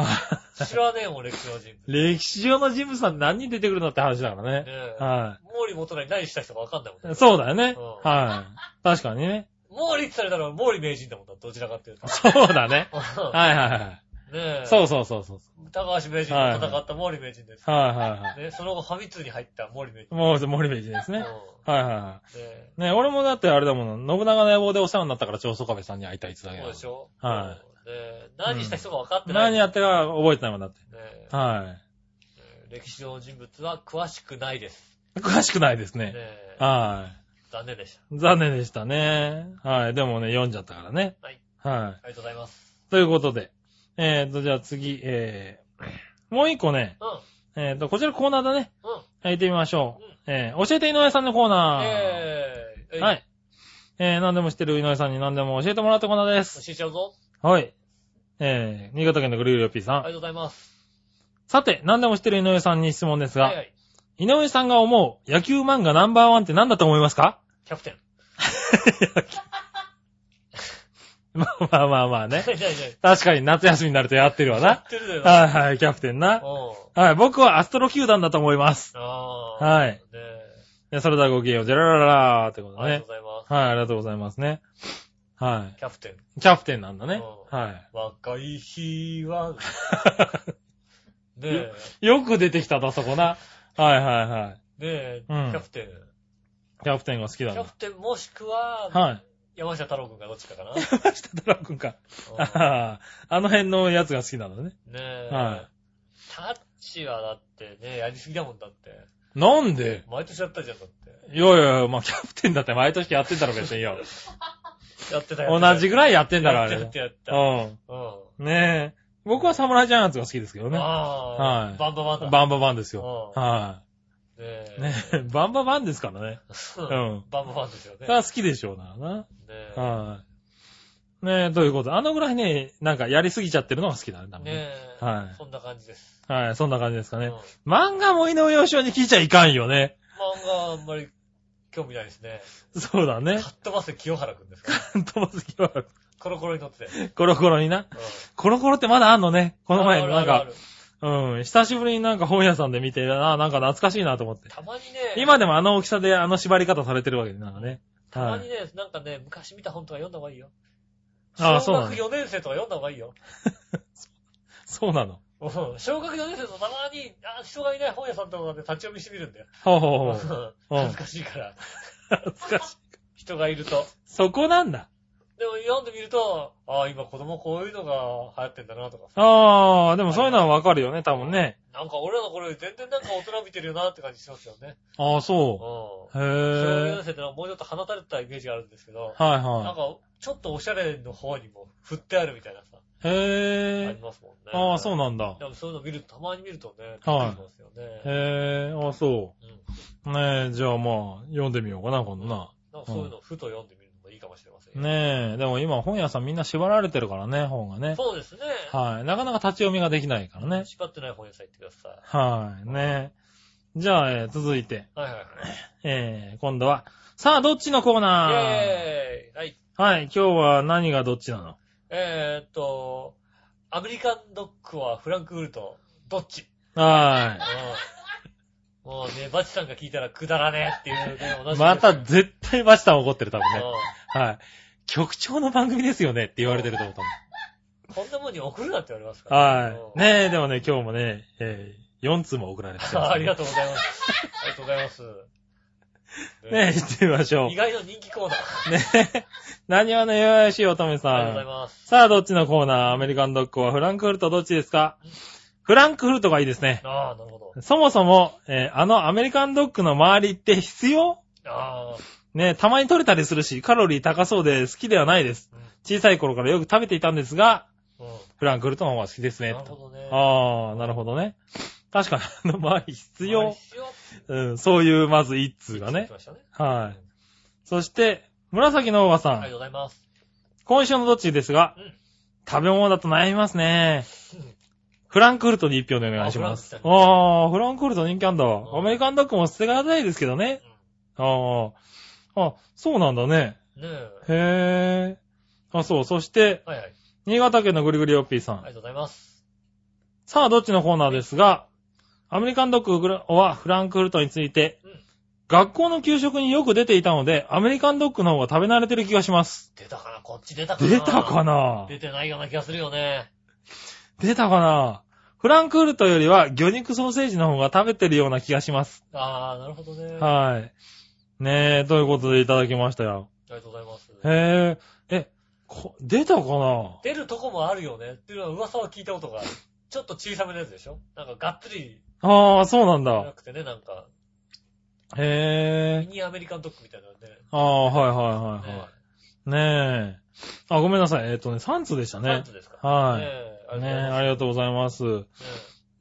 Speaker 3: は
Speaker 2: 知らねえもん、歴史の人
Speaker 3: い歴史上の人物さん何人出てくるんだって話だから
Speaker 2: 物。ね
Speaker 3: ね。
Speaker 2: え。
Speaker 3: は
Speaker 2: 毛利元が何した人かわかんないもんね
Speaker 3: い。。そうだよね
Speaker 2: う。ん
Speaker 3: はい。確かにね。
Speaker 2: 毛利って言ったら毛利名人だもんな、どちらかっていうと。
Speaker 3: そうだね。はいはいはい。
Speaker 2: ねえ。。
Speaker 3: そううそうそうそう。
Speaker 2: 高橋名人と戦った毛利名人です。
Speaker 3: はいはいは
Speaker 2: ね、その後、ファミ通に入った毛利名人。
Speaker 3: い。もう、森部人です
Speaker 2: うん
Speaker 3: ね
Speaker 2: ね。
Speaker 3: はいはいは
Speaker 2: え
Speaker 3: い。ね俺もだってあれだもん、信長の野望でお世話になったから、長宗我部さんに会いたいってだけ
Speaker 2: そ
Speaker 3: だ
Speaker 2: う
Speaker 3: もん
Speaker 2: でしょ
Speaker 3: は
Speaker 2: うんねえ何した人か分かってない。
Speaker 3: 何
Speaker 2: ね
Speaker 3: やってか覚えてないもんだって。
Speaker 2: え
Speaker 3: は
Speaker 2: えー歴史上の人物は詳しくないです。
Speaker 3: い。詳しくないです
Speaker 2: ね
Speaker 3: ね。
Speaker 2: え
Speaker 3: は
Speaker 2: 残念でした。
Speaker 3: い。残念でしたね。はい。でもね、読んじゃったからね。
Speaker 2: はい。
Speaker 3: は
Speaker 2: ありがとうございます。
Speaker 3: い。ということで。えーと、じゃあ次、えー、もう一個ね、
Speaker 2: うん、
Speaker 3: えーと、こちらコーナーだね。
Speaker 2: うん。
Speaker 3: はい、行ってみましょう。えー、教えて井上さんのコーナー。
Speaker 2: えー、えい
Speaker 3: は。い。えー、何でも知ってる井上さんに何でも教えてもらうコーナーです。
Speaker 2: 教えちゃうぞ。
Speaker 3: はい。えー、新潟県のグルーリオピーさん。
Speaker 2: ありがとうございます。
Speaker 3: さて、何でも知ってる井上さんに質問ですが、
Speaker 2: はいはい。
Speaker 3: 井上さんが思う野球漫画ナンバーワンって何だと思いますか *laughs*
Speaker 2: キャプテン。 *laughs*
Speaker 3: まあまあまあまあね。
Speaker 2: 何何何
Speaker 3: 確かに夏休みになるとやってるわ
Speaker 2: や
Speaker 3: な
Speaker 2: っ。てるだよな。
Speaker 3: はいはい、キャプテンな。
Speaker 2: うん。
Speaker 3: はい、僕はアストロ球団だと思います。
Speaker 2: ああ。
Speaker 3: はい
Speaker 2: ねえ。
Speaker 3: いやそれではごきげんよう、ジェラララーってこと
Speaker 2: ありがと
Speaker 3: ね
Speaker 2: う。ございま
Speaker 3: はい、ありがとうございますね。は
Speaker 2: す。キャプテン。
Speaker 3: い。キャプテンなんだね。
Speaker 2: うん
Speaker 3: は
Speaker 2: 若い日
Speaker 3: *laughs*
Speaker 2: は。ねえ。
Speaker 3: い。 *laughs* よく出てきただ、そこな。はいはいはい。
Speaker 2: ねえ、キ
Speaker 3: うん
Speaker 2: ャプテン。
Speaker 3: キャプテンが好き
Speaker 2: キ
Speaker 3: なん
Speaker 2: ャ
Speaker 3: だ。
Speaker 2: プテンもしくは、
Speaker 3: はい。
Speaker 2: 山下太郎くんがどっちか
Speaker 3: *laughs*
Speaker 2: かな。
Speaker 3: 山下太郎くんか。あは
Speaker 2: うん
Speaker 3: はあの辺のやつが好きなんだね。
Speaker 2: ねえ。
Speaker 3: は
Speaker 2: タッチはだってね、やりすぎだもんだって。
Speaker 3: なんで
Speaker 2: 毎年やったじゃん、だって。
Speaker 3: いやいやいや、まあ、キャプテンだって毎年やってんだろ、別
Speaker 2: *laughs*
Speaker 3: によ。
Speaker 2: やってた
Speaker 3: 同じぐらいやってんだろ、
Speaker 2: や
Speaker 3: あ
Speaker 2: って
Speaker 3: れ。
Speaker 2: たやってやった。うん。
Speaker 3: う
Speaker 2: あ
Speaker 3: ん。ねえ。僕はサムライジャイアンツが好きですけどね。
Speaker 2: あ、
Speaker 3: はい
Speaker 2: バンババンだ。
Speaker 3: バンババンですよ。
Speaker 2: うん
Speaker 3: は
Speaker 2: ねえ
Speaker 3: い。ねえ、 *laughs* バンババンですからね。
Speaker 2: う
Speaker 3: うん
Speaker 2: ん。バンババンですよね。ね
Speaker 3: が好きでしょうな。な
Speaker 2: え
Speaker 3: はい。ねえ、ということであのぐらいね、なんかやりすぎちゃってるのが好きだね。多分ね
Speaker 2: ねえ。
Speaker 3: はい
Speaker 2: そんな感じです。
Speaker 3: はい、そんな感じですか
Speaker 2: うん
Speaker 3: ね
Speaker 2: 漫。
Speaker 3: 漫画も井上洋雄に聞いちゃいかんよね。 *laughs*
Speaker 2: 画はあんまり興味ないですね。
Speaker 3: そうだね
Speaker 2: *laughs* カ。ットバス清原くんですか
Speaker 3: 飛ばす気は、
Speaker 2: コロコロに乗ってて。うん
Speaker 3: コロコロにな。コロコロってまだあんのね。この前、
Speaker 2: ある
Speaker 3: な
Speaker 2: あ
Speaker 3: ん
Speaker 2: るあ
Speaker 3: か
Speaker 2: る、
Speaker 3: うん、久しぶりになんか本屋さんで見て、あーなんか懐かしいなと思って。
Speaker 2: たまにね、
Speaker 3: 今でもあの大きさであの縛り方されてるわけで、なんかね。
Speaker 2: たま
Speaker 3: は
Speaker 2: に
Speaker 3: い。
Speaker 2: ね、なんかね、昔見た本とか読んだ方がいいよ。
Speaker 3: ああ
Speaker 2: 小
Speaker 3: そうな
Speaker 2: 学
Speaker 3: の
Speaker 2: 4年生とか読んだ方がいいよ。
Speaker 3: そうなの。
Speaker 2: うん小学4年生とたまに、あ、人がいない本屋さんとかで立ち読みしてみるんだよ。
Speaker 3: ほうほ
Speaker 2: *laughs*
Speaker 3: うほう。
Speaker 2: うん恥ずかしい
Speaker 3: *laughs*
Speaker 2: から。
Speaker 3: 懐かしい。
Speaker 2: 人がいると。
Speaker 3: そこなんだ。
Speaker 2: でも読んでみると、ああ、今子供こういうのが流行ってんだなとかさ。
Speaker 3: あー、でもそういうのはわかるよね、多分ね。
Speaker 2: なんか俺らの頃より全然なんか大人見てるよなって感じしますよね。
Speaker 3: あー、
Speaker 2: うん。
Speaker 3: そ
Speaker 2: 小
Speaker 3: う。へ
Speaker 2: 学4
Speaker 3: ー
Speaker 2: 年。生ってのはもうちょっと放たれてたイメージがあるんですけど、
Speaker 3: はい
Speaker 2: なん
Speaker 3: は
Speaker 2: かちょっとおしゃれの方にも振ってあるみたいなさ、
Speaker 3: い。へ
Speaker 2: あ
Speaker 3: ー
Speaker 2: り。ますもんね。
Speaker 3: あー、そうなんだ
Speaker 2: で。もそういうの見ると、たまに見るとね、
Speaker 3: はい
Speaker 2: 出てきますよね。
Speaker 3: へー、あー、そ
Speaker 2: うん。
Speaker 3: う。ねえ、じゃあまあ、読んでみようかな、今度な。
Speaker 2: なんかそういうのをふと読んでみるのもいいかもしれませんよ。
Speaker 3: ねえ、でも今本屋さんみんな縛られてるからね、本がね。
Speaker 2: そうですね。
Speaker 3: はい。なかなか立ち読みができないからね。
Speaker 2: 縛ってない本屋さん行ってくださ
Speaker 3: はい。ねえ。じゃあ、えー続いて、
Speaker 2: い。はいはい
Speaker 3: えー、今度は、さあ、どっちのコーナ
Speaker 2: は
Speaker 3: ー
Speaker 2: い。イェーイはい。
Speaker 3: はい、今日は何がどっちなの
Speaker 2: えーっと、アメリカンドッグはフランクフルト、どっ
Speaker 3: *laughs*
Speaker 2: ち
Speaker 3: は
Speaker 2: うんもうね、バチさんが聞いたらくだらねえっていうね、同
Speaker 3: い。
Speaker 2: じ。
Speaker 3: また
Speaker 2: うん
Speaker 3: 絶対バチタン怒ってる、多分ね。はい。局長の番組ですよねって言われてると思う多
Speaker 2: こんなもんに送るなって言われますか
Speaker 3: 分。
Speaker 2: ら。
Speaker 3: は
Speaker 2: う
Speaker 3: い。
Speaker 2: ん
Speaker 3: ねえ、でもね、今日もね、えー、4通も送られてきてます
Speaker 2: ありがとうございます。ありがとうございます。
Speaker 3: *laughs* ねえ、行ってみましょ
Speaker 2: 意外の人気コーナー。あ
Speaker 3: う。ねえ、 *laughs* 何はの弱々しい乙女さ
Speaker 2: りがとうござい
Speaker 3: ん。
Speaker 2: ます。
Speaker 3: さあ、どっちのコーナーアメリカンドッグはフランクフルトどっちですかフランクフルトがいいですね。
Speaker 2: ああ、なるほど。
Speaker 3: そもそも、えーあのアメリカンドッグの周りって必要
Speaker 2: ああ、
Speaker 3: ね、たまに取れたりするし、カロリー高そうで好きではないです。小さい頃からよく食べていたんですが、
Speaker 2: うん。うん
Speaker 3: フランクフルトの方が好きですね
Speaker 2: なる。ほ
Speaker 3: と
Speaker 2: どね。
Speaker 3: ああ、なるほどね。確かに、あの周り必
Speaker 2: まあ
Speaker 3: 要。
Speaker 2: 必要
Speaker 3: うん、そういう、まず一通が
Speaker 2: がね
Speaker 3: ね。。はい。そして、紫のおばさ
Speaker 2: ありがと
Speaker 3: ん。
Speaker 2: うございます。
Speaker 3: 今週のどっちですが
Speaker 2: うん、
Speaker 3: 食べ物だと悩みますね。フランクフルトに一票でお願いします。
Speaker 2: あフランクフルト
Speaker 3: ああ、フランクフルト人気あんだ
Speaker 2: うん
Speaker 3: わ。アメリカンドッグも捨てがたいですけどね。ああ。あ、そうなんだね。
Speaker 2: ねえ。
Speaker 3: へえ。あ、そう。そして、
Speaker 2: はいはい。
Speaker 3: 新潟県のぐりぐりよっぴーさ
Speaker 2: ありが
Speaker 3: ん。
Speaker 2: とうございます。
Speaker 3: さあ、どっちのコーナーですが、アメリカンドッグはフランクフルトについて
Speaker 2: うん、
Speaker 3: 学校の給食によく出ていたので、アメリカンドッグの方が食べ慣れてる気がします。
Speaker 2: 出たかなこっち出たかな
Speaker 3: 出たかな
Speaker 2: 出てないような気がするよね。
Speaker 3: 出たかなフランクフルトよりは魚肉ソーセージの方が食べてるような気がします。
Speaker 2: あー、なるほどね。あ
Speaker 3: はい。ねえ、ということでいただきましたよ。
Speaker 2: りがとうございます。
Speaker 3: へえ、え、こ出たかな
Speaker 2: 出るとこもあるよね。っていうのは噂は聞いたことがある。ちょっと小さめのやつでしょなんかがっつり
Speaker 3: ああ、そうなん
Speaker 2: じゃな
Speaker 3: だ。
Speaker 2: くてね、なんか、ミ
Speaker 3: へえ、
Speaker 2: ニアメリカンドッグみたいなのね。
Speaker 3: ああ、はいはいはい
Speaker 2: ね
Speaker 3: はい。ねえ。あ、ごめんなさい。えっ、とね、3通でした
Speaker 2: えパン
Speaker 3: ね
Speaker 2: ツ。ですか
Speaker 3: はい
Speaker 2: ねえ
Speaker 3: ねえ、ありがとうございます。
Speaker 2: うございます。ね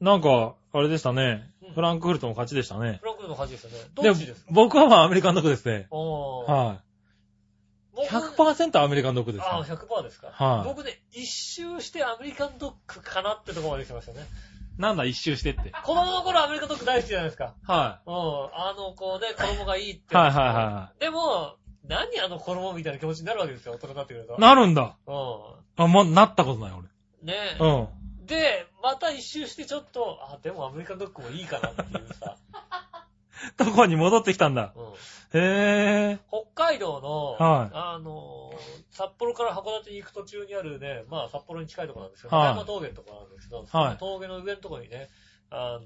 Speaker 3: なんか、あれでしたね
Speaker 2: うん。
Speaker 3: フランクフルトの勝ちでした
Speaker 2: え
Speaker 3: ね。
Speaker 2: フランクフルトの恥ですよね。どっちですか
Speaker 3: 僕はまあアメリカンドッグですね。
Speaker 2: おー。
Speaker 3: は
Speaker 2: 僕
Speaker 3: い。100%アメリカンドッグです、
Speaker 2: ああ、
Speaker 3: ね。
Speaker 2: 100%ですか。
Speaker 3: はい
Speaker 2: 僕ね、一周してアメリカンドッグかなってとこまで来てましたね。
Speaker 3: なんだ、一周してって。
Speaker 2: 子供の頃アメリカンドッグ大好きじゃないですか。
Speaker 3: は
Speaker 2: うん。あの、こうね、子供がいいって。
Speaker 3: はいはいはいは
Speaker 2: でも、何あの子供みたいな気持ちになるわけですよ、大人になってくると。
Speaker 3: い。なるんだ。
Speaker 2: う
Speaker 3: あ、ま、なったことない、俺。
Speaker 2: ん。ねえ。
Speaker 3: うん。
Speaker 2: で、また一周してちょっと、あ、でもアメリカンドッグもいいかなっていう
Speaker 3: *laughs*
Speaker 2: さ。
Speaker 3: とこに戻ってきたんだ。
Speaker 2: うん。
Speaker 3: へえ。
Speaker 2: 北海道の、
Speaker 3: はい
Speaker 2: あのー、札幌から函館に行く途中にあるね、まあ札幌に近いところなんですけど、
Speaker 3: はい
Speaker 2: 中山峠のところなんですけど、その峠の上のところにね、あの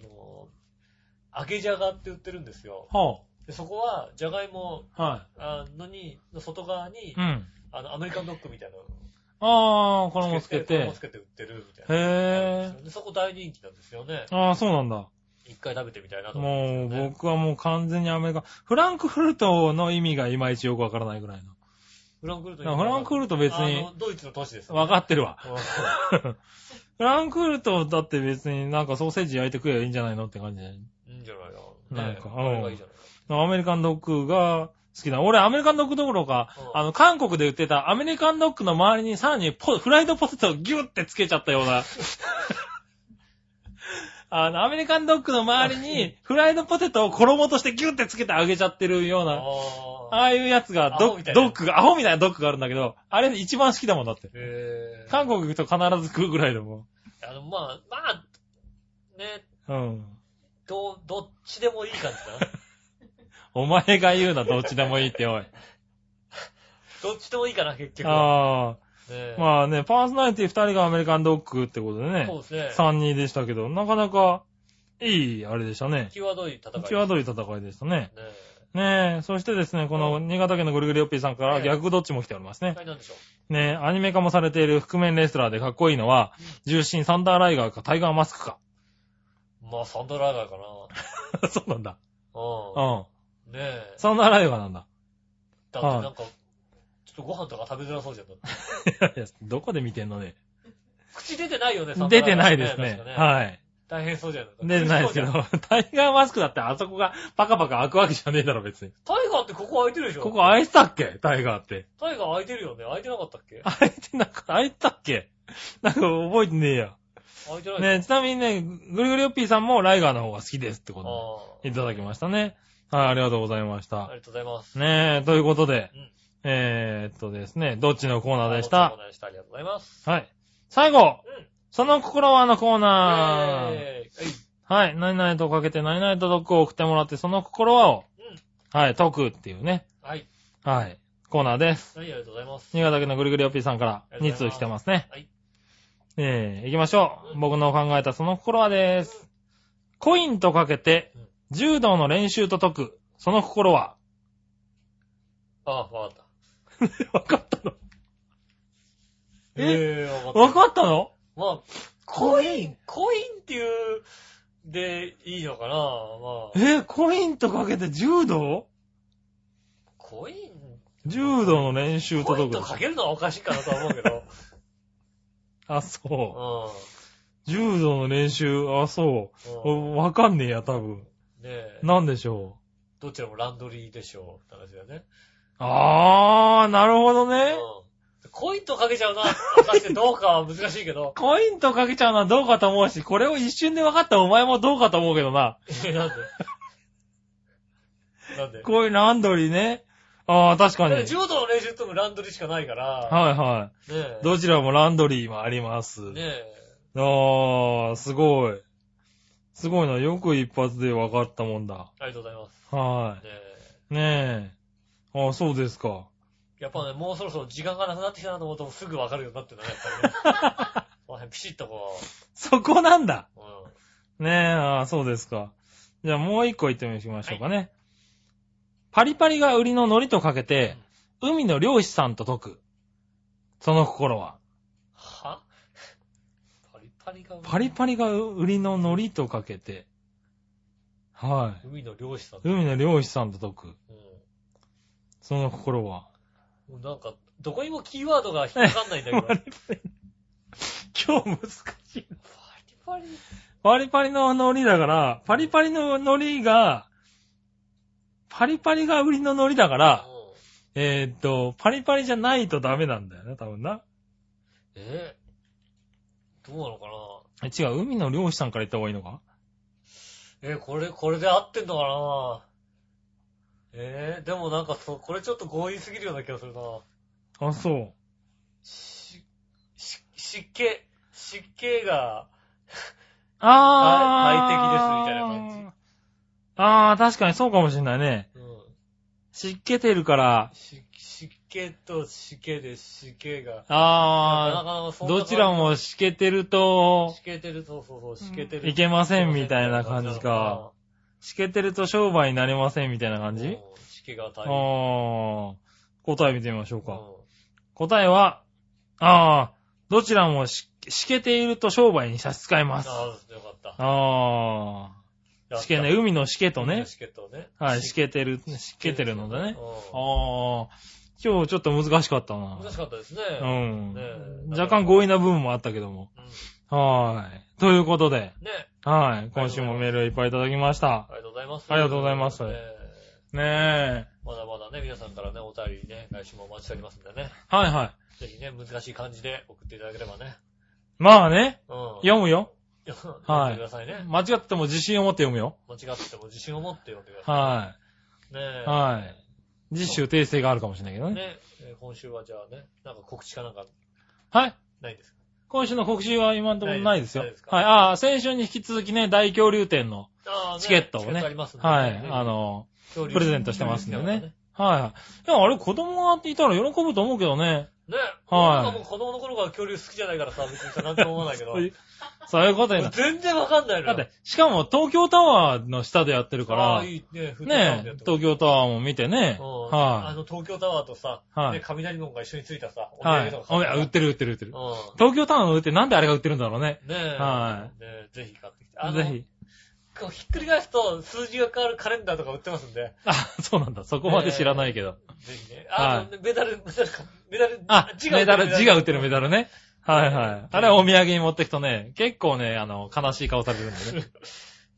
Speaker 2: ー、揚げじゃがって売ってるんですよ。
Speaker 3: は
Speaker 2: でそこは、じゃがいも
Speaker 3: あ。は
Speaker 2: あのに、の外側に
Speaker 3: い。う、ん。
Speaker 2: あの、アメリカンドッグみたいなのを
Speaker 3: ああ、衣つけ
Speaker 2: 衣
Speaker 3: て
Speaker 2: つ。けて売ってるみたいな。
Speaker 3: へえ。
Speaker 2: でそこ大人気なんですよね。
Speaker 3: ああ、そうなんだ。
Speaker 2: 一回食べてみたいなと思って、
Speaker 3: もう、僕はもう完全にアメリカ、フランクフルトの意味がいまいちよくわからないぐらいの。
Speaker 2: フランクフルト
Speaker 3: フランクフルト別に
Speaker 2: あのドイツの都市です、
Speaker 3: わかってるわ。
Speaker 2: うん
Speaker 3: フランクフルトだって別になんかソーセージ焼いて食えばいいんじゃないのって感じで。
Speaker 2: いいんじゃないの
Speaker 3: なん
Speaker 2: ね
Speaker 3: か
Speaker 2: あれがいいじゃない
Speaker 3: アメリカンドッグが好きな。俺アメリカンドッグどころか
Speaker 2: うん、
Speaker 3: あの、韓国で売ってたアメリカンドッグの周りにさらにポフライドポテトをギュッてつけちゃったよ
Speaker 2: *laughs*
Speaker 3: うな。あの、アメリカンドッグの周りにフライドポテトを衣としてギュッてつけて揚げちゃってるような、
Speaker 2: ああ。
Speaker 3: ああいうやつが
Speaker 2: アホ
Speaker 3: ド
Speaker 2: みた
Speaker 3: ッ
Speaker 2: いな
Speaker 3: ドッグが、アホみたいなドッグがあるんだけど、あれ一番好きだもんだって。
Speaker 2: へえ。
Speaker 3: 韓国行くと必ず食うぐらいでも
Speaker 2: あの、まあ、まあ、ね、
Speaker 3: ん。うん。
Speaker 2: ど、どっちでもいい感じ
Speaker 3: *laughs*
Speaker 2: だな。
Speaker 3: お前が言うな、どっちでもいい
Speaker 2: *laughs*
Speaker 3: って、おい。
Speaker 2: どっちでもいいかな、結局。
Speaker 3: あ
Speaker 2: ね
Speaker 3: あ。まあね、パーソナリティ二人がアメリカンドッグってことで
Speaker 2: そう
Speaker 3: ね、
Speaker 2: ですね。
Speaker 3: 三人でしたけど、なかなか、いい、あれでしたね。
Speaker 2: 際どい戦い。
Speaker 3: 際
Speaker 2: ど
Speaker 3: どい戦いでしたね。
Speaker 2: い。ね
Speaker 3: ねえ、そしてですね、この新潟県のぐるぐるよっぴーさんから
Speaker 2: ええ
Speaker 3: 逆どっちも来ております
Speaker 2: え。
Speaker 3: ね。
Speaker 2: はい、なんでしょう。
Speaker 3: ねえ、アニメ化もされている覆面レスラーでかっこいいのは、重心サンダーライガーかタイガーマスクか。 *laughs*
Speaker 2: まあ、サンドラーガーかな。
Speaker 3: そうなんだ。う。
Speaker 2: うんん。ねえ。
Speaker 3: サンダーライガーなんだ。 *laughs*
Speaker 2: だってなんか、ちょっとご飯とか食べづらそうじゃん。だって
Speaker 3: いやいや、どこで見てんのね。
Speaker 2: 口出てないよね、サンドラー
Speaker 3: 出
Speaker 2: ガー
Speaker 3: てないですね。
Speaker 2: 確か
Speaker 3: はい。
Speaker 2: 大変そうじゃん。
Speaker 3: 出てないですけど。、タイガーマスクだってあそこがパカパカ開くわけじゃねえだろ、別に。
Speaker 2: タイガーってここ開いてるでしょ
Speaker 3: ここ開いてたっけタイガーって。
Speaker 2: タイガー開いてるよね。開いてなかったっけ
Speaker 3: 開いて *laughs* なかった、開いてたっけなんか覚えてねえや。
Speaker 2: 開いてない
Speaker 3: ねちなみにね、ぐるぐるよっぴーさんもライガーの方が好きですってこ
Speaker 2: あ
Speaker 3: とでいただきましたね。はい、ありがとうございまし
Speaker 2: あ。あ
Speaker 3: た。
Speaker 2: りがとうございます。
Speaker 3: ねえ、ということで
Speaker 2: うん、
Speaker 3: えーっとですね、どっちのコーナーでし
Speaker 2: お
Speaker 3: た
Speaker 2: 疲れ様でした。ありがとうございます。
Speaker 3: はい。最後
Speaker 2: うん、
Speaker 3: その心はのコーナー。
Speaker 2: えー
Speaker 3: はい。何々とかけて何々と毒を送ってもらって、その心はを、はい、解くっていうね。
Speaker 2: はい。
Speaker 3: はい。コーナーです。
Speaker 2: はい、ありがとうございます。
Speaker 3: 新潟県のぐるぐるよっぴーさんから
Speaker 2: あり
Speaker 3: 2
Speaker 2: がとう
Speaker 3: 通
Speaker 2: ございます
Speaker 3: 来てますね。
Speaker 2: はい。
Speaker 3: えー、行きましょう。僕の考えたその心はです。コインとかけて
Speaker 2: うん、
Speaker 3: 柔道の練習と解く、その
Speaker 2: *laughs*
Speaker 3: 心は。
Speaker 2: ああ、わかった。
Speaker 3: わかったの
Speaker 2: え
Speaker 3: え
Speaker 2: ー、わ
Speaker 3: わ
Speaker 2: かった。
Speaker 3: かったの
Speaker 2: まあ、コイン、コインっていう、で、いいのかなまあ、
Speaker 3: えー、コインとかけて柔道
Speaker 2: コイン、
Speaker 3: 柔道の練習
Speaker 2: コ
Speaker 3: と
Speaker 2: イ
Speaker 3: 解
Speaker 2: ンと
Speaker 3: く。
Speaker 2: かけるのはおかしいかなとは思うけど。
Speaker 3: あ、そう。
Speaker 2: う
Speaker 3: 柔道の練習、あ、 *laughs* そ
Speaker 2: ん
Speaker 3: う。
Speaker 2: うん。ね
Speaker 3: おわかんねえや、多分。
Speaker 2: え。
Speaker 3: なんでしょ
Speaker 2: どちらもランドリーでしょう。って話だよね。
Speaker 3: う。あー、なるほどね。
Speaker 2: うん。コインとかけちゃうな、果たしてどうかは難しいけど。 *laughs*
Speaker 3: コインとかけちゃうのはどうかと思うし、これを一瞬で分かったお前もどうかと思うけどな。
Speaker 2: え、なんで *laughs* なんで
Speaker 3: こういうランドリーね。ああ、確かに。
Speaker 2: だって
Speaker 3: はい
Speaker 2: 柔道の練習ともランドリーしかないから、
Speaker 3: は
Speaker 2: ねえ。
Speaker 3: い。どちらもランドリーもあります。
Speaker 2: ねえ。
Speaker 3: ああ、すごい。すごいな。よく一発で分かったもんだ。
Speaker 2: ありがとうございます。
Speaker 3: は
Speaker 2: ねえ。
Speaker 3: い。ねえ。ああ、そうですか。
Speaker 2: やっぱね、もうそろそろ時間がなくなってきたなと思うとすぐわかるようになってるね、やっぱりね。
Speaker 3: *laughs*
Speaker 2: この辺ピシッとこ
Speaker 3: そこなんだ。
Speaker 2: う。う
Speaker 3: ねえ、ああ、そうですか。じゃあもう一個言ってみましょうかね。パリパリが売りの海苔とかけて、海の漁師さんと解く。その心は。
Speaker 2: ん。はパリパリが。
Speaker 3: パリパリが売りの海苔とかけて、は
Speaker 2: 海の漁師さん。
Speaker 3: い。海の漁師さんと解く。
Speaker 2: う
Speaker 3: その心は。
Speaker 2: ん。なんか、どこにもキーワードが引っかかんないんだけ
Speaker 3: *laughs*
Speaker 2: ど。パリ
Speaker 3: 今日難しい。
Speaker 2: パリ。
Speaker 3: パリパリの海苔だから、パリパリの海苔が、パリパリが売りの海苔だから、
Speaker 2: うん
Speaker 3: えーっと、パリパリじゃないとダメなんだよね、多分な。
Speaker 2: えーどうなのか
Speaker 3: え違う、海の漁師さんから言った方がいいのか
Speaker 2: なえーこれ、これで合ってんのかなえーでもなんかそ、これちょっと強引すぎるような気がするな。
Speaker 3: あ、そう。
Speaker 2: し、し、湿気、湿気が、
Speaker 3: あ
Speaker 2: 快
Speaker 3: ー。
Speaker 2: 適ですみたいな感
Speaker 3: じ。あー、確かにそうかもしんないね。
Speaker 2: うん。
Speaker 3: 湿気てるから、
Speaker 2: し湿気と湿気で湿気が。な
Speaker 3: あ
Speaker 2: かなかそ
Speaker 3: ー、
Speaker 2: んな
Speaker 3: どちらも湿気てると
Speaker 2: 湿、気てる、そうそうそう、湿気てる。
Speaker 3: いけませんみたいな感じか。湿気てると商売になりませんみたいな感
Speaker 2: う
Speaker 3: じ
Speaker 2: ん湿気が
Speaker 3: あ
Speaker 2: 大変。
Speaker 3: ー。答え見てみましょうか。
Speaker 2: うん
Speaker 3: 答えは、あー、どちらも湿湿気ていると商売に差し支えます。
Speaker 2: ああ、よかった。
Speaker 3: あー。湿気ね、
Speaker 2: やっ
Speaker 3: 海の湿気
Speaker 2: た
Speaker 3: とね。
Speaker 2: 湿気とね。
Speaker 3: はい、湿気てる、湿気てるのでね。
Speaker 2: うん
Speaker 3: ああ、今日ちょっと難しかったな。
Speaker 2: 難しかったですね。
Speaker 3: うん
Speaker 2: ね。え
Speaker 3: 若干強引な部分もあったけども。
Speaker 2: うん
Speaker 3: はーい。ということで、
Speaker 2: ねえ
Speaker 3: はい。今週もメールいっぱいいただきました
Speaker 2: あ。りがとうございます。
Speaker 3: ありがとうございます
Speaker 2: ねえ
Speaker 3: ねえ。
Speaker 2: まだまだね、皆さんからね、お便りね、来週もお待ちしておりますんでね。
Speaker 3: はいはい。
Speaker 2: ぜひね、難しい感じで送っていただければね。
Speaker 3: まあね、
Speaker 2: うん。 *laughs*
Speaker 3: 読むよ。
Speaker 2: よ、読
Speaker 3: はい
Speaker 2: んでくださいね。
Speaker 3: 間違っても自信を持って読むよ。
Speaker 2: 間違っても自信を持って読んでくださ。
Speaker 3: はい
Speaker 2: ね
Speaker 3: い。
Speaker 2: え。
Speaker 3: はい。実習訂正があるかもしれないけどね。
Speaker 2: ね、えー今週はじゃあね、なんか告知かなんか
Speaker 3: はい。
Speaker 2: ないんですか
Speaker 3: 今週の告知は今のところないですよ。
Speaker 2: な
Speaker 3: はい
Speaker 2: ですか
Speaker 3: い。ああ、先週に引き続きね、大恐竜展の
Speaker 2: あー
Speaker 3: チケットを
Speaker 2: チケッ
Speaker 3: ね。
Speaker 2: トありますんでね
Speaker 3: はい。あ、の、
Speaker 2: 恐竜
Speaker 3: プレゼントしてますんでね。はいはい。いや、あれ子供がいたら喜ぶと思うけどね。
Speaker 2: ね。
Speaker 3: は
Speaker 2: な
Speaker 3: い
Speaker 2: んかもう子供の頃から恐竜好きじゃないからさ、別にさ、なんとも思わないけど
Speaker 3: *laughs* そう。いうそういうことになる。
Speaker 2: 全然わかんないの
Speaker 3: だ
Speaker 2: よ。
Speaker 3: って、しかも東京タワーの下でやってるか
Speaker 2: あ
Speaker 3: ら
Speaker 2: あ、、いいね。
Speaker 3: ねえ、東京タワーも見てね、
Speaker 2: うんあ
Speaker 3: は
Speaker 2: の、東京タワーとさ、
Speaker 3: はい
Speaker 2: ね、雷門が一緒についたさ、お
Speaker 3: い。は
Speaker 2: 土産
Speaker 3: い
Speaker 2: とか。
Speaker 3: お
Speaker 2: 買
Speaker 3: や、売っ
Speaker 2: って
Speaker 3: る売ってる売ってる
Speaker 2: た。。う
Speaker 3: 東京タワーの売ってなんであれが売ってるんだろうね。
Speaker 2: ん。ねえ。
Speaker 3: は
Speaker 2: ねえぜひ買ってきて。あの
Speaker 3: ぜひ。
Speaker 2: こうひっくり返すと、数字が変わるカレンダーとか売ってますんで。
Speaker 3: あ、そうなんだ。そこまで知らないけど。
Speaker 2: ぜひね。あ、メダル、メダルか、メダル、
Speaker 3: あ、メダル、字が売ってるメ
Speaker 2: ダル。
Speaker 3: ダルね。はいはい。あれはお土産に持ってくとね、結構ね、あの、悲しい顔されるんでね。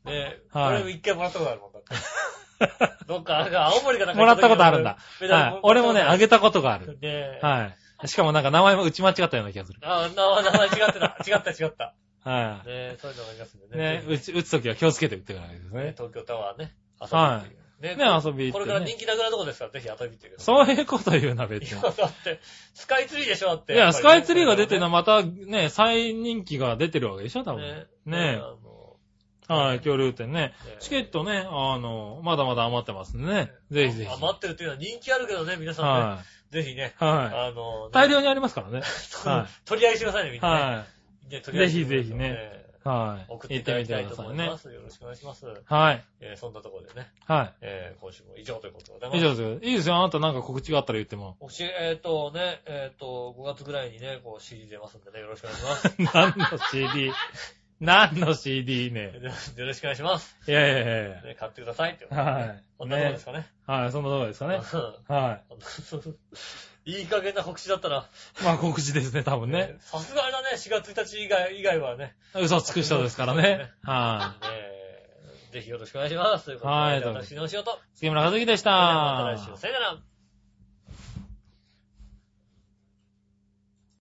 Speaker 2: ねえ、
Speaker 3: はい
Speaker 2: 俺も一回もらったことあるもんだ
Speaker 3: *laughs*
Speaker 2: って。どっか、なんか青森か *laughs* なんか
Speaker 3: もらったことあるんだ。
Speaker 2: メダル
Speaker 3: はい。俺もね、あ
Speaker 2: げ
Speaker 3: げたことがあ
Speaker 2: る。
Speaker 3: る。
Speaker 2: ねえ。
Speaker 3: はい。しかもなんか名前も打ち間違ったような気がする。
Speaker 2: あ、な名前違ってた。 *laughs* 違った、違った。
Speaker 3: は
Speaker 2: ねえ、そういうのがありますんで
Speaker 3: い。
Speaker 2: ね
Speaker 3: ね。、打ち、打つときは気をつけて打ってくださいです
Speaker 2: ね
Speaker 3: ね。
Speaker 2: 東京タワーね。遊び
Speaker 3: は
Speaker 2: に行ってね
Speaker 3: ね、遊び
Speaker 2: これ
Speaker 3: 行って
Speaker 2: から
Speaker 3: ね。
Speaker 2: 人気なくなるとこですから、ぜひ遊びに行ってください。
Speaker 3: そういうこと言うな、別
Speaker 2: い
Speaker 3: に
Speaker 2: や、。だって、スカイツリーでしょ、だって。
Speaker 3: いや、スカイツリーが出てる
Speaker 2: な
Speaker 3: のはまたね、再人気が出てるわけでしょ、多分。
Speaker 2: ねえ。
Speaker 3: ねえ
Speaker 2: あの
Speaker 3: はい、恐竜展ね
Speaker 2: ね。
Speaker 3: チケットね、あの、まだまだ余ってますんでね。ぜひぜひ。
Speaker 2: 余ってるというのは人気あるけどね、皆さんね。
Speaker 3: は
Speaker 2: ぜひね。
Speaker 3: い。は
Speaker 2: あの、
Speaker 3: い。大量にありますからね。はい
Speaker 2: 取り上げしてくださいね、みんなね。
Speaker 3: は
Speaker 2: ね取り上げてください
Speaker 3: ぜひぜひね。い。はい。
Speaker 2: 送っていただきたいと思い
Speaker 3: ね
Speaker 2: ま。す。よろしくお願いします。
Speaker 3: はい。
Speaker 2: えーそんなところでね、
Speaker 3: は
Speaker 2: えー今週も以上ということでございま
Speaker 3: い。
Speaker 2: す。
Speaker 3: 以上です。いいですよ。あなたなんか告知があったら言っ
Speaker 2: *laughs*
Speaker 3: ても。
Speaker 2: おし、えっ、とね、えっ、と、5月ぐらいにね、こう CD 出ますんでね、よろしくお願いします。 *laughs*
Speaker 3: 何の CD? *laughs* 何の CD ね。
Speaker 2: よろしくお願いします。
Speaker 3: いやいやいやい
Speaker 2: ね、買ってくださいってこと
Speaker 3: や。
Speaker 2: でね。
Speaker 3: は
Speaker 2: こ
Speaker 3: い。
Speaker 2: んなところで
Speaker 3: ね
Speaker 2: す。 *laughs* かね。
Speaker 3: はい、そんなところですかね。は
Speaker 2: いい加減な告知だったら、
Speaker 3: い。まあ告知ですね、多分ね。
Speaker 2: えー。さすがだね、4月1日以外以外はね、
Speaker 3: 嘘つく人ですからね。は
Speaker 2: えーぜひよろしくお願いします。ということで、
Speaker 3: はい
Speaker 2: 私の仕事。
Speaker 3: い。杉村和樹でし
Speaker 2: それではまた
Speaker 3: た
Speaker 2: 来。週、さよなら。